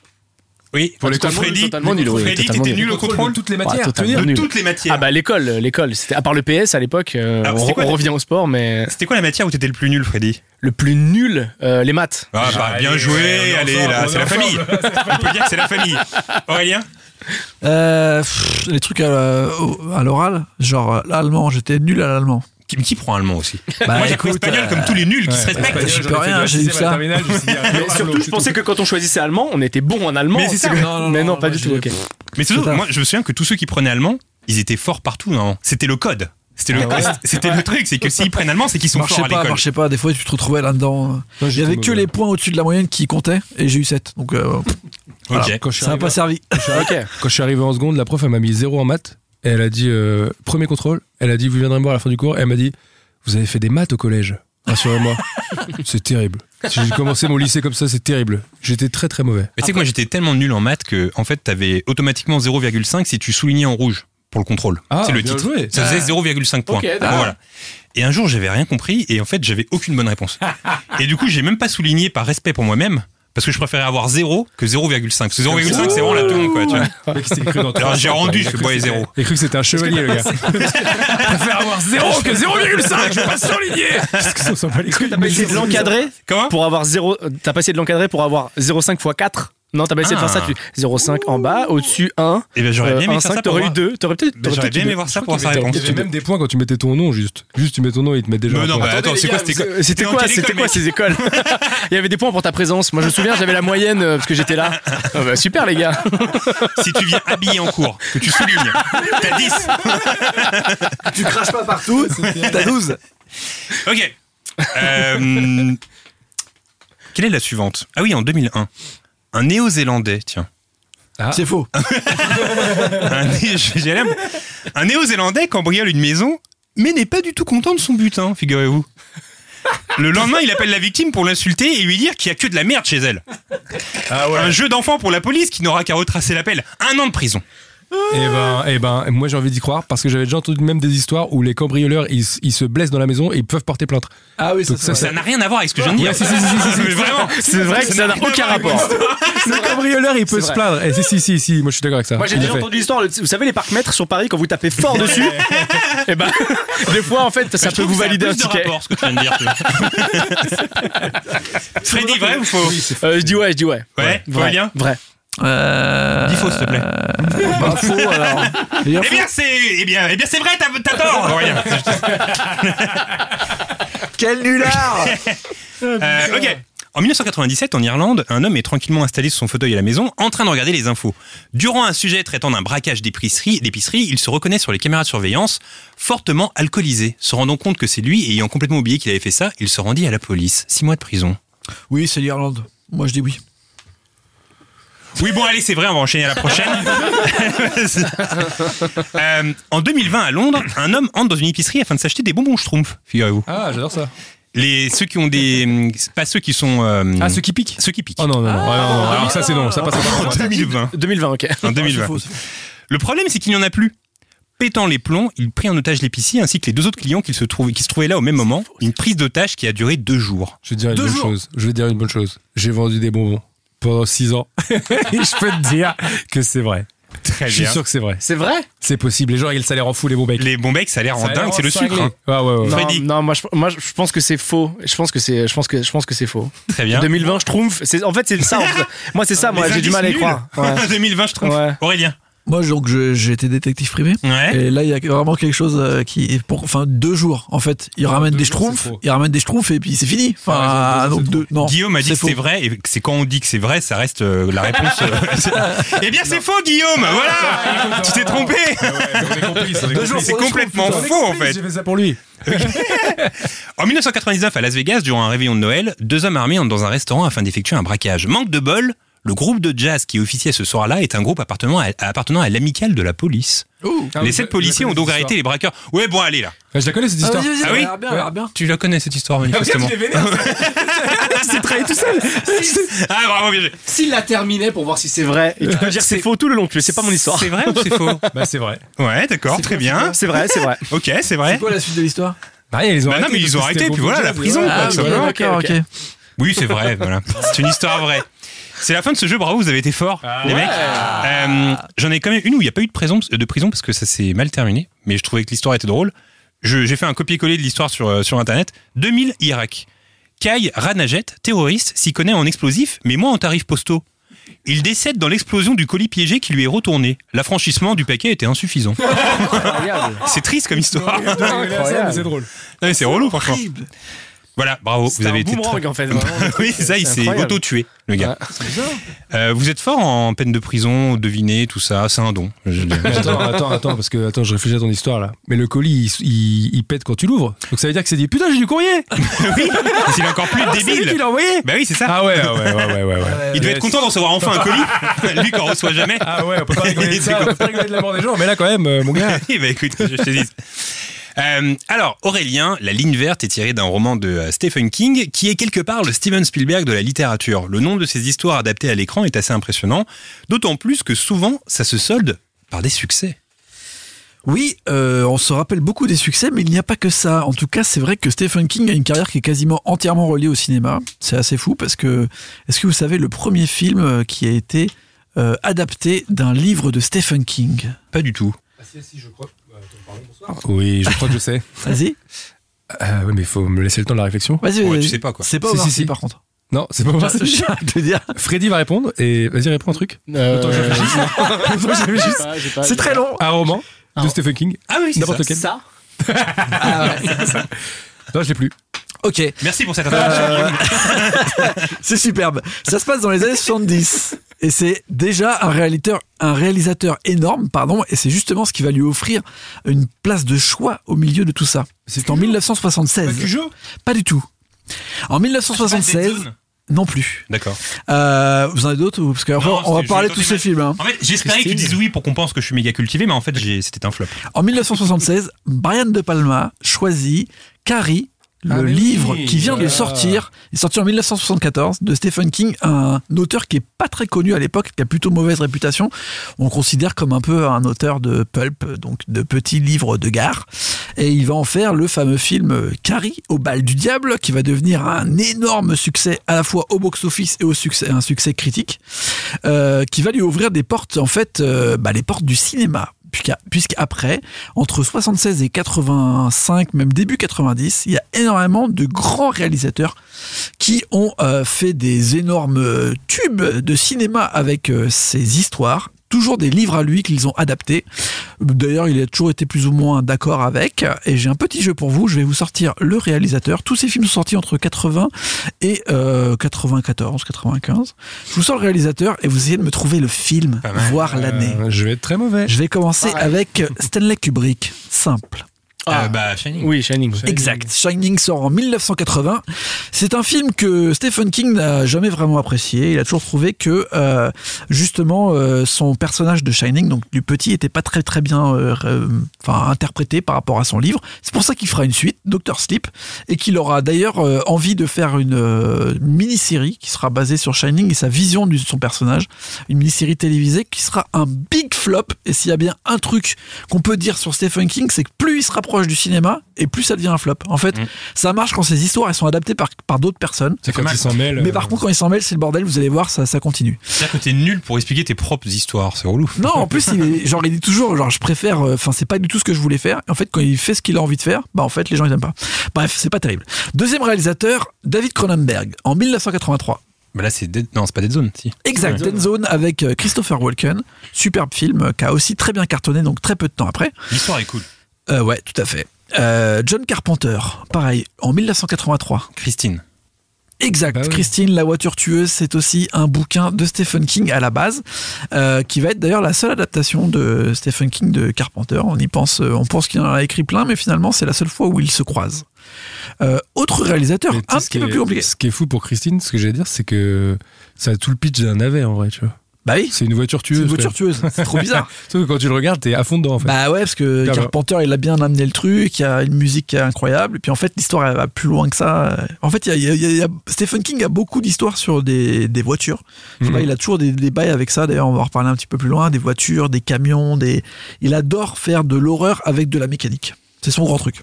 [SPEAKER 3] Oui, pour les
[SPEAKER 4] totalement
[SPEAKER 3] Freddy,
[SPEAKER 4] nul, totalement nul, oui,
[SPEAKER 3] Freddy,
[SPEAKER 4] totalement
[SPEAKER 3] t'étais
[SPEAKER 4] nul.
[SPEAKER 3] nul au contrôle
[SPEAKER 5] toutes les
[SPEAKER 4] matières, totalement.
[SPEAKER 5] tenir.
[SPEAKER 3] de
[SPEAKER 4] nul.
[SPEAKER 3] toutes les matières.
[SPEAKER 4] Ah bah l'école, l'école, c'était à part le PS à l'époque, euh,
[SPEAKER 3] Alors,
[SPEAKER 4] on,
[SPEAKER 3] c'était quoi
[SPEAKER 4] on
[SPEAKER 3] la-
[SPEAKER 4] revient au sport, mais
[SPEAKER 3] C'était quoi la matière où t'étais le plus nul, Freddy
[SPEAKER 4] le plus nul, euh, les maths.
[SPEAKER 3] Ah, bah, bien joué, allez, là, c'est la famille. On peut dire que c'est la famille. Aurélien
[SPEAKER 6] Euh, pff, les trucs à, la- au- à l'oral, genre euh, l'allemand, j'étais nul à l'allemand.
[SPEAKER 3] qui, qui prend allemand aussi
[SPEAKER 6] Bah,
[SPEAKER 3] Moi, j'ai pris
[SPEAKER 6] écoute,
[SPEAKER 3] espagnol
[SPEAKER 6] euh,
[SPEAKER 3] comme tous les nuls qui se respectent.
[SPEAKER 6] espagnol, j'aurais fait de la sixième à la
[SPEAKER 4] Mais surtout, je pensais que quand on choisissait allemand, on était bon en allemand.
[SPEAKER 6] Mais
[SPEAKER 4] en
[SPEAKER 6] c'est
[SPEAKER 4] termes.
[SPEAKER 6] que- non, non,
[SPEAKER 4] mais non,
[SPEAKER 6] non,
[SPEAKER 4] pas
[SPEAKER 6] moi,
[SPEAKER 4] du tout.
[SPEAKER 6] j'ai-
[SPEAKER 4] ok.
[SPEAKER 3] Mais surtout,
[SPEAKER 6] Total.
[SPEAKER 3] moi, je me souviens que tous ceux qui prenaient allemand, ils étaient forts partout, non C'était le code. C'était le, code. C'était le truc, c'est que s'ils prennent allemand, c'est qu'ils sont
[SPEAKER 6] Marchait
[SPEAKER 3] forts à
[SPEAKER 6] pas,
[SPEAKER 3] l'école.
[SPEAKER 6] marchait pas. Des fois, tu te retrouvais là-dedans.
[SPEAKER 5] Non,
[SPEAKER 6] Il y
[SPEAKER 5] j'étais
[SPEAKER 6] avait que
[SPEAKER 5] mauvais.
[SPEAKER 6] les points au-dessus de la moyenne qui comptaient, et j'ai eu 7. Donc, euh, pff,
[SPEAKER 3] Ok.
[SPEAKER 5] Quand je, suis
[SPEAKER 6] ça n'a
[SPEAKER 5] arrivé-
[SPEAKER 6] pas servi.
[SPEAKER 4] Ok.
[SPEAKER 5] quand je suis arrivé en seconde, la prof elle m'a mis zéro en maths. Et elle a dit euh, premier contrôle. Elle a dit vous viendrez me voir à la fin du cours. Et elle m'a dit vous avez fait des maths au collège. Rassurez-moi, c'est terrible. Si j'ai commencé mon lycée comme ça, c'est terrible. J'étais très très mauvais.
[SPEAKER 3] Mais tu sais que moi j'étais tellement nul en maths que en fait t'avais automatiquement 0,5 si tu soulignais en rouge pour le contrôle.
[SPEAKER 5] Ah,
[SPEAKER 3] c'est le
[SPEAKER 5] bien
[SPEAKER 3] titre.
[SPEAKER 5] joué.
[SPEAKER 3] Ça faisait 0,5 points.
[SPEAKER 4] Ok, d'accord.
[SPEAKER 3] Bon, voilà. Et un jour j'avais rien compris et en fait j'avais aucune bonne réponse. et du coup j'ai même pas souligné par respect pour moi-même parce que je préférais avoir 0 que 0,5. Parce que 0,5 c'est vraiment la tombe quoi. Tu vois. Alors j'ai rendu, je fais bon, et 0.
[SPEAKER 5] Il a cru que c'était un chevalier, le gars. Je préfère avoir 0 que 0,5, je vais pas surligner. Parce que ça s'en bat les couilles.
[SPEAKER 4] euh, T'as pas essayé de l'encadrer
[SPEAKER 3] Comment
[SPEAKER 4] pour avoir 0 T'as pas essayé de l'encadrer pour avoir 0,5 x 4 Non, t'as pas essayé de faire ça.
[SPEAKER 3] Ah.
[SPEAKER 4] Tu... 0,5 en bas, au-dessus 1.
[SPEAKER 5] Eh
[SPEAKER 3] Et ben j'aurais bien aimé faire
[SPEAKER 4] 1,5,
[SPEAKER 3] ça pour
[SPEAKER 4] Euh, t'aurais eu
[SPEAKER 3] voir-
[SPEAKER 4] 2. T'aurais peut-être.
[SPEAKER 3] Ben,
[SPEAKER 4] t'aurais
[SPEAKER 3] J'aurais
[SPEAKER 4] peut-être
[SPEAKER 3] bien
[SPEAKER 4] eu
[SPEAKER 3] aimé
[SPEAKER 4] deux.
[SPEAKER 3] voir ça pour avoir sa
[SPEAKER 5] Il
[SPEAKER 3] réponse.
[SPEAKER 5] y avait même des points quand tu mettais ton nom, juste. Juste, tu mets ton nom et ils te mettent déjà.
[SPEAKER 3] Mais
[SPEAKER 5] un
[SPEAKER 3] non,
[SPEAKER 5] point.
[SPEAKER 3] bah attends, c'est quoi, c'était quoi
[SPEAKER 4] Euh, C'était
[SPEAKER 3] T'es en
[SPEAKER 4] quoi
[SPEAKER 3] quelle
[SPEAKER 4] C'était
[SPEAKER 3] école,
[SPEAKER 4] quoi
[SPEAKER 3] mec
[SPEAKER 4] ces écoles Il y avait des points pour ta présence. Moi, je me souviens, j'avais la moyenne euh, parce que j'étais là. Ah bah, super, les gars.
[SPEAKER 3] Si tu viens habillé en cours, que tu soulignes, t'as 10.
[SPEAKER 8] Tu craches pas partout.
[SPEAKER 6] T'as 12
[SPEAKER 3] Ok. Euh, quelle est la suivante Ah oui, en 2001. Un néo-zélandais, tiens.
[SPEAKER 6] C'est faux.
[SPEAKER 3] Un, Né- j'ai l'air- un néo-zélandais cambriole une maison, mais n'est pas du tout content de son butin, figurez-vous. Le lendemain, il appelle la victime pour l'insulter et lui dire qu'il y a que de la merde chez elle.
[SPEAKER 4] Ah
[SPEAKER 3] Un jeu d'enfant pour la police qui n'aura qu'à retracer l'appel. Un an de prison.
[SPEAKER 5] Eh ben, eh ben, moi j'ai envie d'y croire parce que j'avais déjà entendu même des histoires où les cambrioleurs ils, s- ils se blessent dans la maison et ils peuvent porter plainte.
[SPEAKER 6] Ah oui,
[SPEAKER 5] Donc ça,
[SPEAKER 3] Ça n'a rien à voir avec ce que je viens de
[SPEAKER 5] Ouais,
[SPEAKER 3] dire.
[SPEAKER 5] si, si, si, si, si.
[SPEAKER 3] Mais vraiment.
[SPEAKER 4] C'est vrai que ça n'a
[SPEAKER 3] rien à
[SPEAKER 4] aucun
[SPEAKER 3] voir avec
[SPEAKER 4] rapport.
[SPEAKER 5] Le cambrioleur il peut
[SPEAKER 4] C'est
[SPEAKER 5] se
[SPEAKER 4] vrai.
[SPEAKER 5] plaindre. Eh, si, si, si, si, moi je suis d'accord avec ça.
[SPEAKER 4] Moi j'ai
[SPEAKER 5] Tout à
[SPEAKER 4] déjà
[SPEAKER 5] fait.
[SPEAKER 4] entendu l'histoire, le- vous savez les parcs-mètres sur Paris quand vous tapez fort dessus, et ben des fois en fait ça
[SPEAKER 3] Je
[SPEAKER 4] peut
[SPEAKER 3] trouve
[SPEAKER 4] vous
[SPEAKER 3] que a
[SPEAKER 4] valider un
[SPEAKER 3] plus de
[SPEAKER 4] ticket.
[SPEAKER 3] rapport, ce que tu viens de dire. tu vois. Freddy, vrai ou faux
[SPEAKER 4] Euh, je dis ouais, je dis ouais.
[SPEAKER 3] Ouais, toi,
[SPEAKER 4] vrai,
[SPEAKER 3] Lien
[SPEAKER 4] vrai.
[SPEAKER 6] Euh...
[SPEAKER 3] Dis faux, s'il te plaît.
[SPEAKER 6] Bah, faux alors. D'ailleurs,
[SPEAKER 3] Eh bien, c'est eh bien, eh bien, c'est vrai, t'as t'as tort Non, rien.
[SPEAKER 8] Quel nulard
[SPEAKER 3] Euh, Ok. En 1997, en Irlande, un homme est tranquillement installé sur son fauteuil à la maison, en train de regarder les infos. Durant un sujet traitant d'un braquage d'épicerie, d'épicerie, il se reconnaît sur les caméras de surveillance, fortement alcoolisé. Se rendant compte que c'est lui et ayant complètement oublié qu'il avait fait ça, il se rendit à la police. Six mois de prison.
[SPEAKER 6] Oui, c'est l'Irlande. Moi, je dis oui.
[SPEAKER 3] Oui, bon, allez, c'est vrai, on va enchaîner à la prochaine. Euh, en 2020, à Londres, un homme entre dans une épicerie afin de s'acheter des bonbons schtroumpfs, figurez-vous.
[SPEAKER 5] Ah, j'adore ça.
[SPEAKER 3] Les, ceux qui ont des. Pas ceux qui sont. euh,
[SPEAKER 5] Ah, ceux qui piquent
[SPEAKER 3] ceux qui piquent.
[SPEAKER 5] Oh non, Ah, non, non, ah, non, non, alors ça c'est non, ça passe pas pour
[SPEAKER 3] En
[SPEAKER 5] moi.
[SPEAKER 3] 2020.
[SPEAKER 4] 2020, ok.
[SPEAKER 3] En
[SPEAKER 6] C'est
[SPEAKER 3] 2020.
[SPEAKER 6] faux, c'est faux.
[SPEAKER 3] Le problème, c'est qu'il n'y en a plus. Pétant les plombs, il prit en otage l'épicier ainsi que les deux autres clients qui se, trouvaient, qui se trouvaient là au même moment. Une prise d'otage qui a duré deux jours.
[SPEAKER 5] Je vais te dire une
[SPEAKER 6] Deux
[SPEAKER 5] bonne
[SPEAKER 6] jours.
[SPEAKER 5] chose. Je vais te dire une bonne chose. J'ai vendu des bonbons pendant 6 ans. Et je peux te dire que c'est vrai.
[SPEAKER 3] Très
[SPEAKER 5] Je suis sûr que c'est vrai.
[SPEAKER 4] C'est vrai
[SPEAKER 5] C'est possible. Les gens, ils, ça les rend fous, les bons mecs.
[SPEAKER 3] Les bons mecs, ça a l'air en
[SPEAKER 5] Ça les
[SPEAKER 3] dingue,
[SPEAKER 5] rend
[SPEAKER 3] c'est le sucre.
[SPEAKER 5] cinglés.
[SPEAKER 3] hein.
[SPEAKER 5] Ah ouais, ouais.
[SPEAKER 4] non,
[SPEAKER 3] Freddy.
[SPEAKER 4] non, moi je, moi je pense que c'est faux. Je pense que c'est je pense que je pense que c'est faux.
[SPEAKER 3] Très bien.
[SPEAKER 4] 2020 je trouve c'est en fait c'est ça. en fait. moi c'est ça, moi
[SPEAKER 3] Les
[SPEAKER 4] j'ai du
[SPEAKER 3] indices
[SPEAKER 4] mal à y
[SPEAKER 3] nuls.
[SPEAKER 4] croire. Ouais.
[SPEAKER 3] 2020, je trouve.
[SPEAKER 4] Ouais.
[SPEAKER 3] Aurélien.
[SPEAKER 6] Moi, donc, je- j'ai été détective privé.
[SPEAKER 3] Ouais.
[SPEAKER 6] Et là, il y a vraiment quelque chose euh, qui est pour, enfin, deux jours en fait. Ils ramènent
[SPEAKER 5] deux
[SPEAKER 6] des
[SPEAKER 5] jours,
[SPEAKER 6] schtroumpfs,
[SPEAKER 5] c'est trop.
[SPEAKER 6] ils ramènent des schtroumpfs et puis c'est fini. Enfin,
[SPEAKER 5] Ah, raison, deux jours,
[SPEAKER 6] donc
[SPEAKER 5] c'est
[SPEAKER 6] deux, non.
[SPEAKER 3] Guillaume a dit que
[SPEAKER 6] faux.
[SPEAKER 3] c'est vrai, et que c'est quand on dit que c'est vrai, ça reste euh, la réponse. euh, eh bien, c'est faux, Guillaume Voilà Tu t'es trompé C'est complètement faux, en fait.
[SPEAKER 5] J'ai fait ça pour lui.
[SPEAKER 3] En 1999, à Las Vegas, durant un réveillon de Noël, deux hommes armés entrent dans un restaurant afin d'effectuer un braquage. Manque de bol, le groupe de jazz qui officiait ce soir-là est un groupe appartenant à, appartenant à l'amicale de la police. les sept policiers ont donc arrêté les braqueurs. Ouais, bon, allez là.
[SPEAKER 5] Je la connais cette
[SPEAKER 6] Ah,
[SPEAKER 5] histoire.
[SPEAKER 6] vas-y, vas-y,
[SPEAKER 3] Ah
[SPEAKER 6] on
[SPEAKER 3] oui
[SPEAKER 6] verra bien, on verra bien.
[SPEAKER 3] Tu la connais cette histoire, manifestement.
[SPEAKER 5] C'est trahi tout seul.
[SPEAKER 3] Ah, bravo, bien joué.
[SPEAKER 4] S'il la terminait pour voir si c'est vrai et tu peux dire c'est faux tout le long, tu sais pas mon histoire.
[SPEAKER 3] Euh, C'est vrai ou c'est faux
[SPEAKER 5] Bah c'est vrai.
[SPEAKER 3] Ouais, d'accord, très bien.
[SPEAKER 4] C'est vrai, c'est vrai.
[SPEAKER 3] Ok, c'est vrai.
[SPEAKER 6] C'est quoi la suite de l'histoire Ah,
[SPEAKER 5] Bah, ils ont
[SPEAKER 3] Bah non,
[SPEAKER 5] arrêté.
[SPEAKER 3] mais ils
[SPEAKER 5] parce
[SPEAKER 3] ont
[SPEAKER 5] que
[SPEAKER 3] arrêté,
[SPEAKER 5] c'était
[SPEAKER 3] puis
[SPEAKER 5] bon
[SPEAKER 3] voilà, la
[SPEAKER 5] jazz,
[SPEAKER 3] prison,
[SPEAKER 5] voilà.
[SPEAKER 3] quoi, tout
[SPEAKER 6] ok,
[SPEAKER 3] simplement.
[SPEAKER 6] d'accord, ok.
[SPEAKER 3] Oui, c'est vrai, voilà. C'est une histoire vraie. C'est la fin de ce jeu, bravo, vous avez été forts, les mecs. Euh, J'en ai quand même une où il n'y a pas eu de prison, de prison parce que ça s'est mal terminé, mais je trouvais que l'histoire était drôle. Je- J'ai fait un copier-coller de l'histoire sur, euh, sur Internet. 2000 Irak. Kai Ranajet, terroriste, s'y connaît en explosifs, mais moins en tarifs postaux. Il décède dans l'explosion du colis piégé qui lui est retourné. L'affranchissement du paquet était insuffisant. c'est triste comme histoire. Non,
[SPEAKER 5] Incroyable. C'est drôle.
[SPEAKER 3] mais Ah C'est relou, franchement. Voilà, bravo, vous
[SPEAKER 4] C'est
[SPEAKER 3] avez
[SPEAKER 4] un
[SPEAKER 3] été
[SPEAKER 4] boomerang,
[SPEAKER 3] très-
[SPEAKER 4] en fait.
[SPEAKER 5] hein,
[SPEAKER 4] vraiment.
[SPEAKER 3] oui, ça, il
[SPEAKER 4] C'est
[SPEAKER 3] s'est
[SPEAKER 4] incroyable.
[SPEAKER 3] auto-tué, le gars. Euh, vous êtes fort en peine de prison, deviner, tout ça, c'est un don. Je-
[SPEAKER 5] Mais attends, attends, attends, parce que attends, je réfléchis à ton histoire là. Mais le colis, il, il- il pète quand tu l'ouvres. Donc ça veut dire que c'est dit putain, j'ai du courrier.
[SPEAKER 3] Ah, oui, mais c'est encore plus
[SPEAKER 5] Ah, C'est lui qui
[SPEAKER 3] débile.
[SPEAKER 5] l'a envoyé.
[SPEAKER 3] Bah oui, c'est ça.
[SPEAKER 5] Ah ouais, ah ouais, ouais, ouais, ouais. ouais.
[SPEAKER 3] Il devait être content de recevoir enfin un colis, lui qu'on reçoit jamais.
[SPEAKER 5] Ah ouais, on peut pas rigoler de
[SPEAKER 3] C'est
[SPEAKER 5] ça, on peut pas rigoler de la mort des gens, mais là quand même, euh, mon gars.
[SPEAKER 3] Eh ben, écoute, je te dis. Euh, alors, Aurélien, La ligne verte est tirée d'un roman de euh, Stephen King, qui est quelque part le Steven Spielberg de la littérature. Le nombre de ses histoires adaptées à l'écran est assez impressionnant, d'autant plus que souvent, ça se solde par des succès.
[SPEAKER 6] Oui, euh, on se rappelle beaucoup des succès, mais il n'y a pas que ça. En tout cas, c'est vrai que Stephen King a une carrière qui est quasiment entièrement reliée au cinéma. C'est assez fou parce que, est-ce que vous savez le premier film euh, qui a été euh, adapté d'un livre de Stephen King
[SPEAKER 3] Pas du tout.
[SPEAKER 5] Oui, je crois que je sais.
[SPEAKER 6] Vas-y,
[SPEAKER 5] Euh, oui, mais faut me laisser le temps de la réflexion.
[SPEAKER 6] vas-y,
[SPEAKER 3] Ouais,
[SPEAKER 6] vas-y.
[SPEAKER 3] tu sais pas, quoi.
[SPEAKER 6] C'est pas
[SPEAKER 5] Si,
[SPEAKER 6] Omar
[SPEAKER 5] si,
[SPEAKER 6] Sy,
[SPEAKER 5] si.
[SPEAKER 6] par contre.
[SPEAKER 5] Non, c'est pas moi.
[SPEAKER 6] J'ai hâte de dire.
[SPEAKER 5] Freddy va répondre et vas-y, réponds un truc.
[SPEAKER 4] Euh,
[SPEAKER 5] Attends, je réfléchisse. Attends, je réfléchisse.
[SPEAKER 6] C'est très long.
[SPEAKER 5] Un roman de
[SPEAKER 9] Ah.
[SPEAKER 5] Stephen King.
[SPEAKER 9] Ah oui, c'est ça.
[SPEAKER 5] N'importe lequel.
[SPEAKER 9] Ça
[SPEAKER 5] Non, je l'ai plus.
[SPEAKER 6] Ok.
[SPEAKER 3] Merci pour
[SPEAKER 5] Euh,
[SPEAKER 3] cette intervention.
[SPEAKER 6] C'est superbe. Ça se passe dans les années 70. Et c'est déjà un réalisateur, un réalisateur énorme, pardon, et c'est justement ce qui va lui offrir une place de choix au milieu de tout ça. C'est en 1976.
[SPEAKER 3] Cujo
[SPEAKER 6] Pas du tout. En 1976, non plus.
[SPEAKER 3] D'accord.
[SPEAKER 6] Euh, vous en avez d'autres ou- Parce qu'après,
[SPEAKER 3] Non,
[SPEAKER 6] on va
[SPEAKER 3] c'est-
[SPEAKER 6] parler
[SPEAKER 3] je
[SPEAKER 6] de tous ces films. hein.
[SPEAKER 3] En fait, j'espérais que tu dises oui pour qu'on pense que je suis méga cultivé, mais en fait, j'ai- c'était un flop.
[SPEAKER 6] En 1976, Brian De Palma choisit Carrie, le
[SPEAKER 5] Ah, mais
[SPEAKER 6] livre
[SPEAKER 5] oui,
[SPEAKER 6] qui vient de
[SPEAKER 5] voilà.
[SPEAKER 6] sortir, il est sorti en 1974 de Stephen King, un auteur qui est pas très connu à l'époque, qui a plutôt mauvaise réputation. On le considère comme un peu un auteur de pulp, donc de petits livres de gare. Et il va en faire le fameux film euh, Carrie au bal du diable, qui va devenir un énorme succès à la fois au box-office et au succès, un succès critique, euh, qui va lui ouvrir des portes, en fait, euh, bah, les portes du cinéma. Puisqu'à- Puisqu'après, entre 76 et 85, même début 90, il y a énormément de grands réalisateurs qui ont euh, fait des énormes euh, tubes de cinéma avec euh, ces histoires. Toujours des livres à lui qu'ils ont adaptés. D'ailleurs, il a toujours été plus ou moins d'accord avec. Et j'ai un petit jeu pour vous. Je vais vous sortir le réalisateur. Tous ces films sont sortis entre 80 et euh, 94, 95. Je vous sors le réalisateur et vous essayez de me trouver le film,
[SPEAKER 3] Pas mal.
[SPEAKER 6] voir l'année.
[SPEAKER 5] Euh, je vais être très mauvais.
[SPEAKER 6] Eh. Je vais commencer avec Stanley Kubrick. Simple.
[SPEAKER 5] Ah.
[SPEAKER 3] Euh, bah, Shining.
[SPEAKER 4] Oui, Shining.
[SPEAKER 6] Exact. Shining sort en 1980. C'est un film que Stephen King n'a jamais vraiment apprécié. Il a toujours trouvé que euh, justement euh, son personnage de Shining, donc du petit, était pas très très bien euh, euh, enfin, interprété par rapport à son livre. C'est pour ça qu'il fera une suite, Doctor Sleep, et qu'il aura d'ailleurs euh, envie de faire une euh, mini-série qui sera basée sur Shining et sa vision de son personnage. Une mini-série télévisée qui sera un big flop. Et s'il y a bien un truc qu'on peut dire sur Stephen King, c'est que plus il se rapproche du cinéma et plus ça devient un flop. En fait, ça marche quand ces histoires elles sont adaptées par, par d'autres personnes.
[SPEAKER 5] C'est quand
[SPEAKER 3] Max.
[SPEAKER 5] il s'en mêle.
[SPEAKER 6] Mais
[SPEAKER 5] euh,
[SPEAKER 6] par contre, quand il s'en mêle, c'est le bordel, vous allez voir, ça, ça continue.
[SPEAKER 3] C'est-à-dire que t'es nul pour expliquer tes propres histoires, c'est relou.
[SPEAKER 6] Non, en plus, il est, genre, il dit toujours, genre, je préfère, euh, enfin, c'est pas du tout ce que je voulais faire. En fait, quand il fait ce qu'il a envie de faire, bah, en fait, les gens, ils aiment pas. Bref, c'est pas terrible. Deuxième réalisateur, David Cronenberg, en 1983.
[SPEAKER 3] Bah là, c'est Dead... non, c'est pas Dead Zone, si.
[SPEAKER 6] Exact, Dead Zone avec euh, Christopher Walken. Superbe film, euh, qui a aussi très bien cartonné, donc très peu de temps après.
[SPEAKER 3] L'histoire est cool.
[SPEAKER 6] Euh, ouais, tout à fait. Euh, John Carpenter, pareil, en 1983.
[SPEAKER 3] Christine.
[SPEAKER 6] Exact.
[SPEAKER 5] Bah oui.
[SPEAKER 6] Christine, la voiture tueuse, c'est aussi un bouquin de Stephen King à la base, euh, qui va être d'ailleurs la seule adaptation de Stephen King de Carpenter. On y pense, euh, on pense qu'il en a écrit plein, mais finalement c'est la seule fois où ils se croisent. Euh, autre réalisateur,
[SPEAKER 5] mais tu sais,
[SPEAKER 6] un
[SPEAKER 5] ce qui
[SPEAKER 6] petit peu
[SPEAKER 5] est-
[SPEAKER 6] plus compliqué.
[SPEAKER 5] Ce qui est fou pour Christine, ce que j'allais dire, c'est que ça a tout le pitch d'un navet en vrai, tu vois.
[SPEAKER 6] Bah oui,
[SPEAKER 5] C'est une voiture
[SPEAKER 6] c'est
[SPEAKER 5] tueuse.
[SPEAKER 6] une voiture
[SPEAKER 5] quoi.
[SPEAKER 6] tueuse. C'est trop bizarre.
[SPEAKER 5] Sauf que quand tu le regardes, t'es à fond dedans en fait.
[SPEAKER 6] Bah ouais, parce que
[SPEAKER 5] Clairement.
[SPEAKER 6] Carpenter, il a bien amené le truc, il y a une musique qui est incroyable, et puis en fait, l'histoire, elle va plus loin que ça. En fait, il y a- il y a- il y a- il y a- Stephen King a beaucoup d'histoires sur des, des voitures. Je sais pas,
[SPEAKER 5] Mhm.
[SPEAKER 6] il a toujours des, des bails avec ça, d'ailleurs, on va en reparler un petit peu plus loin, des voitures, des camions, des... Il adore faire de l'horreur avec de la mécanique. C'est son grand truc.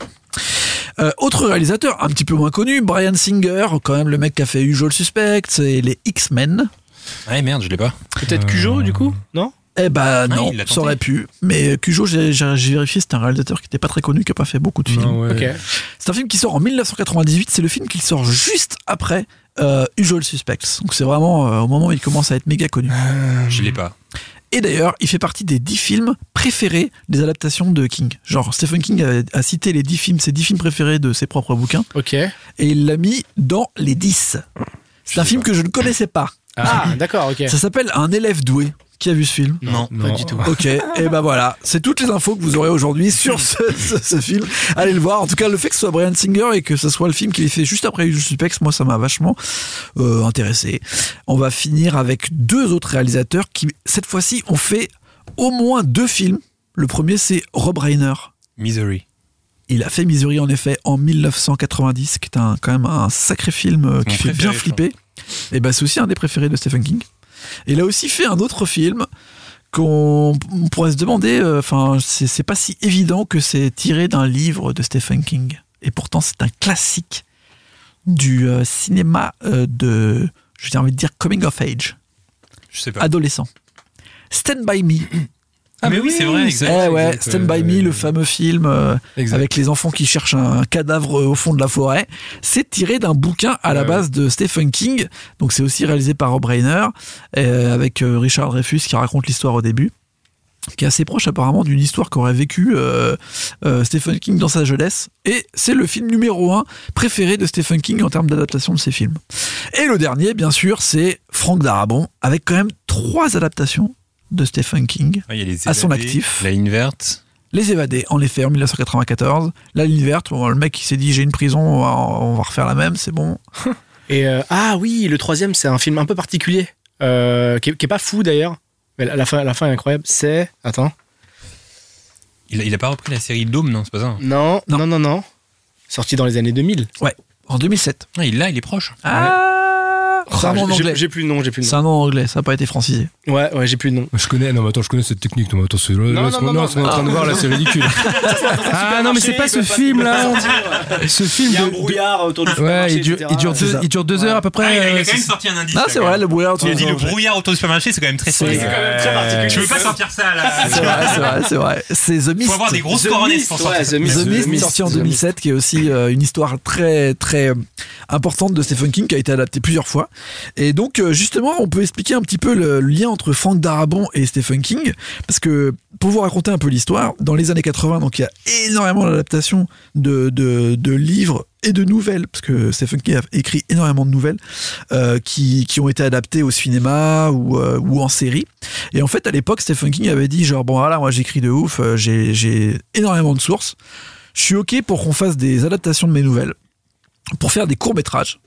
[SPEAKER 6] Euh, autre réalisateur, un petit peu moins connu, Brian Singer, quand même le mec qui a fait Usual Suspect, et les X-Men.
[SPEAKER 3] Ouais, merde, je l'ai pas.
[SPEAKER 4] Peut-être
[SPEAKER 3] Euh,
[SPEAKER 4] Cujo, du coup Non
[SPEAKER 6] Eh ben
[SPEAKER 3] Ah,
[SPEAKER 6] non,
[SPEAKER 3] il l'a tenté.
[SPEAKER 6] ça aurait pu. Mais euh, Cujo, j'ai j'ai- j'ai vérifié, c'était un réalisateur qui n'était pas très connu, qui n'a pas fait beaucoup de films.
[SPEAKER 5] Non, ouais.
[SPEAKER 3] euh,
[SPEAKER 4] Ok.
[SPEAKER 6] C'est un film qui sort en 1998, c'est le film qui sort juste après euh, Usual Suspects. Donc c'est vraiment euh, au moment où il commence à être méga connu.
[SPEAKER 3] Je
[SPEAKER 6] Hmm.
[SPEAKER 3] l'ai pas.
[SPEAKER 6] Et d'ailleurs, il fait partie des 10 films préférés des adaptations de King. Genre, Stephen King a, a cité les 10 films, ses 10 films préférés de ses propres bouquins,
[SPEAKER 4] Ok.
[SPEAKER 6] et il l'a mis dans les 10. C'est un film que je ne connaissais pas.
[SPEAKER 4] Ah, d'accord, ok.
[SPEAKER 6] Ça s'appelle Un élève doué. Qui a vu ce film
[SPEAKER 3] Non.
[SPEAKER 5] Non.
[SPEAKER 4] Pas du tout.
[SPEAKER 6] Ok, et ben voilà, c'est toutes les infos que vous aurez aujourd'hui sur ce, ce- ce film. Allez le voir. En tout cas, le fait que ce soit Brian Singer et que ce soit le film qu'il ait fait juste après Usual Suspects, moi ça m'a vachement euh, intéressé. On va finir avec deux autres réalisateurs qui, cette fois-ci, ont fait au moins deux films. Le premier, c'est Rob Reiner.
[SPEAKER 3] Misery.
[SPEAKER 6] Il a fait Misery en effet en 1990, qui est un, quand même un sacré film euh, qui
[SPEAKER 3] Mon
[SPEAKER 6] fait
[SPEAKER 3] préféré,
[SPEAKER 6] bien
[SPEAKER 3] je
[SPEAKER 6] flipper. Et ben c'est aussi un des préférés de Stephen King. Il a aussi fait un autre film qu'on on pourrait se demander, euh, enfin c'est c'est pas si évident que c'est tiré d'un livre de Stephen King. Et pourtant c'est un classique du euh, cinéma euh, de, j'ai envie de dire coming of age,
[SPEAKER 3] Je sais pas.
[SPEAKER 6] adolescent. Stand by me.
[SPEAKER 5] Ah,
[SPEAKER 3] mais oui, c'est vrai,
[SPEAKER 5] c'est-
[SPEAKER 3] exact,
[SPEAKER 6] Eh ouais,
[SPEAKER 5] exact,
[SPEAKER 6] Stand By
[SPEAKER 5] euh,
[SPEAKER 6] Me, le fameux film euh,
[SPEAKER 5] Exact.
[SPEAKER 6] avec les enfants qui cherchent un cadavre euh, au fond de la forêt, c'est tiré d'un bouquin à la
[SPEAKER 5] Ouais,
[SPEAKER 6] base de Stephen King. Donc c'est aussi réalisé par Rob Reiner euh, avec euh, Richard Dreyfus qui raconte l'histoire au début qui est assez proche apparemment d'une histoire qu'aurait vécu euh, euh, Stephen King dans sa jeunesse. Et c'est le film numéro un préféré de Stephen King en termes d'adaptation de ses films. Et le dernier, bien sûr, c'est Franck Darabon, avec quand même trois adaptations de Stephen King.
[SPEAKER 3] Ah, il y a les
[SPEAKER 6] À son
[SPEAKER 3] évadés,
[SPEAKER 6] actif.
[SPEAKER 3] La ligne verte.
[SPEAKER 6] Les évadés, en effet, en 1994. La ligne verte, bon, le mec il s'est dit j'ai une prison, on va, on va refaire la même, c'est bon.
[SPEAKER 4] Et euh, ah oui, le troisième, c'est un film un peu particulier, euh, qui, est, qui est pas fou d'ailleurs. Mais la, la fin, la fin est incroyable. C'est attends,
[SPEAKER 3] Il a, il a pas repris la série Dôme, non C'est pas ça
[SPEAKER 4] non, non, non, non, Sorti dans les années 2000.
[SPEAKER 5] Oh,
[SPEAKER 6] En 2007.
[SPEAKER 3] Ah, Il l'a, il est proche.
[SPEAKER 6] Ah C'est un
[SPEAKER 4] Enfin,
[SPEAKER 6] nom en
[SPEAKER 4] j'ai-
[SPEAKER 6] anglais.
[SPEAKER 4] j'ai plus le nom, j'ai plus le
[SPEAKER 6] C'est un nom en anglais, ça n'a pas été francisé.
[SPEAKER 4] nom. Ouais, ouais, j'ai plus le nom.
[SPEAKER 5] Je connais, non, mais attends, je connais cette technique. Non, mais attends, c'est- là,
[SPEAKER 4] non,
[SPEAKER 5] ce qu'on
[SPEAKER 4] non,
[SPEAKER 5] là, ce qu'on est en train de voir là, c'est ridicule. ah non, mais c'est pas ce film là.
[SPEAKER 4] hein.
[SPEAKER 5] Ce film de. de-
[SPEAKER 4] autour du
[SPEAKER 5] Ouais, il dure, il, dure
[SPEAKER 6] C'est
[SPEAKER 5] deux,
[SPEAKER 6] ça.
[SPEAKER 5] il dure deux heures à peu près. euh, c'est-
[SPEAKER 3] sorti un indice.
[SPEAKER 6] Ah, c'est vrai, le brouillard.
[SPEAKER 3] Il a dit le
[SPEAKER 6] c'est
[SPEAKER 3] brouillard autour du supermarché, c'est quand même très
[SPEAKER 6] C'est-
[SPEAKER 3] solide.
[SPEAKER 6] c'est
[SPEAKER 4] quand même très particulier.
[SPEAKER 3] Tu veux pas sortir ça à la.
[SPEAKER 6] vrai, c'est vrai, c'est vrai. C'est The
[SPEAKER 3] Il
[SPEAKER 6] Mist.
[SPEAKER 3] faut avoir des grosses coronettes pour sortir.
[SPEAKER 4] The
[SPEAKER 6] The Mist,
[SPEAKER 4] Mist.
[SPEAKER 6] sorti en
[SPEAKER 4] The
[SPEAKER 6] 2007, qui est aussi euh, une histoire très très euh, importante de Stephen King, qui a été adaptée plusieurs fois. Et donc, euh, justement, on peut expliquer un petit peu le, le lien entre Frank Darabont et Stephen King, parce que pour vous raconter un peu l'histoire, dans les années 80, donc il y a énormément d'adaptations de, de, de livres et de nouvelles, parce que Stephen King a écrit énormément de nouvelles euh, qui, qui ont été adaptées au cinéma ou, euh, ou en série. Et en fait, à l'époque, Stephen King avait dit genre, bon, voilà, moi j'écris de ouf, euh, j'ai j'ai énormément de sources. Je suis OK pour qu'on fasse des adaptations de mes nouvelles, pour faire des courts-métrages.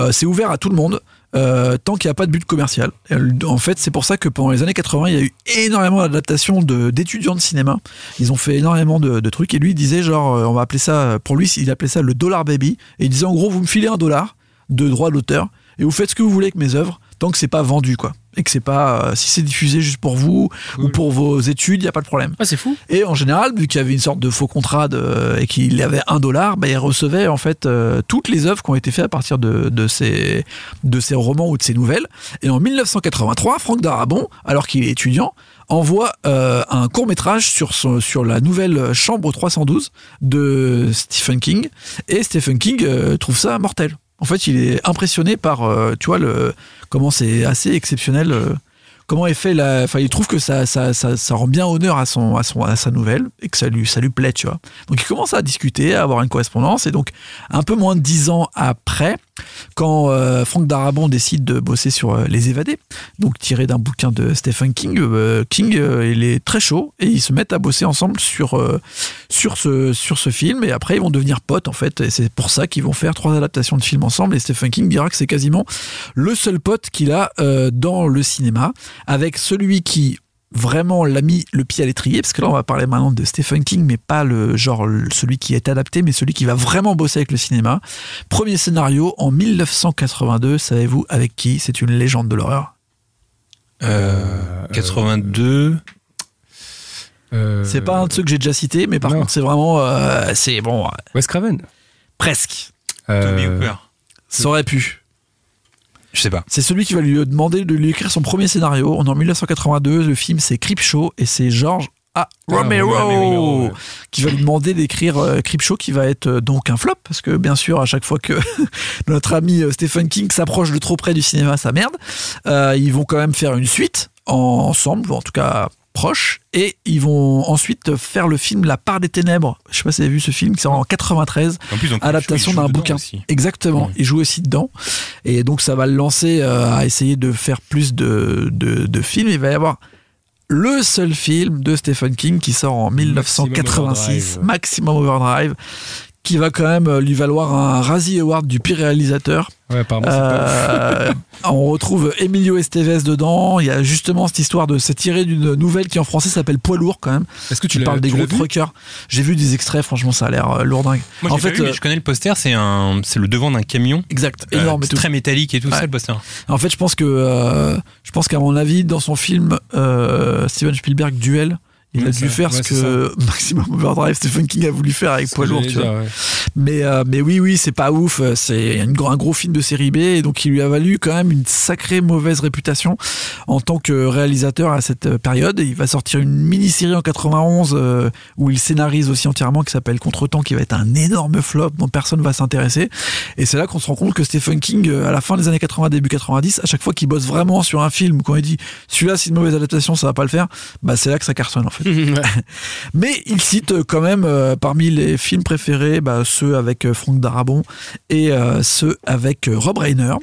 [SPEAKER 6] Euh, c'est ouvert à tout le monde, euh, tant qu'il n'y a pas de but commercial. Et En fait, c'est pour ça que pendant les années 80, il y a eu énormément d'adaptations de- d'étudiants de, cinéma. Ils ont fait énormément de, de trucs. Et lui, il disait, genre, euh, on va appeler ça, pour lui, il appelait ça le dollar baby. Et il disait, en gros, vous me filez un dollar de droit d'auteur, et vous faites ce que vous voulez avec mes œuvres, tant que c'est pas vendu, quoi. Et que c'est pas, euh, si c'est diffusé juste pour vous ou pour vos études, il n'y a pas de problème.
[SPEAKER 4] Ah, c'est fou.
[SPEAKER 6] Et en général, vu qu'il y avait une sorte de faux contrat de- et qu'il avait un dollar, bah, il recevait en fait euh, toutes les œuvres qui ont été faites à partir de, de, ses, de ses romans ou de ses nouvelles. Et en 1983, Franck Darabon, alors qu'il est étudiant, envoie euh, un court métrage sur, son- sur la nouvelle Chambre 312 de Stephen King. Et Stephen King euh, trouve ça mortel. En fait, il est impressionné par, euh, tu vois, le, comment c'est assez exceptionnel. euh, comment est fait la. Enfin, il trouve que ça, ça, ça, ça rend bien honneur à, son, à, son, à sa nouvelle et que ça lui, ça lui plaît, tu vois. Donc, il commence à discuter, à avoir une correspondance. Et donc, un peu moins de dix ans après, quand euh, Franck Darabon décide de bosser sur euh, Les Évadés, donc tiré d'un bouquin de Stephen King, euh, King, euh, il est très chaud et ils se mettent à bosser ensemble sur, euh, sur, ce, sur ce film. Et après, ils vont devenir potes, en fait. Et c'est pour ça qu'ils vont faire trois adaptations de films ensemble. Et Stephen King dira que c'est quasiment le seul pote qu'il a euh, dans le cinéma avec celui qui vraiment l'a mis le pied à l'étrier, parce que là on va parler maintenant de Stephen King, mais pas le genre le- celui qui est adapté, mais celui qui va vraiment bosser avec le cinéma. Premier scénario en 1982, savez-vous avec qui C'est une légende de l'horreur.
[SPEAKER 3] Euh, 82.
[SPEAKER 5] euh,
[SPEAKER 6] C'est pas un de ceux que j'ai déjà cité, mais par
[SPEAKER 5] non.
[SPEAKER 6] contre c'est vraiment, euh, c'est bon, euh,
[SPEAKER 5] Wes Craven.
[SPEAKER 6] presque.
[SPEAKER 3] Toby
[SPEAKER 5] Euh,
[SPEAKER 3] Hooper.
[SPEAKER 6] Ça aurait pu.
[SPEAKER 3] Je sais pas.
[SPEAKER 6] C'est celui qui va lui demander de lui écrire son premier scénario. On est en 1982, le film c'est Creepshow et c'est George A. Romero,
[SPEAKER 5] Romero, ouais.
[SPEAKER 6] qui va lui demander d'écrire euh, Creepshow qui va être euh, donc un flop parce que bien sûr à chaque fois que notre ami euh, Stephen King s'approche de trop près du cinéma, ça merde. Euh, ils vont quand même faire une suite en- ensemble, ou en tout cas proche, et ils vont ensuite faire le film La part des ténèbres. Je sais pas si vous avez vu ce film qui sort en 93
[SPEAKER 3] En plus, donc,
[SPEAKER 6] adaptation
[SPEAKER 3] il joue
[SPEAKER 6] d'un
[SPEAKER 3] dedans
[SPEAKER 6] bouquin.
[SPEAKER 3] aussi.
[SPEAKER 6] Exactement,
[SPEAKER 3] Oui.
[SPEAKER 6] il joue aussi dedans. Et donc ça va le lancer euh, à essayer de faire plus de, de, de films. Il va y avoir le seul film de Stephen King qui sort en 1986,
[SPEAKER 5] Overdrive.
[SPEAKER 6] Maximum Overdrive, qui va quand même euh, lui valoir un Razzie Award du pire réalisateur.
[SPEAKER 5] Ouais, apparemment, c'est pas-
[SPEAKER 6] Euh, on retrouve Emilio Estevez dedans. Il y a justement cette histoire de c'est tiré d'une nouvelle qui en français s'appelle Poids lourd quand même.
[SPEAKER 5] Est-ce que tu
[SPEAKER 6] Tu
[SPEAKER 5] l'as
[SPEAKER 6] parles des
[SPEAKER 5] tu
[SPEAKER 6] gros
[SPEAKER 5] l'as vu
[SPEAKER 6] truckers. J'ai vu des extraits, franchement ça a l'air euh, lourdingue.
[SPEAKER 3] Moi,
[SPEAKER 6] en
[SPEAKER 3] en fait,
[SPEAKER 6] fait,
[SPEAKER 3] vu, mais
[SPEAKER 6] euh,
[SPEAKER 3] je connais le poster, c'est un, c'est le devant d'un camion.
[SPEAKER 6] Exact,
[SPEAKER 3] Euh,
[SPEAKER 6] énorme. et
[SPEAKER 3] c'est
[SPEAKER 6] tout.
[SPEAKER 3] très métallique et tout
[SPEAKER 6] Ouais.
[SPEAKER 3] ça, le poster.
[SPEAKER 6] En fait, je pense que euh, je pense qu'à mon avis, dans son film euh, Steven Spielberg Duel, Il
[SPEAKER 5] Ouais,
[SPEAKER 6] a
[SPEAKER 5] ça,
[SPEAKER 6] dû faire
[SPEAKER 5] ouais,
[SPEAKER 6] ce
[SPEAKER 5] c'est
[SPEAKER 6] que Maximum Overdrive, Stephen King a voulu faire avec
[SPEAKER 5] Ce
[SPEAKER 6] Poids
[SPEAKER 5] que
[SPEAKER 6] Lourd,
[SPEAKER 5] j'allais
[SPEAKER 6] tu vois.
[SPEAKER 5] dire, ouais.
[SPEAKER 6] Mais, euh, mais oui, oui, c'est pas ouf. euh, C'est une gr- un gros film de série B, et donc il lui a valu quand même une sacrée mauvaise réputation en tant que réalisateur à cette euh, période. Et il va sortir une mini-série en 91 euh, où il scénarise aussi entièrement qui s'appelle Contre-temps, qui va être un énorme flop dont personne va s'intéresser. Et c'est là qu'on se rend compte que Stephen King, euh, à la fin des années 80, début 90, à chaque fois qu'il bosse vraiment sur un film, quand il dit celui-là c'est une mauvaise adaptation, ça va pas le faire, bah c'est là que ça cartonne en fait. Mais il cite euh, quand même euh, parmi les films préférés bah, ceux avec euh, Franck Darabon et euh, ceux avec euh, Rob Reiner.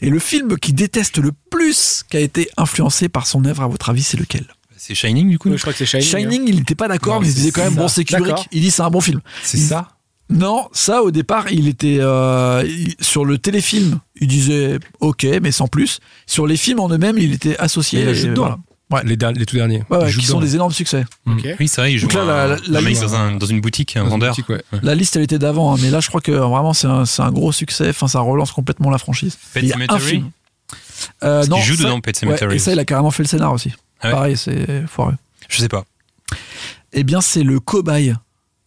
[SPEAKER 6] Et le film qu'il déteste le plus, qui a été influencé par son œuvre, à votre avis, c'est lequel
[SPEAKER 3] C'est Shining du coup
[SPEAKER 4] Oui, je crois que c'est Shining.
[SPEAKER 6] Shining, il n'était pas d'accord,
[SPEAKER 5] Non,
[SPEAKER 6] mais il se disait
[SPEAKER 5] c'est
[SPEAKER 6] quand même,
[SPEAKER 5] ça.
[SPEAKER 6] bon, c'est
[SPEAKER 4] D'accord.
[SPEAKER 6] Kubrick. Il dit, c'est un bon film.
[SPEAKER 5] C'est
[SPEAKER 6] Il-
[SPEAKER 5] ça
[SPEAKER 6] Non, ça, au départ, il était euh, il- sur le téléfilm. Il disait, ok, mais sans plus. Sur les films en eux-mêmes, il était associé.
[SPEAKER 5] Mais il a
[SPEAKER 6] et
[SPEAKER 5] joué dedans.
[SPEAKER 6] voilà.
[SPEAKER 5] les, der- les tout derniers.
[SPEAKER 6] Ouais, ouais,
[SPEAKER 5] Il joue
[SPEAKER 6] qui sont
[SPEAKER 5] dedans.
[SPEAKER 6] des énormes succès.
[SPEAKER 5] Mm.
[SPEAKER 4] Ok.
[SPEAKER 3] Oui, c'est vrai, il joue
[SPEAKER 6] Donc là,
[SPEAKER 3] un,
[SPEAKER 6] la- la- la
[SPEAKER 3] un mec
[SPEAKER 6] liste-
[SPEAKER 3] dans, un- dans une boutique, un
[SPEAKER 5] Dans une
[SPEAKER 3] vendeur.
[SPEAKER 5] boutique, ouais.
[SPEAKER 6] La liste, elle était d'avant, hein, mais là, je crois que euh, vraiment, c'est un, c'est un gros succès. Enfin, ça relance complètement la franchise.
[SPEAKER 3] Pet
[SPEAKER 6] Il y a un
[SPEAKER 3] Sematary
[SPEAKER 6] film. Euh,
[SPEAKER 3] Parce qu'il joue
[SPEAKER 6] ça-
[SPEAKER 3] dedans, Pet
[SPEAKER 6] ouais,
[SPEAKER 3] Sematary.
[SPEAKER 6] et ça, il a carrément fait le scénar aussi.
[SPEAKER 3] Ah ouais
[SPEAKER 6] Pareil, c'est foireux.
[SPEAKER 3] Je sais pas.
[SPEAKER 6] Eh bien, c'est le cobaye.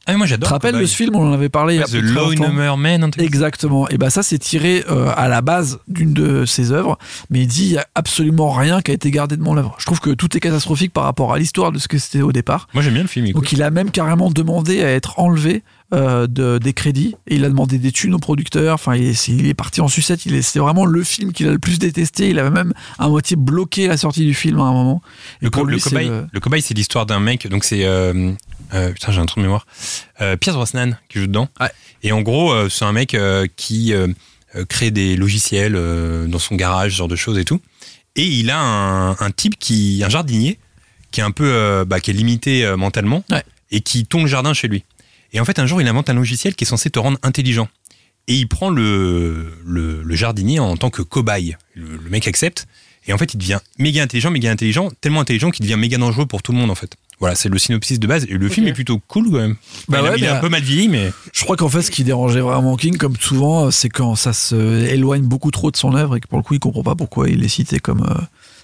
[SPEAKER 3] Ah, mais moi
[SPEAKER 6] Tu
[SPEAKER 3] j'adore.
[SPEAKER 6] te rappelles
[SPEAKER 3] Cowboy.
[SPEAKER 6] de ce film On en avait parlé il y a
[SPEAKER 3] The
[SPEAKER 6] peu très
[SPEAKER 3] Law
[SPEAKER 6] longtemps.
[SPEAKER 3] Number Man, un truc.
[SPEAKER 6] Exactement. Et bah ça, c'est tiré euh, à la base d'une de ses œuvres, mais il dit il y a absolument rien qui a été gardé de mon œuvre. Je trouve que tout est catastrophique par rapport à l'histoire de ce que c'était au départ.
[SPEAKER 3] Moi j'aime bien le film. écoute.
[SPEAKER 6] Donc il a même carrément demandé à être enlevé euh, de, des crédits et il a demandé des thunes aux producteurs. Enfin, il est, il est parti en sucette. Il est, c'est vraiment le film qu'il a le plus détesté. Il avait même à moitié bloqué la sortie du film à un moment. Et
[SPEAKER 3] Le, co-
[SPEAKER 6] pour
[SPEAKER 3] le
[SPEAKER 6] lui, c'est
[SPEAKER 3] cobaye,
[SPEAKER 6] le-
[SPEAKER 3] le cobaye, c'est l'histoire d'un mec. Donc c'est euh, euh, putain, j'ai un trou de mémoire. Euh, Pierre Brosnan qui joue dedans.
[SPEAKER 6] Ouais.
[SPEAKER 3] Et en gros, euh, c'est un mec euh, qui euh, euh, crée des logiciels euh, dans son garage, ce genre de choses et tout. Et il a un, un type qui, un jardinier, qui est un peu, euh, bah, qui est limité euh, mentalement
[SPEAKER 6] Ouais.
[SPEAKER 3] et qui tond le jardin chez lui. Et en fait, un jour, il invente un logiciel qui est censé te rendre intelligent. Et il prend le, le, le jardinier en tant que cobaye. Le- le mec accepte. Et en fait, il devient méga intelligent, méga intelligent, tellement intelligent qu'il devient méga dangereux pour tout le monde, en fait. Voilà, c'est le synopsis de base. Et le film est plutôt cool, quand même.
[SPEAKER 6] Bah
[SPEAKER 3] il, a-
[SPEAKER 6] ouais,
[SPEAKER 3] il est
[SPEAKER 6] mais-
[SPEAKER 3] un peu mal vieilli, mais.
[SPEAKER 6] Je crois qu'en fait, ce qui dérangeait vraiment King, comme souvent, euh, c'est quand ça se éloigne beaucoup trop de son œuvre et que pour le coup, il comprend pas pourquoi il est cité comme euh,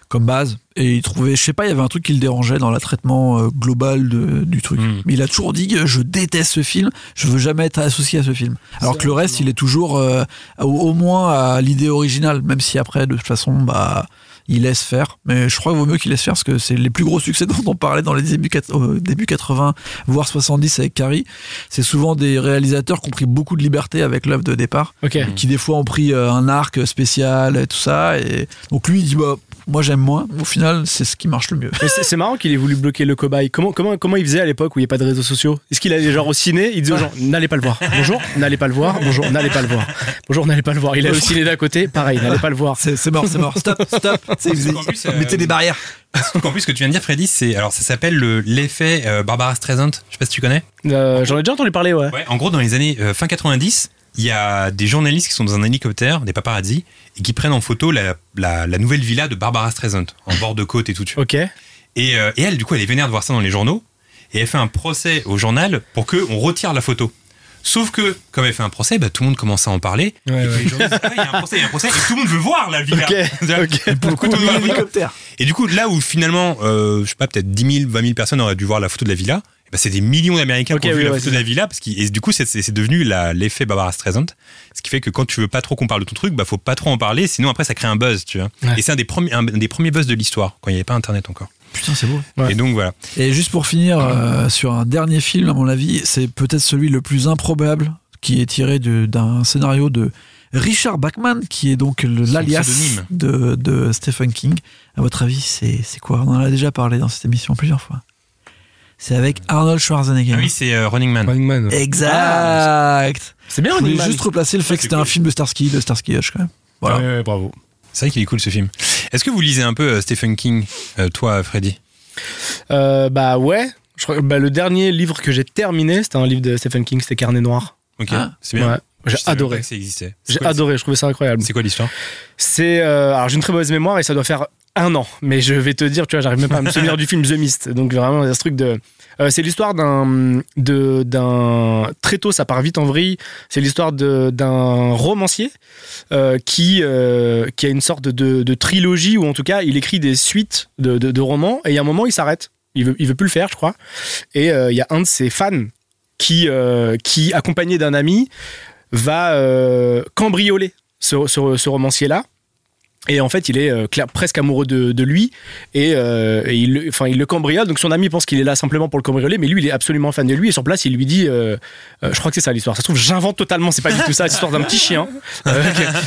[SPEAKER 6] comme base. Et il trouvait, je sais pas, il y avait un truc qui le dérangeait dans le traitement euh, global de- du truc.
[SPEAKER 3] Mm.
[SPEAKER 6] Mais il a toujours dit, euh, je déteste ce film, je veux jamais être associé à ce film. Alors que le reste, il est toujours euh, au, au moins à l'idée originale, même si après, de toute façon, bah. Il laisse faire, mais je crois qu'il vaut mieux qu'il laisse faire parce que c'est les plus gros succès dont on parlait dans les débuts quat- euh, début 80, voire 70 avec Carrie c'est souvent des réalisateurs qui ont pris beaucoup de liberté avec l'œuvre de départ,
[SPEAKER 4] Ok.
[SPEAKER 6] qui des fois ont pris euh, un arc spécial et tout ça. Et donc lui, il dit bah, moi j'aime moins. Au final, c'est ce qui marche le mieux.
[SPEAKER 4] Mais c'est c'est marrant qu'il ait voulu bloquer le cobaye. Comment, comment, comment il faisait à l'époque où il n'y a pas de réseaux sociaux Est-ce qu'il allait genre au ciné Il disait aux gens n'allez pas le voir. Bonjour, n'allez pas le voir. Bonjour, n'allez pas le voir. Bonjour, n'allez pas le voir. Il allait au ciné d'à côté, pareil, n'allez pas le voir.
[SPEAKER 6] C'est c'est mort, c'est mort. Stop, stop. C'est-
[SPEAKER 3] Parce qu'en plus, euh,
[SPEAKER 6] Mettez des barrières.
[SPEAKER 3] en plus, ce que tu viens de dire, Freddy, c'est. Alors, ça s'appelle le- l'effet euh, Barbara Streisand. Je sais pas si tu connais.
[SPEAKER 4] Euh, J'en ai déjà entendu parler, ouais.
[SPEAKER 3] Ouais, en gros, dans les années euh, fin 90, il y a des journalistes qui sont dans un hélicoptère, des paparazzi, et qui prennent en photo la, la- la nouvelle villa de Barbara Streisand, en bord de côte et tout. tu vois.
[SPEAKER 4] Ok.
[SPEAKER 3] Et, euh, et elle, du coup, elle est vénère de voir ça dans les journaux. Et elle fait un procès au journal pour qu'on retire la photo. Sauf que, comme elle fait un procès, bah, tout le monde commence à en parler.
[SPEAKER 5] Ouais,
[SPEAKER 3] et
[SPEAKER 5] ouais.
[SPEAKER 3] les gens disent, Ah, il y a un procès, il y a un procès. Et tout le monde veut voir la villa.
[SPEAKER 4] Ok, ok.
[SPEAKER 3] Et pour le coup, tout le monde veut voir la photo.
[SPEAKER 6] Hélicoptère.
[SPEAKER 3] Et du coup, là où finalement, euh, je sais pas, peut-être 10 000, 20 000 personnes auraient dû voir la photo de la villa, eh ben, c'est des millions d'Américains
[SPEAKER 4] Ok,
[SPEAKER 3] qui ont vu
[SPEAKER 4] oui,
[SPEAKER 3] la
[SPEAKER 4] ouais,
[SPEAKER 3] photo de
[SPEAKER 4] c'est
[SPEAKER 3] la villa. Parce qu'il- et du coup, c'est- c'est c'est devenu la- l'effet Barbara Streisand. Ce qui fait que quand tu veux pas trop qu'on parle de ton truc, bah, faut pas trop en parler. Sinon, après, ça crée un buzz, tu vois.
[SPEAKER 4] Ouais.
[SPEAKER 3] Et c'est un, des premi- un des premiers buzz de l'histoire, quand il n'y avait pas Internet encore.
[SPEAKER 6] Putain, c'est beau.
[SPEAKER 4] Ouais.
[SPEAKER 3] Et donc, voilà.
[SPEAKER 6] Et juste pour finir euh, sur un dernier film, à mon avis, c'est peut-être celui le plus improbable qui est tiré de- d'un scénario de Richard Bachman, qui est donc le-
[SPEAKER 3] Son
[SPEAKER 6] l'alias
[SPEAKER 3] pseudonyme.
[SPEAKER 6] de, de Stephen King. À votre avis, c'est c'est quoi On en a déjà parlé dans cette émission plusieurs fois. C'est avec Arnold Schwarzenegger.
[SPEAKER 3] Ah oui, c'est euh, Running Man.
[SPEAKER 5] Running Man.
[SPEAKER 6] Exact.
[SPEAKER 4] C'est bien,
[SPEAKER 6] Je
[SPEAKER 4] on
[SPEAKER 6] voulais
[SPEAKER 4] est
[SPEAKER 6] juste replacer le fait que c'était un film de Starsky, de Starsky Hutch quand même. Voilà.
[SPEAKER 5] Ouais, ouais, bravo.
[SPEAKER 3] C'est vrai qu'il est cool ce film. Est-ce que vous lisez un peu euh, Stephen King, euh, toi, Freddy
[SPEAKER 4] Euh, bah ouais. Je crois- bah, le dernier livre que j'ai terminé, c'était un livre de Stephen King, c'était Carnet Noir.
[SPEAKER 3] Ok,
[SPEAKER 6] Ah,
[SPEAKER 3] c'est bien.
[SPEAKER 4] Ouais.
[SPEAKER 3] Je
[SPEAKER 4] J'ai
[SPEAKER 3] savais pas
[SPEAKER 4] adoré.
[SPEAKER 3] que ça existait. C'est
[SPEAKER 4] J'ai
[SPEAKER 3] quoi-
[SPEAKER 4] adoré, je trouvais ça incroyable.
[SPEAKER 3] C'est quoi l'histoire
[SPEAKER 4] C'est euh, alors j'ai une très mauvaise mémoire et ça doit faire un an, mais je vais te dire, tu vois, j'arrive même pas à me souvenir du film The Mist. Donc vraiment, il y a ce truc de, euh, c'est l'histoire d'un, de, d'un très tôt, ça part vite en vrille. C'est l'histoire de, d'un romancier euh, qui euh, qui a une sorte de, de trilogie ou en tout cas, il écrit des suites de, de, de romans et il y a un moment, il s'arrête. Il veut, il veut plus le faire, je crois. Et euh, il y a un de ses fans qui, euh, qui accompagné d'un ami, va euh, cambrioler ce, ce- ce romancier-là. Et en fait, il est euh, cla- presque amoureux de, de lui et, euh, et il, le- enfin, il le cambriole. Donc son ami pense qu'il est là simplement pour le cambrioler, mais lui, il est absolument fan de lui. Et sur place, il lui dit, euh, euh, je crois que c'est ça l'histoire. Ça se trouve, j'invente totalement. C'est pas du tout ça, c'est l'histoire d'un petit chien. Euh,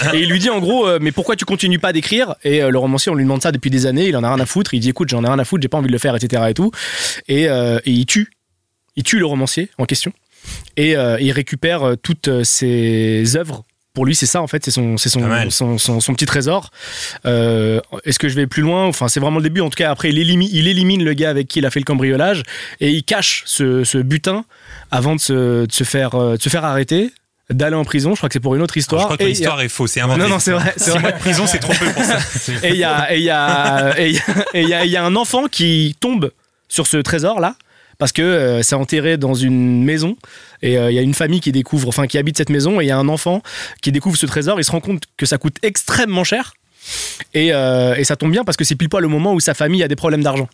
[SPEAKER 4] ok. et il lui dit en gros, euh, mais pourquoi tu continues pas d'écrire Et euh, le romancier, on lui demande ça depuis des années. Il en a rien à foutre. Il dit, écoute, j'en ai rien à foutre, j'ai pas envie de le faire, etc. Et tout. Et, euh, et il tue, il tue le romancier en question. Et euh, il récupère euh, toutes euh, ses œuvres. Pour lui, c'est ça en fait, c'est son, c'est
[SPEAKER 3] Pas
[SPEAKER 4] son,
[SPEAKER 3] mal.
[SPEAKER 4] son, son, son petit trésor. Euh, Est-ce que je vais plus loin Enfin, c'est vraiment le début. En tout cas, après, il élimine, il élimine le gars avec qui il a fait le cambriolage et il cache ce, ce butin avant de se, de se faire, euh, de se faire arrêter, d'aller en prison. Je crois que c'est pour une autre
[SPEAKER 3] Alors,
[SPEAKER 4] histoire.
[SPEAKER 3] Ah, je crois que
[SPEAKER 4] Et il y a-
[SPEAKER 3] l'histoire est fausse, c'est inventé.
[SPEAKER 4] Non, non, c'est vrai. c'est
[SPEAKER 3] Six
[SPEAKER 4] vrai.
[SPEAKER 3] mois de prison, c'est trop peu pour ça.
[SPEAKER 4] Et il y a, et il y a, et il y a, et il y a- il y a un enfant qui tombe sur ce trésor-là. Parce que euh, c'est enterré dans une maison et euh, il y a une famille qui découvre, enfin qui habite cette maison et il y a un enfant qui découvre ce trésor. Il se rend compte que ça coûte extrêmement cher et, euh, et ça tombe bien parce que c'est pile poil le moment où sa famille a des problèmes d'argent.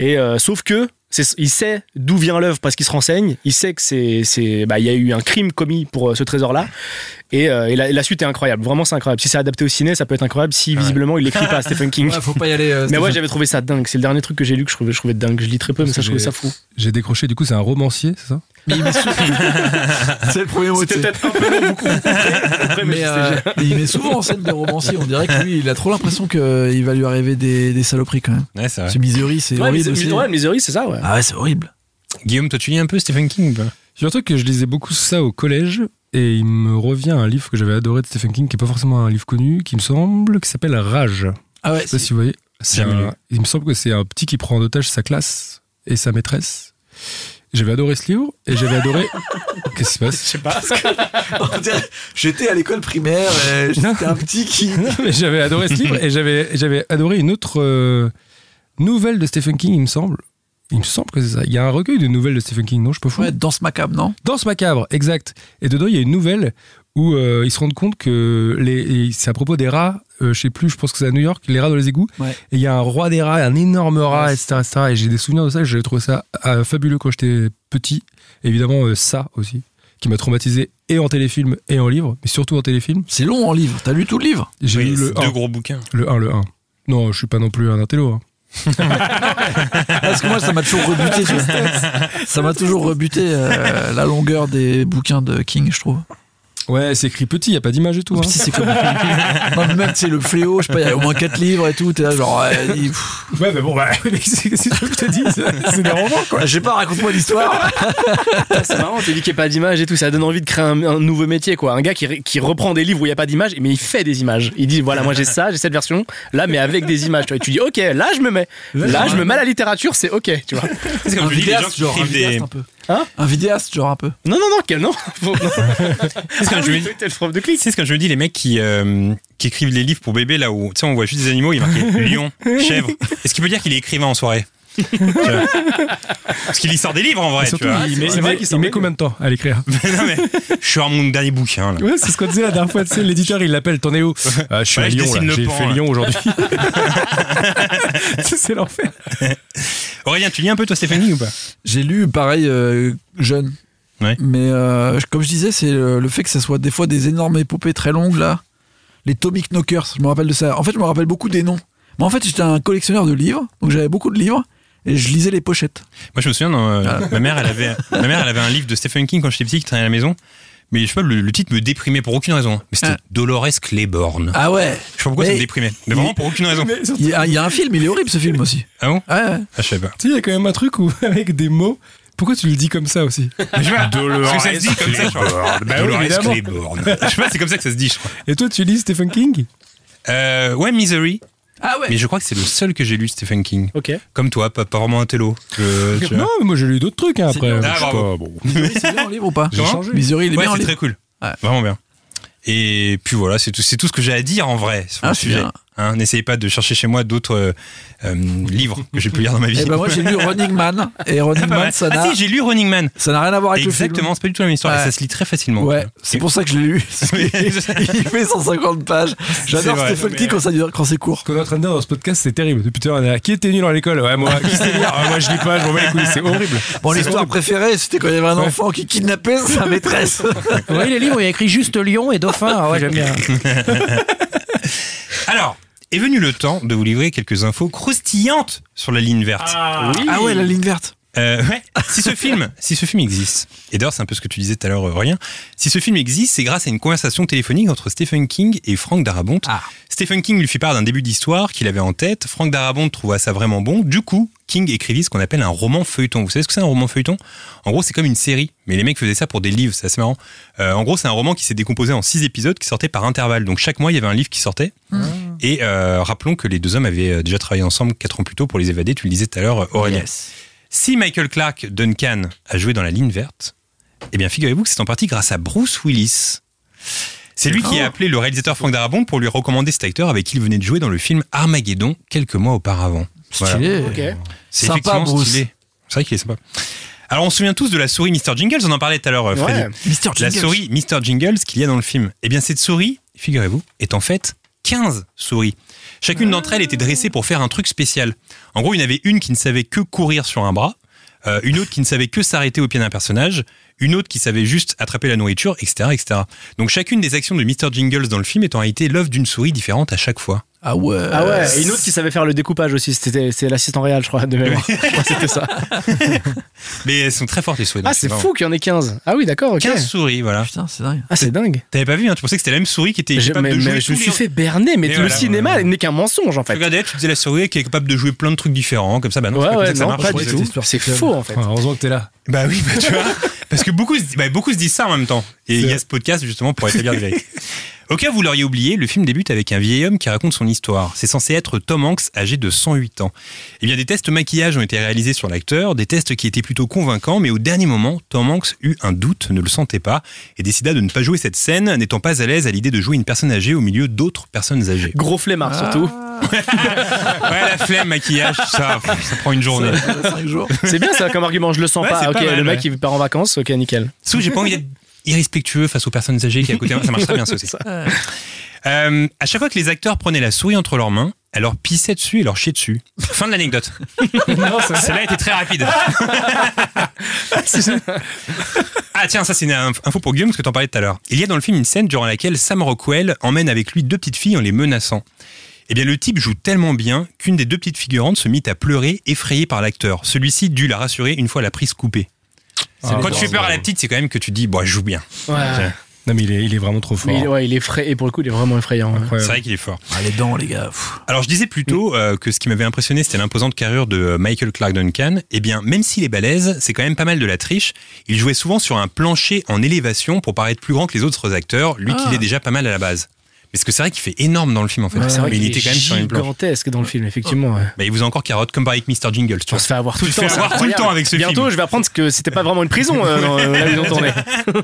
[SPEAKER 4] Et euh, sauf que c'est- il sait d'où vient l'œuvre parce qu'il se renseigne. Il sait que c'est, c'est, bah, il y a eu un crime commis pour euh, ce trésor-là. Et, euh, et la, la suite est incroyable. Vraiment, c'est incroyable. Si c'est adapté au ciné, ça peut être incroyable. Si visiblement il l'écrit pas à Stephen King.
[SPEAKER 6] Ouais, faut pas y aller. euh,
[SPEAKER 4] mais ouais,
[SPEAKER 6] Stéphane.
[SPEAKER 4] j'avais trouvé ça dingue. C'est le dernier truc que j'ai lu que je trouvais, je trouvais dingue. Je lis très peu, mais ça, je trouvais ça fou.
[SPEAKER 5] J'ai décroché, du coup, c'est un romancier, c'est ça
[SPEAKER 6] c'est le premier mot. tu sais.
[SPEAKER 4] un peu long, beaucoup. Après,
[SPEAKER 6] Mais euh, il met souvent en scène des romanciers. On dirait que lui, il a trop l'impression qu'il va lui arriver des, des saloperies quand même.
[SPEAKER 3] Ouais, c'est vrai.
[SPEAKER 6] C'est Misery, c'est
[SPEAKER 4] Ouais,
[SPEAKER 6] horrible aussi.
[SPEAKER 4] Misery, ouais, Misery, c'est ça, ouais.
[SPEAKER 6] Ah ouais, c'est horrible.
[SPEAKER 3] Guillaume, toi, tu lis un peu Stephen King bah
[SPEAKER 5] J'ai un truc que je lisais beaucoup ça au collège et il me revient un livre que j'avais adoré de Stephen King qui est pas forcément un livre connu, qui me semble, qui s'appelle Rage.
[SPEAKER 6] Ah ouais,
[SPEAKER 5] Je sais pas si vous voyez. C'est
[SPEAKER 3] Jamais
[SPEAKER 5] un-
[SPEAKER 3] lu.
[SPEAKER 5] Il me semble que c'est un petit qui prend en otage sa classe et sa maîtresse. J'avais adoré ce livre et j'avais adoré. Qu'est-ce qui se passe
[SPEAKER 6] on dirait- j'étais à l'école primaire, euh, j'étais un petit qui.
[SPEAKER 5] Non, mais j'avais adoré ce livre et j'avais, j'avais adoré une autre euh, nouvelle de Stephen King, il me semble. Il me semble que c'est ça. Il y a un recueil de nouvelles de Stephen King, non Je peux fou.
[SPEAKER 6] Ouais, dans ce macabre, non
[SPEAKER 5] Danse macabre, exact. Et dedans, il y a une nouvelle où euh, ils se rendent compte que les, et c'est à propos des rats, euh, je sais plus, je pense que c'est à New York, les rats dans les égouts.
[SPEAKER 6] Ouais.
[SPEAKER 5] Et il y a un roi des rats, un énorme rat,
[SPEAKER 6] Ouais,
[SPEAKER 5] etc., etc. Et j'ai des souvenirs de ça, j'ai trouvé ça euh, fabuleux quand j'étais petit. Et évidemment, euh, ça aussi, qui m'a traumatisé et en téléfilm et en livre, mais surtout en téléfilm.
[SPEAKER 6] C'est long en livre. T'as lu tout le livre
[SPEAKER 5] J'ai
[SPEAKER 3] Oui,
[SPEAKER 5] lu
[SPEAKER 3] c'est
[SPEAKER 5] le
[SPEAKER 3] deux
[SPEAKER 5] 1.
[SPEAKER 3] gros bouquins.
[SPEAKER 5] Le 1, le 1. Non, je suis pas non plus un intello. hein.
[SPEAKER 6] Parce que moi, ça m'a toujours rebuté. tu vois. ça m'a toujours rebuté euh, la longueur des bouquins de King, je trouve.
[SPEAKER 5] Ouais, c'est écrit petit, il n'y a pas d'image et tout.
[SPEAKER 6] Oh,
[SPEAKER 5] hein.
[SPEAKER 6] petit, c'est comme. Non, mais même, tu sais, le fléau, je sais pas, il y a au moins 4 livres et tout. T'es là, genre, ouais, il- pff,
[SPEAKER 5] Ouais, mais bon, bah, mais c'est c'est ce que je te dis, c'est c'est des romans, quoi.
[SPEAKER 6] j'ai pas, raconte-moi l'histoire.
[SPEAKER 4] Ah, c'est marrant, t'as dit qu'il n'y a pas d'image et tout, ça donne envie de créer un, un nouveau métier, quoi. Un gars qui, ré- qui reprend des livres où il n'y a pas d'image, mais il fait des images. Il dit, voilà, moi j'ai ça, j'ai cette version, là, mais avec des images. Tu, vois. Et tu dis, ok, là je me mets. Là, je me mets à la littérature, c'est ok, tu vois.
[SPEAKER 3] C'est
[SPEAKER 6] Un
[SPEAKER 3] comme je dis, les gens
[SPEAKER 6] vidéaste,
[SPEAKER 3] qui
[SPEAKER 6] genre, un
[SPEAKER 3] écrivent des.
[SPEAKER 6] vidéaste un peu.
[SPEAKER 4] Hein
[SPEAKER 6] Un vidéaste, genre, un peu.
[SPEAKER 4] Non, non, non, quel non. Faut- non.
[SPEAKER 3] C'est comme
[SPEAKER 4] Ah
[SPEAKER 3] je me
[SPEAKER 4] oui,
[SPEAKER 3] dis-
[SPEAKER 4] t'es le prof de clic.
[SPEAKER 3] Tu sais ce que je me dis, les mecs qui, euh, qui écrivent les livres pour bébés, là où, tu sais, on voit juste des animaux, il y a marqué lion, chèvre. Est-ce qu'il peut dire qu'il est écrivain en soirée Tu vois Parce qu'il y sort des livres en vrai,
[SPEAKER 5] Surtout,
[SPEAKER 3] tu vois.
[SPEAKER 5] il met,
[SPEAKER 4] c'est
[SPEAKER 5] il
[SPEAKER 4] vrai
[SPEAKER 5] met-
[SPEAKER 4] qu'il
[SPEAKER 5] il
[SPEAKER 4] s'en
[SPEAKER 5] met
[SPEAKER 4] met,
[SPEAKER 5] combien de temps à l'écrire
[SPEAKER 3] Mais non, mais je suis à mon dernier bouquin, là.
[SPEAKER 5] Ouais, c'est ce qu'on disait la dernière fois, tu sais, l'éditeur il l'appelle, t'en es où Ah, Je suis
[SPEAKER 3] Ouais,
[SPEAKER 5] à
[SPEAKER 3] je
[SPEAKER 5] Lyon,
[SPEAKER 3] dessine
[SPEAKER 5] là,
[SPEAKER 3] le
[SPEAKER 5] j'ai
[SPEAKER 3] pan,
[SPEAKER 5] fait
[SPEAKER 3] là.
[SPEAKER 5] Lyon aujourd'hui. Ça, c'est l'enfer.
[SPEAKER 3] Aurélien, tu lis un peu, toi, Stéphanie, ou pas
[SPEAKER 6] J'ai lu pareil euh, jeune.
[SPEAKER 3] Ouais.
[SPEAKER 6] Mais euh, je- comme je disais, c'est le, le fait que ça soit des fois des énormes épopées très longues là. Les Tomic Knockers, je me rappelle de ça. En fait, je me rappelle beaucoup des noms. Mais en fait, j'étais un collectionneur de livres, donc j'avais beaucoup de livres et je lisais les pochettes.
[SPEAKER 3] Moi, je me souviens, dans, euh, ma, mère, elle avait, ma mère, elle avait un livre de Stephen King quand j'étais petit qui traînait à la maison. Mais je sais pas, le, le titre me déprimait pour aucune raison. Mais c'était
[SPEAKER 6] Ah.
[SPEAKER 3] Dolores Claiborne.
[SPEAKER 6] Ah ouais
[SPEAKER 3] Je sais pas pourquoi ça
[SPEAKER 6] Mais-
[SPEAKER 3] me déprimait. Mais vraiment pour aucune raison.
[SPEAKER 6] Il y, a, il y a un film, il est horrible ce film aussi.
[SPEAKER 3] Ah bon
[SPEAKER 6] Ouais, ouais.
[SPEAKER 3] Ah, Je sais pas.
[SPEAKER 5] Tu sais, il y a quand même un truc où, avec des mots, pourquoi tu le dis comme ça aussi
[SPEAKER 3] Mais je sais pas. Parce que ça se dit comme ça, je crois.
[SPEAKER 5] Bah oui,
[SPEAKER 3] Dolores
[SPEAKER 5] évidemment.
[SPEAKER 3] Claiborne. Je sais pas, c'est comme ça que ça se dit, je crois.
[SPEAKER 5] Et toi, tu lis Stephen King
[SPEAKER 3] Euh, ouais, Misery.
[SPEAKER 6] Ah ouais
[SPEAKER 3] Mais je crois que c'est le seul que j'ai lu de Stephen King.
[SPEAKER 4] Ok.
[SPEAKER 3] Comme toi, pas, pas vraiment un télo. Je- tu vois.
[SPEAKER 5] Non, mais moi j'ai lu d'autres trucs hein,
[SPEAKER 6] C'est
[SPEAKER 5] après.
[SPEAKER 6] bien.
[SPEAKER 5] Je
[SPEAKER 3] Ah,
[SPEAKER 5] sais
[SPEAKER 3] bravo.
[SPEAKER 5] pas, bon.
[SPEAKER 6] Misery, c'est bien en livre ou pas
[SPEAKER 5] J'ai
[SPEAKER 3] Comment
[SPEAKER 5] changé.
[SPEAKER 6] Misery, il est
[SPEAKER 3] Ouais,
[SPEAKER 6] bien en
[SPEAKER 3] c'est
[SPEAKER 6] livre.
[SPEAKER 3] très cool.
[SPEAKER 6] Ouais.
[SPEAKER 3] Vraiment bien. Et puis voilà, c'est tout, c'est tout ce que j'ai à dire en vrai sur
[SPEAKER 6] Ah,
[SPEAKER 3] le
[SPEAKER 6] c'est
[SPEAKER 3] sujet.
[SPEAKER 6] bien.
[SPEAKER 3] Hein, N'essayez pas de chercher chez moi d'autres euh, euh, livres que j'ai pu lire dans ma vie.
[SPEAKER 6] Et ben moi j'ai lu Running Man et
[SPEAKER 3] Ah,
[SPEAKER 6] Running
[SPEAKER 3] pas
[SPEAKER 6] Man
[SPEAKER 3] mal.
[SPEAKER 6] ça
[SPEAKER 3] Ah
[SPEAKER 6] n'a
[SPEAKER 3] si, j'ai lu Running Man.
[SPEAKER 6] ça n'a rien à voir avec le
[SPEAKER 3] Exactement, c'est pas du tout la même histoire.
[SPEAKER 6] Ouais.
[SPEAKER 3] Et ça se lit très facilement.
[SPEAKER 6] film. Ouais, c'est pour ça que je l'ai lu. parce que Il fait 150 pages. J'adore
[SPEAKER 3] vrai.
[SPEAKER 6] Stephen King quand ça dure- quand c'est court.
[SPEAKER 5] Ce qu'on est en train de dire dans ce podcast, c'est terrible. Depuis tout à l'heure, on est là, Qui était nul à l'école Ouais, moi. Qui sait lire Ah, Moi, je lis pas, je m'en bats les couilles. C'est horrible.
[SPEAKER 6] Bon, l'histoire préférée, c'était quand il y avait un enfant qui kidnappait sa maîtresse.
[SPEAKER 9] Oui, les livres, il y a écrit juste lion et dauphin. Ah ouais, j'aime bien.
[SPEAKER 3] Alors, est venu le temps de vous livrer quelques infos croustillantes sur la ligne verte.
[SPEAKER 4] oui.
[SPEAKER 6] Ah ouais, la ligne verte.
[SPEAKER 3] Euh, ouais. Si ce film, si ce film existe, et d'ailleurs c'est un peu ce que tu disais tout à l'heure, euh, rien. Si ce film existe, c'est grâce à une conversation téléphonique entre Stephen King et Frank Darabont. Stephen King lui fit part d'un début d'histoire qu'il avait en tête. Frank Darabont trouva ça vraiment bon. Du coup, King écrivit ce qu'on appelle un roman feuilleton. Vous savez ce que c'est un roman feuilleton En gros, c'est comme une série, mais les mecs faisaient ça pour des livres. C'est assez marrant. Euh, en gros, c'est un roman qui s'est décomposé en six épisodes qui sortaient par intervalle. Donc chaque mois, il y avait un livre qui sortait. Et euh, rappelons que les deux hommes avaient euh, déjà travaillé ensemble quatre ans plus tôt pour les évader. Tu le disais tout à l'heure, euh, Aurélien. Si Michael Clark Duncan a joué dans la ligne verte, eh bien figurez-vous que c'est en partie grâce à Bruce Willis. C'est lui
[SPEAKER 6] Oh.
[SPEAKER 3] qui a appelé le réalisateur Frank Darabont pour lui recommander cet acteur avec qui il venait de jouer dans le film Armageddon quelques mois auparavant. Voilà.
[SPEAKER 6] Stylé.
[SPEAKER 4] Ok.
[SPEAKER 3] C'est
[SPEAKER 6] Sympa,
[SPEAKER 3] effectivement
[SPEAKER 6] Bruce.
[SPEAKER 3] stylé. C'est vrai qu'il est sympa. Alors on se souvient tous de la souris Mr. Jingles, on en parlait tout à l'heure, euh, Freddy.
[SPEAKER 4] Ouais.
[SPEAKER 6] Mister
[SPEAKER 3] La
[SPEAKER 6] Jingles.
[SPEAKER 3] souris Mr. Jingles qu'il y a dans le film. Eh bien, cette souris, figurez-vous, est en fait 15 souris. Chacune d'entre elles était dressée pour faire un truc spécial. En gros, il y en avait une qui ne savait que courir sur un bras, euh, une autre qui ne savait que s'arrêter au pied d'un personnage, une autre qui savait juste attraper la nourriture, etc. etc. Donc chacune des actions de Mr. Jingles dans le film est en réalité l'œuvre d'une souris différente à chaque fois.
[SPEAKER 6] Ah ouais.
[SPEAKER 4] Ah ouais, et une autre qui savait faire le découpage aussi, c'était c'est l'assistant réel, je crois, de mémoire. Je crois que c'était ça.
[SPEAKER 3] Mais elles sont très fortes les souris.
[SPEAKER 4] Ah,
[SPEAKER 3] donc
[SPEAKER 4] c'est
[SPEAKER 3] vraiment
[SPEAKER 4] fou qu'il y en ait 15. Ah oui, d'accord, ok.
[SPEAKER 3] 15 souris, voilà.
[SPEAKER 6] Putain, c'est dingue.
[SPEAKER 4] Ah, c'est dingue.
[SPEAKER 3] T'avais pas vu, hein, tu pensais que c'était la même souris qui était
[SPEAKER 4] J'ai-
[SPEAKER 3] capable
[SPEAKER 4] mais
[SPEAKER 3] de
[SPEAKER 4] mais
[SPEAKER 3] jouer
[SPEAKER 4] je me
[SPEAKER 3] tous
[SPEAKER 4] suis
[SPEAKER 3] les-
[SPEAKER 4] fait berner, mais
[SPEAKER 3] Et
[SPEAKER 4] le
[SPEAKER 3] voilà.
[SPEAKER 4] cinéma n'est qu'un mensonge en
[SPEAKER 3] Tu
[SPEAKER 4] fait. Ouais,
[SPEAKER 3] regardais, tu faisais la souris qui est capable de jouer plein de trucs différents, comme ça, bah non, c'est pas comme
[SPEAKER 4] ouais,
[SPEAKER 3] ça que ça
[SPEAKER 4] non,
[SPEAKER 3] marche.
[SPEAKER 4] pas
[SPEAKER 3] je
[SPEAKER 4] du
[SPEAKER 3] trouve.
[SPEAKER 4] tout. C'est faux en fait.
[SPEAKER 5] Enfin, heureusement que t'es là.
[SPEAKER 3] Bah oui, bah tu vois. Parce que beaucoup, se- bah, beaucoup se disent ça en même temps. Et il y a ce podcast justement pour établir la vérité. Au cas où vous l'auriez oublié, le film débute avec un vieil homme qui raconte son histoire. C'est censé être Tom Hanks, âgé de 108 ans. Eh bien, des tests maquillage ont été réalisés sur l'acteur, des tests qui étaient plutôt convaincants, mais au dernier moment, Tom Hanks eut un doute, ne le sentait pas, et décida de ne pas jouer cette scène, n'étant pas à l'aise à l'idée de jouer une personne âgée au milieu d'autres personnes âgées.
[SPEAKER 4] Gros
[SPEAKER 3] Ah.
[SPEAKER 4] flemmard surtout.
[SPEAKER 3] Ouais, la flemme, maquillage, tout ça, ça prend une journée.
[SPEAKER 6] 5 jours.
[SPEAKER 4] C'est bien ça comme argument, je le sens
[SPEAKER 3] Ouais, c'est
[SPEAKER 4] pas.
[SPEAKER 3] pas
[SPEAKER 4] Ok,
[SPEAKER 3] mal,
[SPEAKER 4] le mec
[SPEAKER 3] ouais.
[SPEAKER 4] il part en vacances, ok, nickel.
[SPEAKER 3] Sous, j'ai pas envie d'être irrespectueux face aux personnes âgées qui est à côté. de moi. Ça marche très bien, ça aussi. Euh, à chaque fois que les acteurs prenaient la souris entre leurs mains, elle leur pissait dessus et leur chiait dessus. Fin de l'anecdote. Celle-là était très rapide. ah tiens, ça c'est une inf- info pour Guillaume, parce que t'en parlais tout à l'heure. Il y a dans le film une scène durant laquelle Sam Rockwell emmène avec lui deux petites filles en les menaçant. Eh bien, le type joue tellement bien qu'une des deux petites figurantes se mit à pleurer, effrayée par l'acteur. Celui-ci dut la rassurer une fois la prise coupée. Ah, Quand tu fais peur à la petite, c'est quand même que tu te dis, bon, je joue bien.
[SPEAKER 4] Ouais.
[SPEAKER 5] Non, mais il est, il est vraiment trop fort.
[SPEAKER 4] Mais il- ouais, il est frais, et pour le coup, il est vraiment effrayant. hein. ouais.
[SPEAKER 5] Incroyable.
[SPEAKER 3] C'est vrai qu'il est fort.
[SPEAKER 6] Ah, les dents, les gars. pff.
[SPEAKER 3] Alors je disais plutôt euh, que ce qui m'avait impressionné c'était l'imposante carrure de euh, Michael Clark Duncan. Eh bien même s'il est balèze, c'est quand même pas mal de la triche. Il jouait souvent sur un plancher en élévation pour paraître plus grand que les autres acteurs, lui
[SPEAKER 4] Ah.
[SPEAKER 3] qui l'est déjà pas mal à la base. Parce que c'est vrai qu'il fait énorme dans le film en fait.
[SPEAKER 4] C'est vrai
[SPEAKER 3] Mais il
[SPEAKER 4] qu'il
[SPEAKER 3] était
[SPEAKER 4] est
[SPEAKER 3] quand même sur une planche.
[SPEAKER 4] gigantesque dans le film, effectivement. ouais.
[SPEAKER 3] Bah, il vous a encore carotte comme par avec Mr Jingle. Tu
[SPEAKER 4] On
[SPEAKER 3] vois.
[SPEAKER 4] se fait avoir
[SPEAKER 3] Tu
[SPEAKER 4] tout le
[SPEAKER 3] te
[SPEAKER 4] temps.
[SPEAKER 3] fais
[SPEAKER 4] c'est
[SPEAKER 3] avoir tout le
[SPEAKER 4] incroyable.
[SPEAKER 3] temps avec ce
[SPEAKER 4] Bientôt,
[SPEAKER 3] film.
[SPEAKER 4] je vais apprendre que c'était pas vraiment une prison euh, dans, euh, là où ils ont tourné.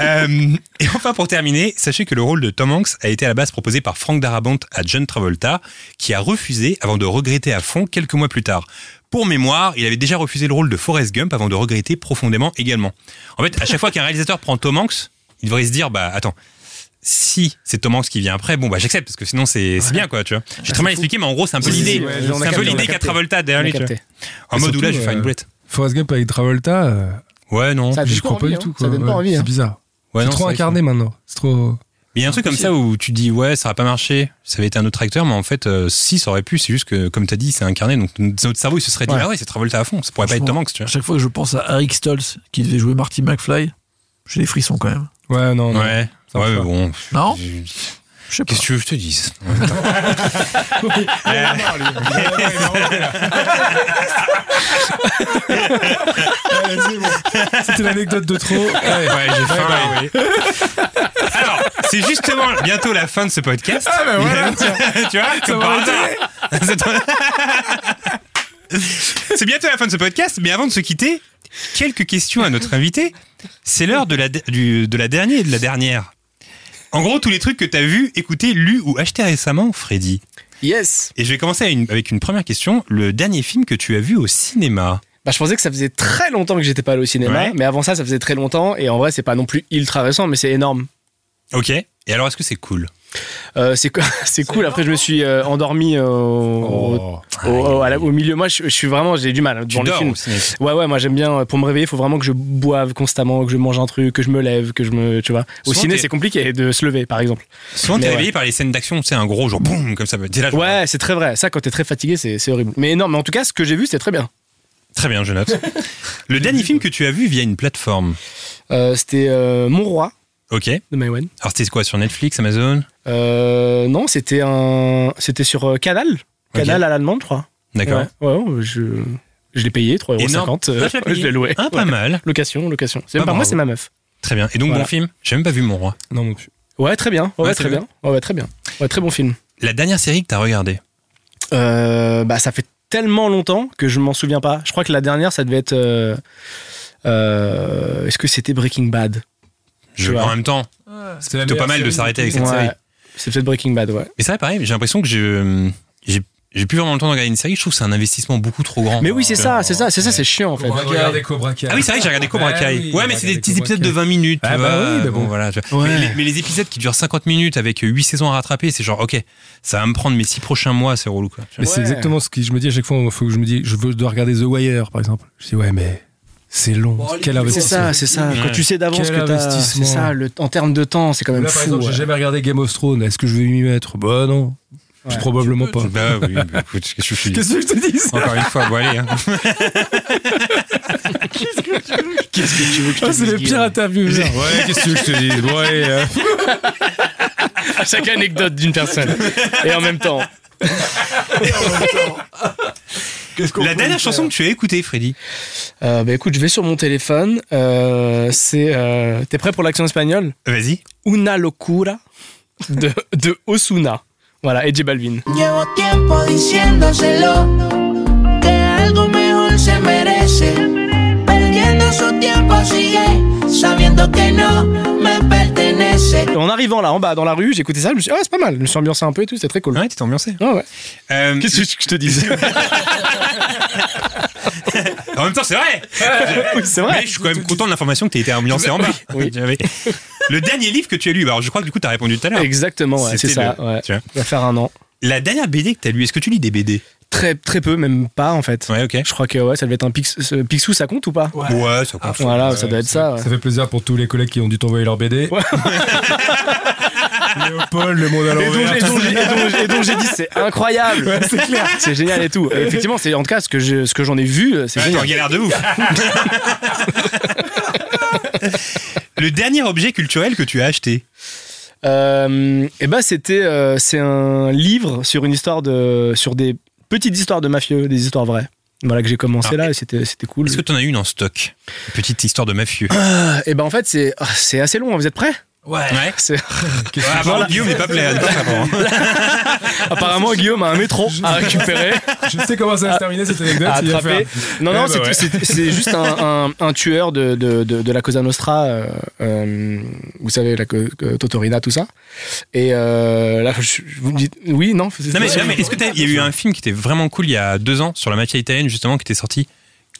[SPEAKER 3] Euh, et enfin, pour terminer, sachez que le rôle de Tom Hanks a été à la base proposé par Frank Darabont à John Travolta, qui a refusé avant de regretter à fond quelques mois plus tard. Pour mémoire, il avait déjà refusé le rôle de Forrest Gump avant de regretter profondément également. En fait, à chaque fois qu'un réalisateur prend Tom Hanks, il devrait se dire, bah attends, si c'est Tom Hanks qui vient après, bon bah j'accepte parce que sinon c'est c'est bien quoi, tu vois.
[SPEAKER 4] Bah,
[SPEAKER 3] J'ai très mal expliqué, mais en gros c'est un peu
[SPEAKER 4] Si, si,
[SPEAKER 3] l'idée,
[SPEAKER 4] si, ouais, on a
[SPEAKER 3] c'est un peu
[SPEAKER 4] capté, on a
[SPEAKER 3] l'idée qu'a
[SPEAKER 4] capté.
[SPEAKER 3] Travolta
[SPEAKER 4] On
[SPEAKER 3] derrière
[SPEAKER 4] a
[SPEAKER 3] lui, tu vois.
[SPEAKER 4] capté.
[SPEAKER 3] En
[SPEAKER 5] Et
[SPEAKER 3] mode où
[SPEAKER 5] surtout,
[SPEAKER 3] là je vais faire une
[SPEAKER 5] euh,
[SPEAKER 3] boulette.
[SPEAKER 5] Forrest Gump avec Travolta, euh,
[SPEAKER 3] Ouais non,
[SPEAKER 4] Ça donne
[SPEAKER 5] j'y
[SPEAKER 4] pas
[SPEAKER 5] crois pas
[SPEAKER 4] envie,
[SPEAKER 5] du
[SPEAKER 4] hein.
[SPEAKER 5] tout.
[SPEAKER 4] Ça
[SPEAKER 5] quoi.
[SPEAKER 4] donne pas
[SPEAKER 5] Ouais,
[SPEAKER 4] envie,
[SPEAKER 5] C'est
[SPEAKER 4] hein.
[SPEAKER 5] bizarre.
[SPEAKER 3] ouais
[SPEAKER 5] c'est
[SPEAKER 3] non,
[SPEAKER 5] trop
[SPEAKER 3] c'est vrai que-
[SPEAKER 5] incarné maintenant. C'est trop.
[SPEAKER 3] Mais il y a un truc comme ça où tu dis ouais ça aurait pas marché, ça avait été un autre acteur, mais en fait euh, si ça aurait pu, c'est juste que comme t'as dit c'est incarné, donc notre cerveau il se serait dit
[SPEAKER 4] Ouais.
[SPEAKER 3] ah ouais c'est Travolta à fond, ça pourrait pas être Tom Hanks tu
[SPEAKER 6] À chaque fois que je pense à Eric Stoltz qui devait jouer Marty McFly, j'ai des frissons quand même.
[SPEAKER 5] Ouais, non,
[SPEAKER 3] vois.
[SPEAKER 5] non.
[SPEAKER 3] Ouais.
[SPEAKER 5] Ça va
[SPEAKER 3] ouais,
[SPEAKER 5] pas.
[SPEAKER 3] mais bon.
[SPEAKER 6] Non
[SPEAKER 3] Qu'est-ce
[SPEAKER 6] Je sais pas.
[SPEAKER 3] que tu veux que je te dise
[SPEAKER 5] C'était l'anecdote de trop. Ouais.
[SPEAKER 3] Ouais, j'ai faim. Alors, c'est justement bientôt la fin de ce podcast. tu vois, comme par hasard. C'est- C'est bientôt la fin de ce podcast, mais avant de se quitter, quelques questions à notre invité. C'est l'heure de la, de- du- de la dernière et de la dernière. En gros, tous les trucs que t'as vu, écouté, lu ou acheté récemment, Freddy.
[SPEAKER 4] Yes.
[SPEAKER 3] Et je vais commencer à une- avec une première question. Le dernier film que tu as vu au cinéma
[SPEAKER 4] Bah, je pensais que ça faisait très longtemps que j'étais pas allé au cinéma,
[SPEAKER 3] Ouais.
[SPEAKER 4] mais avant ça, ça faisait très longtemps. Et en vrai, c'est pas non plus ultra récent, mais c'est énorme.
[SPEAKER 3] Ok. Et alors, est-ce que c'est cool
[SPEAKER 4] Euh, c'est co- c'est cool. Après, je me suis euh, endormi euh, au,
[SPEAKER 5] Oh.
[SPEAKER 4] au- au- à la- au milieu. Moi, je, je suis vraiment, j'ai du mal hein,
[SPEAKER 3] Tu
[SPEAKER 4] devant les
[SPEAKER 3] dors
[SPEAKER 4] films.
[SPEAKER 3] au cinéma.
[SPEAKER 4] Ouais, ouais, moi j'aime bien. euh, Pour me réveiller, il faut vraiment que je boive constamment, que je mange un truc, que je me lève, que je me. Tu vois. Au
[SPEAKER 3] Souvent,
[SPEAKER 4] ciné,
[SPEAKER 3] t'es-
[SPEAKER 4] c'est compliqué de se lever, par exemple.
[SPEAKER 3] Souvent,
[SPEAKER 4] Mais
[SPEAKER 3] t'es
[SPEAKER 4] ouais.
[SPEAKER 3] réveillé par les scènes d'action, c'est un gros genre boum, comme ça. T'es là, genre,
[SPEAKER 4] Ouais, c'est très vrai. Ça, quand t'es très fatigué, c'est c'est horrible. Mais non, mais en tout cas, ce que j'ai vu, c'était très bien.
[SPEAKER 3] Très bien, je note. Le dernier film que tu as vu via une plateforme
[SPEAKER 4] Euh, c'était euh, Mon Roi
[SPEAKER 3] Ok. Alors,
[SPEAKER 4] de Maïwen.
[SPEAKER 3] c'était quoi Sur Netflix, Amazon
[SPEAKER 4] Euh, non, c'était un, c'était sur euh, Canal, Canal à la demande, je crois.
[SPEAKER 3] D'accord.
[SPEAKER 4] Ouais, ouais, ouais, je, je l'ai payé 3,50€.
[SPEAKER 3] Énorme.
[SPEAKER 4] euh,
[SPEAKER 3] Ah, tu l'as payé.
[SPEAKER 4] je l'ai loué.
[SPEAKER 3] Ah, pas
[SPEAKER 4] Ouais.
[SPEAKER 3] mal.
[SPEAKER 4] Location, location. C'est
[SPEAKER 3] Ah,
[SPEAKER 4] même pas moi,
[SPEAKER 3] bravo.
[SPEAKER 4] c'est ma meuf.
[SPEAKER 3] Très bien. Et donc,
[SPEAKER 4] Voilà.
[SPEAKER 3] bon film J'ai même pas vu Mon Roi.
[SPEAKER 5] Non, non plus.
[SPEAKER 4] Ouais, très bien. Ouais,
[SPEAKER 3] Ouais,
[SPEAKER 4] très
[SPEAKER 3] c'est
[SPEAKER 4] bien. Ouais, ouais, très bien. Ouais, très bon film.
[SPEAKER 3] La dernière série que t'as regardée
[SPEAKER 4] Euh, bah, ça fait tellement longtemps que je m'en souviens pas. Je crois que la dernière, ça devait être. euh, euh, Est-ce que c'était Breaking Bad
[SPEAKER 3] je,
[SPEAKER 4] Ouais.
[SPEAKER 3] En même temps,
[SPEAKER 5] C'est
[SPEAKER 3] plutôt pas mal de s'arrêter avec cette
[SPEAKER 4] Ouais.
[SPEAKER 3] série.
[SPEAKER 4] C'est peut-être Breaking Bad, ouais.
[SPEAKER 3] Mais c'est vrai, pareil, j'ai l'impression que je- j'ai j'ai plus vraiment le temps de regarder une série. Je trouve que c'est un investissement beaucoup trop grand.
[SPEAKER 4] Mais oui, c'est
[SPEAKER 3] Que-
[SPEAKER 4] ça, c'est ça, c'est ça, c'est chiant en fait.
[SPEAKER 5] Regardez Cobra Kai.
[SPEAKER 3] Ah oui, c'est vrai que j'ai regardé Cobra
[SPEAKER 5] Bah
[SPEAKER 3] Kai.
[SPEAKER 5] oui,
[SPEAKER 3] ouais, mais
[SPEAKER 5] j'ai
[SPEAKER 3] c'est des
[SPEAKER 5] regardé
[SPEAKER 3] petits
[SPEAKER 5] Cobra
[SPEAKER 3] épisodes
[SPEAKER 5] Kai.
[SPEAKER 3] de 20 minutes. tu
[SPEAKER 5] Ah bah
[SPEAKER 3] vois.
[SPEAKER 5] oui, bah bon.
[SPEAKER 3] voilà. tu vois.
[SPEAKER 4] Ouais.
[SPEAKER 3] Mais, les, mais les épisodes qui durent 50 minutes avec 8 saisons à rattraper, c'est genre, ok, ça va me prendre mes 6 prochains mois, c'est relou. Quoi. Tu
[SPEAKER 5] Mais
[SPEAKER 3] vois.
[SPEAKER 5] c'est
[SPEAKER 4] Ouais.
[SPEAKER 5] exactement ce que je me dis à chaque fois. Il faut que je me dis, je veux, je dois regarder The Wire, par exemple. Je dis, ouais, mais c'est long. Quel
[SPEAKER 4] Oh, C'est
[SPEAKER 5] investissement.
[SPEAKER 4] ça, c'est ça. Quand
[SPEAKER 3] Ouais.
[SPEAKER 4] tu sais d'avance
[SPEAKER 5] Quel
[SPEAKER 4] que t'as, c'est
[SPEAKER 5] investissement.
[SPEAKER 4] ça. le- en termes de temps, c'est quand même
[SPEAKER 5] Là, par
[SPEAKER 4] fou.
[SPEAKER 5] exemple, j'ai
[SPEAKER 4] ouais.
[SPEAKER 5] jamais regardé Game of Thrones. Est-ce que je vais m'y mettre Bah non.
[SPEAKER 4] Ouais.
[SPEAKER 5] Probablement pas.
[SPEAKER 3] Bah oui, bah, écoute, qu'est-ce que je suis
[SPEAKER 5] que je te dis
[SPEAKER 3] Encore une fois, bon allez. hein.
[SPEAKER 4] Qu'est-ce que tu veux que je te
[SPEAKER 5] Ah,
[SPEAKER 4] dise,
[SPEAKER 5] C'est les pires
[SPEAKER 4] Guillaume
[SPEAKER 5] interviews. Ouais, qu'est-ce que je te dis Ouais. euh,
[SPEAKER 4] À chaque anecdote d'une personne. Et en même temps.
[SPEAKER 3] La dernière chanson que tu as écoutée, Freddy.
[SPEAKER 4] Euh, bah écoute, je vais sur mon téléphone. euh, c'est. euh, T'es prêt pour l'action espagnole
[SPEAKER 3] Vas-y.
[SPEAKER 4] Una locura de, de Osuna. Voilà, et J Balvin.
[SPEAKER 10] Llevo tiempo diciéndoselo que algo mejor se merece. Perdiendo su tiempo sigue sabiendo que no me pertenece.
[SPEAKER 4] Et en arrivant là, en bas, dans la rue, j'ai écouté ça, je me suis dit, ah, c'est pas mal. Je me suis ambiancé un peu et tout, c'était très cool. Ah
[SPEAKER 3] Ouais, t'es ambiancé.
[SPEAKER 4] Ouais, ouais.
[SPEAKER 3] Euh,
[SPEAKER 4] Qu'est-ce que je te disais
[SPEAKER 3] en même temps, c'est vrai.
[SPEAKER 4] Oui, c'est vrai.
[SPEAKER 3] Mais je suis quand même content de l'information que t'as été ambiancé en bas.
[SPEAKER 4] Oui.
[SPEAKER 3] Le dernier livre que tu as lu, bah, alors je crois que du coup, t'as répondu tout à l'heure.
[SPEAKER 4] Exactement, ouais, c'est
[SPEAKER 3] C'était
[SPEAKER 4] ça.
[SPEAKER 3] le-
[SPEAKER 4] ouais.
[SPEAKER 3] tu vois.
[SPEAKER 4] Il va faire un an.
[SPEAKER 3] La dernière BD que t'as lu, est-ce que tu lis des BD
[SPEAKER 4] Très, très peu, même pas en fait.
[SPEAKER 3] Ouais, ok.
[SPEAKER 4] Je crois que ouais, ça devait être un Pix- ce- Picsou, ça compte ou pas
[SPEAKER 3] Ouais, ça compte.
[SPEAKER 4] Voilà, Ah, ça doit être ça. ouais.
[SPEAKER 5] Ça fait plaisir pour tous les collègues qui ont dû t'envoyer leur BD. Léopold, le monde à
[SPEAKER 4] Et donc,
[SPEAKER 5] l'envers.
[SPEAKER 4] et donc- et donc- et donc j'ai dit c'est incroyable, c'est clair, c'est génial et tout. Et effectivement, c'est en tout cas ce que je- ce que j'en ai vu, c'est
[SPEAKER 3] Ouais, t'es en
[SPEAKER 4] génial.
[SPEAKER 3] galère de ouf. Le dernier objet culturel que tu as acheté.
[SPEAKER 4] et ben c'était euh, c'est un livre sur une histoire de sur des petites histoires de mafieux, des histoires vraies. Voilà que j'ai commencé
[SPEAKER 3] Ah.
[SPEAKER 4] là et c'était c'était cool.
[SPEAKER 3] Est-ce que t'en as une en stock Une Petite histoire de mafieux.
[SPEAKER 4] Et ben en fait c'est ah, c'est assez long. hein. Vous êtes prêts
[SPEAKER 3] Ouais.
[SPEAKER 4] C'est-
[SPEAKER 3] Ouais, bah, apparemment, Guillaume n'est pas prêt. à-
[SPEAKER 4] Apparemment Guillaume a un métro à récupérer.
[SPEAKER 5] Je sais comment ça va se terminer cette anecdote.
[SPEAKER 4] à
[SPEAKER 5] il va
[SPEAKER 4] attraper. Non, non,
[SPEAKER 5] Eh
[SPEAKER 4] c'est
[SPEAKER 5] bah ouais.
[SPEAKER 4] c'est- c'est juste un, un- un tueur de, de, de, de la Cosa Nostra, euh, euh, vous savez, la co- que- Totorina, tout ça. Et euh, là, je- je- vous me dites, oui, non, c'est-
[SPEAKER 3] Non mais,
[SPEAKER 4] c'est-
[SPEAKER 3] non, mais est-ce que t'as- il y a eu un film qui était vraiment cool il y a deux ans sur la mafia italienne justement qui était sorti que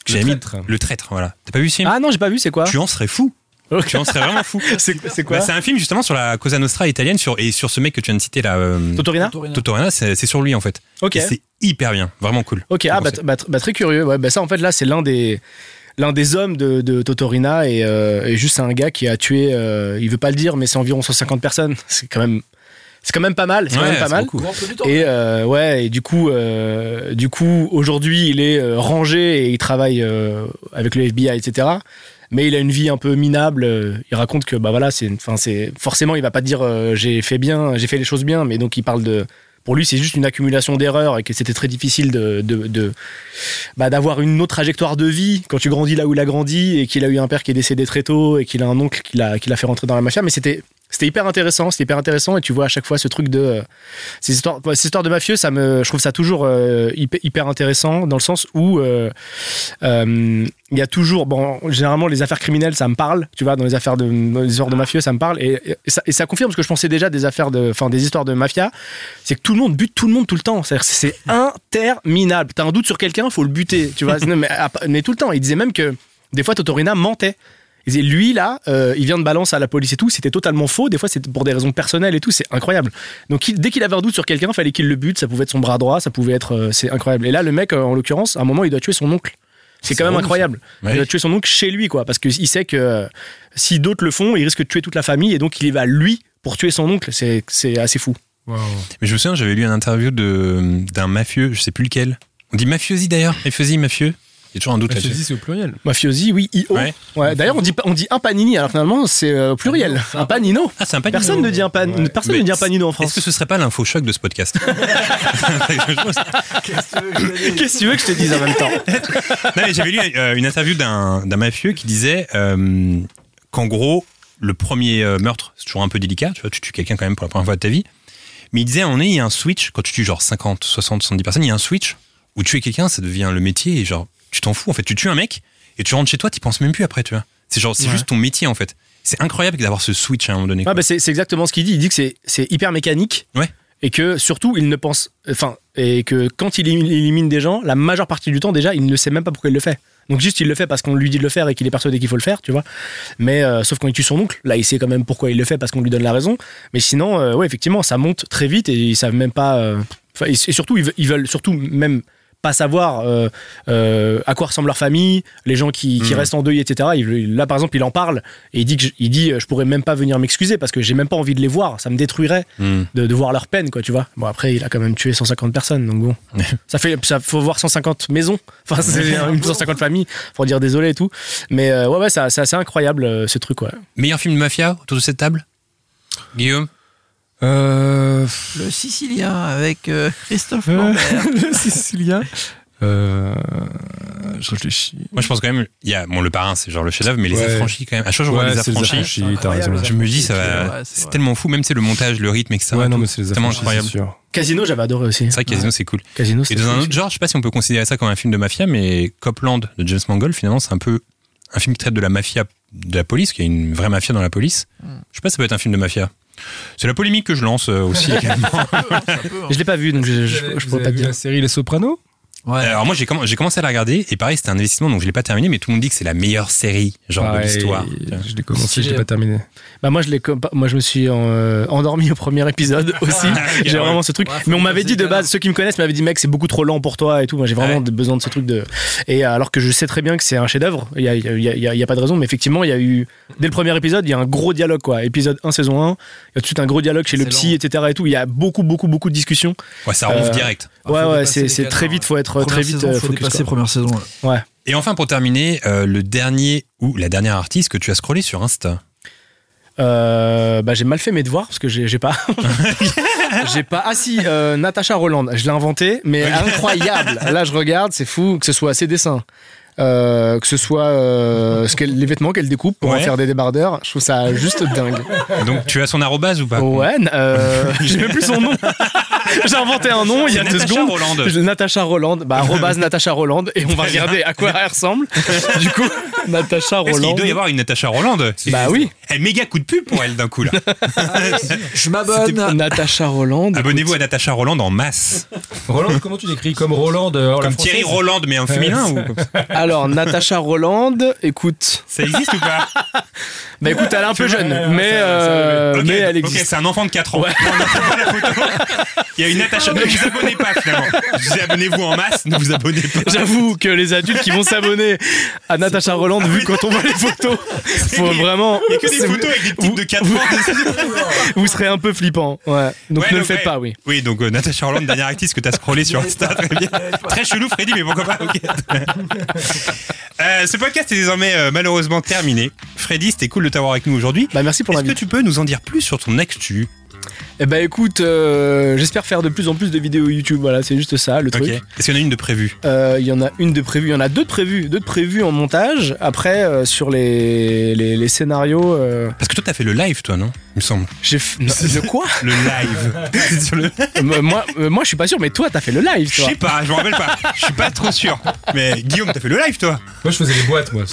[SPEAKER 5] Le
[SPEAKER 3] j'avais mis-
[SPEAKER 5] Traître.
[SPEAKER 3] le traître voilà t'as pas vu ce film
[SPEAKER 4] Ah non, j'ai pas vu, c'est quoi
[SPEAKER 3] tu en serais fou
[SPEAKER 4] Ok.
[SPEAKER 3] tu en serais vraiment fou
[SPEAKER 4] C'est c'est quoi
[SPEAKER 3] Bah, c'est un film justement sur la Cosa Nostra italienne sur, et sur ce mec que tu viens de citer là euh,
[SPEAKER 4] Totorina
[SPEAKER 3] Totorana c'est c'est sur lui en fait
[SPEAKER 4] Ok.
[SPEAKER 3] Et c'est hyper bien vraiment cool
[SPEAKER 4] Ok, ah, bah,
[SPEAKER 3] conseille.
[SPEAKER 4] bah, tr- bah, très curieux. Ouais, bah, ça, en fait, là, c'est l'un des. L'un des hommes de, de Totorina et, euh, et juste c'est un gars qui a tué, euh, il veut pas le dire, mais c'est environ 150 personnes. C'est quand même, c'est quand même pas mal. C'est quand
[SPEAKER 3] Ouais,
[SPEAKER 4] même pas
[SPEAKER 3] c'est
[SPEAKER 4] mal.
[SPEAKER 3] beaucoup.
[SPEAKER 4] Et euh, ouais, et du coup, euh, du coup, aujourd'hui, il est euh, rangé et il travaille euh, avec le FBI, etc. Mais il a une vie un peu minable. euh, Il raconte que bah voilà, c'est, une- enfin c'est forcément, il va pas dire euh, j'ai fait bien, j'ai fait les choses bien, mais donc il parle de. Pour lui, c'est juste une accumulation d'erreurs et que c'était très difficile de, de, de- bah, d'avoir une autre trajectoire de vie quand tu grandis là où il a grandi et qu'il a eu un père qui est décédé très tôt et qu'il a un oncle qui l'a, qui l'a fait rentrer dans la mafia. Mais c'était C'était hyper intéressant, c'était hyper intéressant et tu vois à chaque fois ce truc de euh, ces histoires, ouais, ces histoires de mafieux, ça me, je trouve ça toujours euh, hyper, hyper intéressant dans le sens où euh, euh, il y a toujours, bon, généralement les affaires criminelles, ça me parle, tu vois, dans les affaires de, dans les histoires de mafieux, ça me parle et, et ça, et ça confirme ce que je pensais déjà des affaires de, enfin des histoires de mafia, c'est que tout le monde bute tout le monde tout le temps, c'est-à-dire que c'est interminable. T'as un doute sur quelqu'un, faut le buter, tu vois, Non, mais, à- mais tout le temps. Il disait même que des fois Totorina mentait. Il disait, lui, là, euh, il vient de balance à la police et tout, c'était totalement faux. Des fois, c'était pour des raisons personnelles et tout, c'est incroyable. Donc, il- dès qu'il avait un doute sur quelqu'un, fallait qu'il le bute. Ça pouvait être son bras droit, ça pouvait être. euh, c'est incroyable. Et là, le mec, euh, en l'occurrence, à un moment, il doit tuer son oncle. C'est quand même incroyable. Il doit tuer son oncle chez lui, quoi, parce qu'il sait que euh, si d'autres le font, il risque de tuer toute la famille et donc il y va lui pour tuer son oncle. C'est c'est assez fou.
[SPEAKER 3] Mais je me souviens, j'avais lu une interview de- d'un mafieux, je sais plus lequel. On dit mafiosi d'ailleurs, mafiosi, mafieux. Il y a toujours un doute
[SPEAKER 5] Je te dis,
[SPEAKER 3] là-dessus.
[SPEAKER 5] c'est au pluriel.
[SPEAKER 4] Mafiosi, oui, IO.
[SPEAKER 3] Ouais.
[SPEAKER 4] Ouais, D'ailleurs, on dit, pas- on dit un panini, alors finalement, c'est euh, au pluriel. Un panino.
[SPEAKER 3] Ah, c'est un panino.
[SPEAKER 4] Personne ne dit un, pan-
[SPEAKER 5] Ouais.
[SPEAKER 4] personne ne
[SPEAKER 3] Mais
[SPEAKER 4] dit un panino en
[SPEAKER 3] Est-ce
[SPEAKER 4] France.
[SPEAKER 3] que ce serait pas l'info choc de ce podcast
[SPEAKER 4] Qu'est-ce que tu veux que je te dise en même temps
[SPEAKER 3] Non, mais j'avais lu euh, une interview d'un d'un mafieux qui disait euh, qu'en gros, le premier euh, meurtre, c'est toujours un peu délicat, tu vois, tu tues quelqu'un quand même pour la première fois de ta vie. Mais il disait, on est, il y a un switch, quand tu tues genre 50, 60, 70 personnes, il y a un switch où tuer quelqu'un, ça devient le métier et genre, tu t'en fous, en fait, tu tues un mec et tu rentres chez toi, t'y penses même plus après, tu vois. C'est genre, c'est juste ton métier, en fait. C'est incroyable d'avoir ce switch à un moment donné.
[SPEAKER 4] Ah,
[SPEAKER 3] quoi.
[SPEAKER 4] bah, c'est c'est exactement ce qu'il dit. Il dit que c'est- c'est hyper mécanique.
[SPEAKER 3] Ouais.
[SPEAKER 4] Et que surtout, il ne pense. Enfin, et que quand il élimine- il élimine des gens, la majeure partie du temps, déjà, il ne sait même pas pourquoi il le fait. Donc, juste, il le fait parce qu'on lui dit de le faire et qu'il est persuadé qu'il faut le faire, tu vois. Mais euh, sauf quand il tue son oncle, là, il sait quand même pourquoi il le fait parce qu'on lui donne la raison. Mais sinon, euh, ouais, effectivement, ça monte très vite et ils savent même pas. euh, enfin, et, et surtout, ils, ve- ils veulent surtout même pas savoir euh, euh, à quoi ressemble leur famille, les gens qui, qui
[SPEAKER 3] Mhm.
[SPEAKER 4] restent en deuil, etc. Il- là, par exemple, il en parle et il dit que je, il dit, euh, je pourrais même pas venir m'excuser parce que j'ai même pas envie de les voir, ça me détruirait
[SPEAKER 3] Hmm.
[SPEAKER 4] de, de voir leur peine, quoi, tu vois. Bon, après, il a quand même tué 150 personnes, donc bon. ça fait, ça faut voir 150 maisons, enfin, c'est une 150 familles pour dire désolé et tout. Mais euh, ouais, ouais, ça- c'est assez incroyable euh, ce truc, ouais.
[SPEAKER 3] Meilleur film de mafia autour de cette table Guillaume
[SPEAKER 5] Euh,
[SPEAKER 6] Le Sicilien avec euh, Christophe
[SPEAKER 5] Euh,
[SPEAKER 6] Lambert.
[SPEAKER 5] le Sicilien. Euh, je réfléchis.
[SPEAKER 3] Moi, je pense quand même, il y a, bon, le parrain, c'est genre le chef-d'œuvre, mais les
[SPEAKER 5] Ouais.
[SPEAKER 3] affranchis, quand même. À chaque fois, je vois
[SPEAKER 5] Ouais,
[SPEAKER 3] les
[SPEAKER 5] c'est les
[SPEAKER 3] affranchis.
[SPEAKER 5] affranchis, t'as raison.
[SPEAKER 6] Incroyable.
[SPEAKER 3] Je me dis, ça
[SPEAKER 6] Ouais,
[SPEAKER 3] va.
[SPEAKER 6] c'est
[SPEAKER 3] C'est
[SPEAKER 6] vrai.
[SPEAKER 3] tellement fou, même c'est le montage, le rythme, etc.
[SPEAKER 5] Ouais, non,
[SPEAKER 3] Tout.
[SPEAKER 5] mais c'est les
[SPEAKER 3] C'est tellement
[SPEAKER 5] affranchis,
[SPEAKER 3] incroyable.
[SPEAKER 5] c'est sûr.
[SPEAKER 4] Casino, j'avais adoré aussi.
[SPEAKER 3] C'est vrai que Casino, c'est cool.
[SPEAKER 4] Casino,
[SPEAKER 3] Et
[SPEAKER 4] c'était
[SPEAKER 3] dans un autre genre, je sais pas si on peut considérer ça comme un film de mafia, mais Copland de James Mangold, finalement, c'est un peu un film qui traite de la mafia de la police, qui est une vraie mafia dans la police.
[SPEAKER 6] Mm.
[SPEAKER 3] Je sais pas, ça peut être un film de mafia. C'est la polémique que je lance euh, aussi également.
[SPEAKER 4] Je l'ai
[SPEAKER 3] hein.
[SPEAKER 4] pas vu, donc je, je, je pourrais pas te dire.
[SPEAKER 5] la série Les Sopranos
[SPEAKER 6] Ouais.
[SPEAKER 3] Alors moi, j'ai comm- j'ai commencé à la regarder, et pareil, c'était un investissement, donc je l'ai pas terminé, mais tout le monde dit que c'est la meilleure série, genre, de
[SPEAKER 5] Pareil,
[SPEAKER 3] l'histoire.
[SPEAKER 5] Je l'ai commencé, je l'ai
[SPEAKER 6] Stylé.
[SPEAKER 5] pas terminé.
[SPEAKER 4] Bah moi je l'ai com- moi je me suis euh, endormi au premier épisode aussi. j'ai vraiment ce truc.
[SPEAKER 6] Ah, Ouais, faut
[SPEAKER 4] mais on
[SPEAKER 6] dire
[SPEAKER 4] m'avait
[SPEAKER 6] c'est
[SPEAKER 4] dit de
[SPEAKER 6] étonnant.
[SPEAKER 4] base ceux qui me connaissent m'avaient dit mec c'est beaucoup trop lent pour toi et tout. Moi j'ai vraiment
[SPEAKER 3] Ouais.
[SPEAKER 4] de- besoin de ce truc de et euh, alors que je sais très bien que c'est un chef-d'œuvre, il y a, il y a- il y a- il y a- il y a pas de raison mais effectivement il y a eu dès le premier épisode, il y a un gros dialogue quoi. Épisode 1 saison 1, il y a tout de suite un gros dialogue chez le
[SPEAKER 6] Excellent.
[SPEAKER 4] psy etc et tout, il y a beaucoup beaucoup beaucoup de discussions.
[SPEAKER 3] Ouais, ça ronfle
[SPEAKER 4] Euh,
[SPEAKER 3] direct.
[SPEAKER 6] Ah, faut
[SPEAKER 4] ouais ouais,
[SPEAKER 6] dépasser
[SPEAKER 4] c'est
[SPEAKER 6] les
[SPEAKER 4] c'est
[SPEAKER 6] cadres,
[SPEAKER 4] très
[SPEAKER 6] hein.
[SPEAKER 4] vite faut être
[SPEAKER 6] Première
[SPEAKER 4] très vite
[SPEAKER 6] saison,
[SPEAKER 4] euh,
[SPEAKER 6] faut
[SPEAKER 4] focus.
[SPEAKER 6] dépasser
[SPEAKER 4] quoi.
[SPEAKER 6] première saison. là.
[SPEAKER 3] Et enfin, pour terminer, euh, le dernier ou la dernière artiste que tu as scrollé sur Insta.
[SPEAKER 4] Euh, bah, j'ai mal fait mes devoirs parce que j'ai j'ai pas. j'ai pas. Ah si, euh, Natacha Roland, je l'ai inventé, mais incroyable. Là, je regarde, c'est fou que ce soit ses dessins. euh, que ce soit euh, ce qu'elle- les vêtements qu'elle découpe pour en
[SPEAKER 3] Ouais.
[SPEAKER 4] faire des débardeurs, je trouve ça juste dingue.
[SPEAKER 3] Donc, tu as son arrobase ou pas
[SPEAKER 4] ouais, euh, j'ai même plus son nom. j'ai inventé un nom il y a deux
[SPEAKER 3] Natacha
[SPEAKER 4] secondes.
[SPEAKER 3] Roland.
[SPEAKER 4] Je- Natacha Roland, bah arrobase Natacha Roland et on va regarder à quoi elle ressemble. Du coup, Natacha
[SPEAKER 3] Est-ce qu'il
[SPEAKER 4] Roland.
[SPEAKER 3] doit y avoir une Natacha Roland
[SPEAKER 4] Bah oui. Bah
[SPEAKER 3] Eh, méga coup de pub pour elle d'un coup là.
[SPEAKER 6] Je m'abonne.
[SPEAKER 4] Natacha Roland.
[SPEAKER 3] Abonnez-vous à Natacha Roland en masse.
[SPEAKER 5] Roland, comment tu l'écris Comme Roland de la
[SPEAKER 3] Comme Thierry
[SPEAKER 5] française
[SPEAKER 3] Roland mais en féminin ou comme ça
[SPEAKER 4] Alors, Natacha Roland, écoute.
[SPEAKER 3] Ça existe ou pas
[SPEAKER 4] Bah écoute, elle est un peu jeune, mais, euh,
[SPEAKER 3] Ok,
[SPEAKER 4] mais elle
[SPEAKER 3] ok,
[SPEAKER 4] existe.
[SPEAKER 3] c'est un enfant de 4 ans. On n'a pas la photo. Il y a une Natacha. Ne vous abonnez pas finalement. Je vous ai abonnez-vous en masse, ne vous abonnez pas.
[SPEAKER 4] J'avoue que les adultes qui vont s'abonner à Natacha Roland, vu quand on voit les photos, faut
[SPEAKER 3] Il y a-
[SPEAKER 4] vraiment.
[SPEAKER 3] Il n'y a que des
[SPEAKER 4] c'est-
[SPEAKER 3] photos avec des types de 4 ans.
[SPEAKER 4] Vous serez un peu flippant. Ouais. Donc
[SPEAKER 3] Ouais,
[SPEAKER 4] ne le
[SPEAKER 3] donc,
[SPEAKER 4] faites
[SPEAKER 3] ouais.
[SPEAKER 4] pas, oui.
[SPEAKER 3] Oui, donc euh, Natacha Roland, dernière actrice que tu as scrollé sur Insta. Très bien. Très chelou, Freddy, mais pourquoi pas ok. Euh, Ce podcast est désormais euh, malheureusement terminé. Freddy, c'était cool de t'avoir avec nous aujourd'hui.
[SPEAKER 4] Bah merci pour
[SPEAKER 3] Est-ce que
[SPEAKER 4] l'invite.
[SPEAKER 3] tu peux nous en dire plus sur ton actu
[SPEAKER 4] Eh ben écoute, euh, j'espère faire de plus en plus de vidéos YouTube. Voilà, c'est juste ça le truc.
[SPEAKER 3] Ok. Est-ce qu'il y en a une de prévue
[SPEAKER 4] Euh, Il y en a une de prévue, il y en a deux de prévues, deux de prévues en montage. Après, euh, sur les, les, les scénarios, euh,
[SPEAKER 3] Parce que toi, t'as fait le live, toi, non Il me semble.
[SPEAKER 4] j'ai f- non, le quoi
[SPEAKER 3] Le live. Sur le-
[SPEAKER 4] Euh, moi, euh, moi, je suis pas sûr, mais toi, t'as fait le live,
[SPEAKER 3] Je
[SPEAKER 4] toi.
[SPEAKER 3] sais pas, je me rappelle pas. Je suis pas trop sûr. Mais Guillaume, t'as fait le live, toi
[SPEAKER 5] Moi, je faisais les boîtes, moi.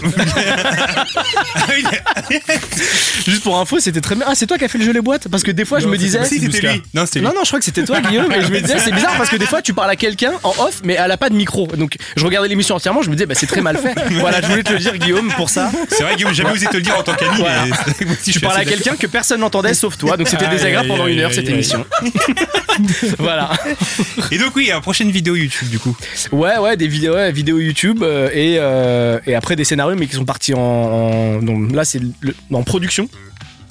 [SPEAKER 3] Ah oui,
[SPEAKER 4] Juste pour info, c'était très bien. Ah, c'est toi qui as fait le jeu les boîtes Parce que des fois, je me disais.
[SPEAKER 3] si, c'était lui. Non, c'était lui.
[SPEAKER 4] Non, non, je crois que c'était toi, Guillaume. Et je me disais, c'est bizarre parce que des fois, tu parles à quelqu'un en off, mais elle a pas de micro. Donc, je regardais l'émission entièrement, je me disais, bah, c'est très mal fait. Voilà, je voulais te le dire, Guillaume, pour ça.
[SPEAKER 3] C'est vrai, Guillaume, jamais osé te le dire en tant qu'ami.
[SPEAKER 4] Voilà.
[SPEAKER 3] mais c'est- moi aussi, je
[SPEAKER 4] Tu
[SPEAKER 3] suis
[SPEAKER 4] parlais à
[SPEAKER 3] assez d'accord.
[SPEAKER 4] quelqu'un que personne n'entendait sauf toi. Donc, c'était
[SPEAKER 3] Aïe,
[SPEAKER 4] désagréable pendant
[SPEAKER 3] aïe,
[SPEAKER 4] une heure,
[SPEAKER 3] aïe,
[SPEAKER 4] cette
[SPEAKER 3] aïe.
[SPEAKER 4] émission. Voilà.
[SPEAKER 3] Et donc, oui, euh, prochaine vidéo YouTube, du coup.
[SPEAKER 4] Ouais, ouais, des vidéos, ouais, vidéos YouTube euh, et, euh, et après des scénarios, mais qui sont partis en. en- donc là, c'est le- en production.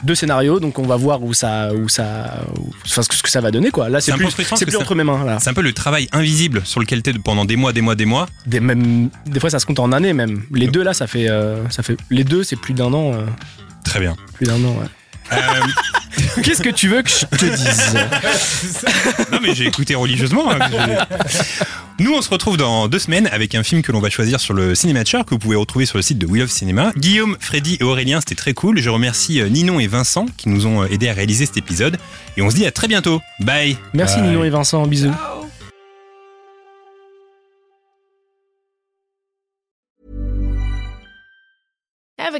[SPEAKER 4] Deux scénarios, donc on va voir où ça, où ça, où- enfin ce que ce que ça va donner quoi. Là, c'est
[SPEAKER 3] un peu
[SPEAKER 4] plus,
[SPEAKER 3] frustrant
[SPEAKER 4] c'est
[SPEAKER 3] parce
[SPEAKER 4] plus
[SPEAKER 3] que
[SPEAKER 4] entre mes mains. Là.
[SPEAKER 3] C'est un peu le travail invisible sur lequel t'es pendant des mois, des mois, des mois.
[SPEAKER 4] Des, même, des fois, ça se compte en années même. Les deux là, ça fait, euh, ça fait, les deux, c'est plus d'un an, euh,
[SPEAKER 3] Très bien.
[SPEAKER 4] plus d'un an. ouais.
[SPEAKER 3] Euh,
[SPEAKER 4] Qu'est-ce que tu veux que je te dise
[SPEAKER 3] Non mais j'ai écouté religieusement. hein, que j'ai- Nous on se retrouve dans deux semaines avec un film que l'on va choisir sur le Cinéma Chart que vous pouvez retrouver sur le site de We Love Cinéma. Guillaume, Freddy et Aurélien, c'était très cool. Je remercie euh, Ninon et Vincent qui nous ont euh, aidés à réaliser cet épisode. Et on se dit à très bientôt. Bye
[SPEAKER 4] Merci
[SPEAKER 5] Bye.
[SPEAKER 4] Ninon et Vincent, bisous.
[SPEAKER 7] Ever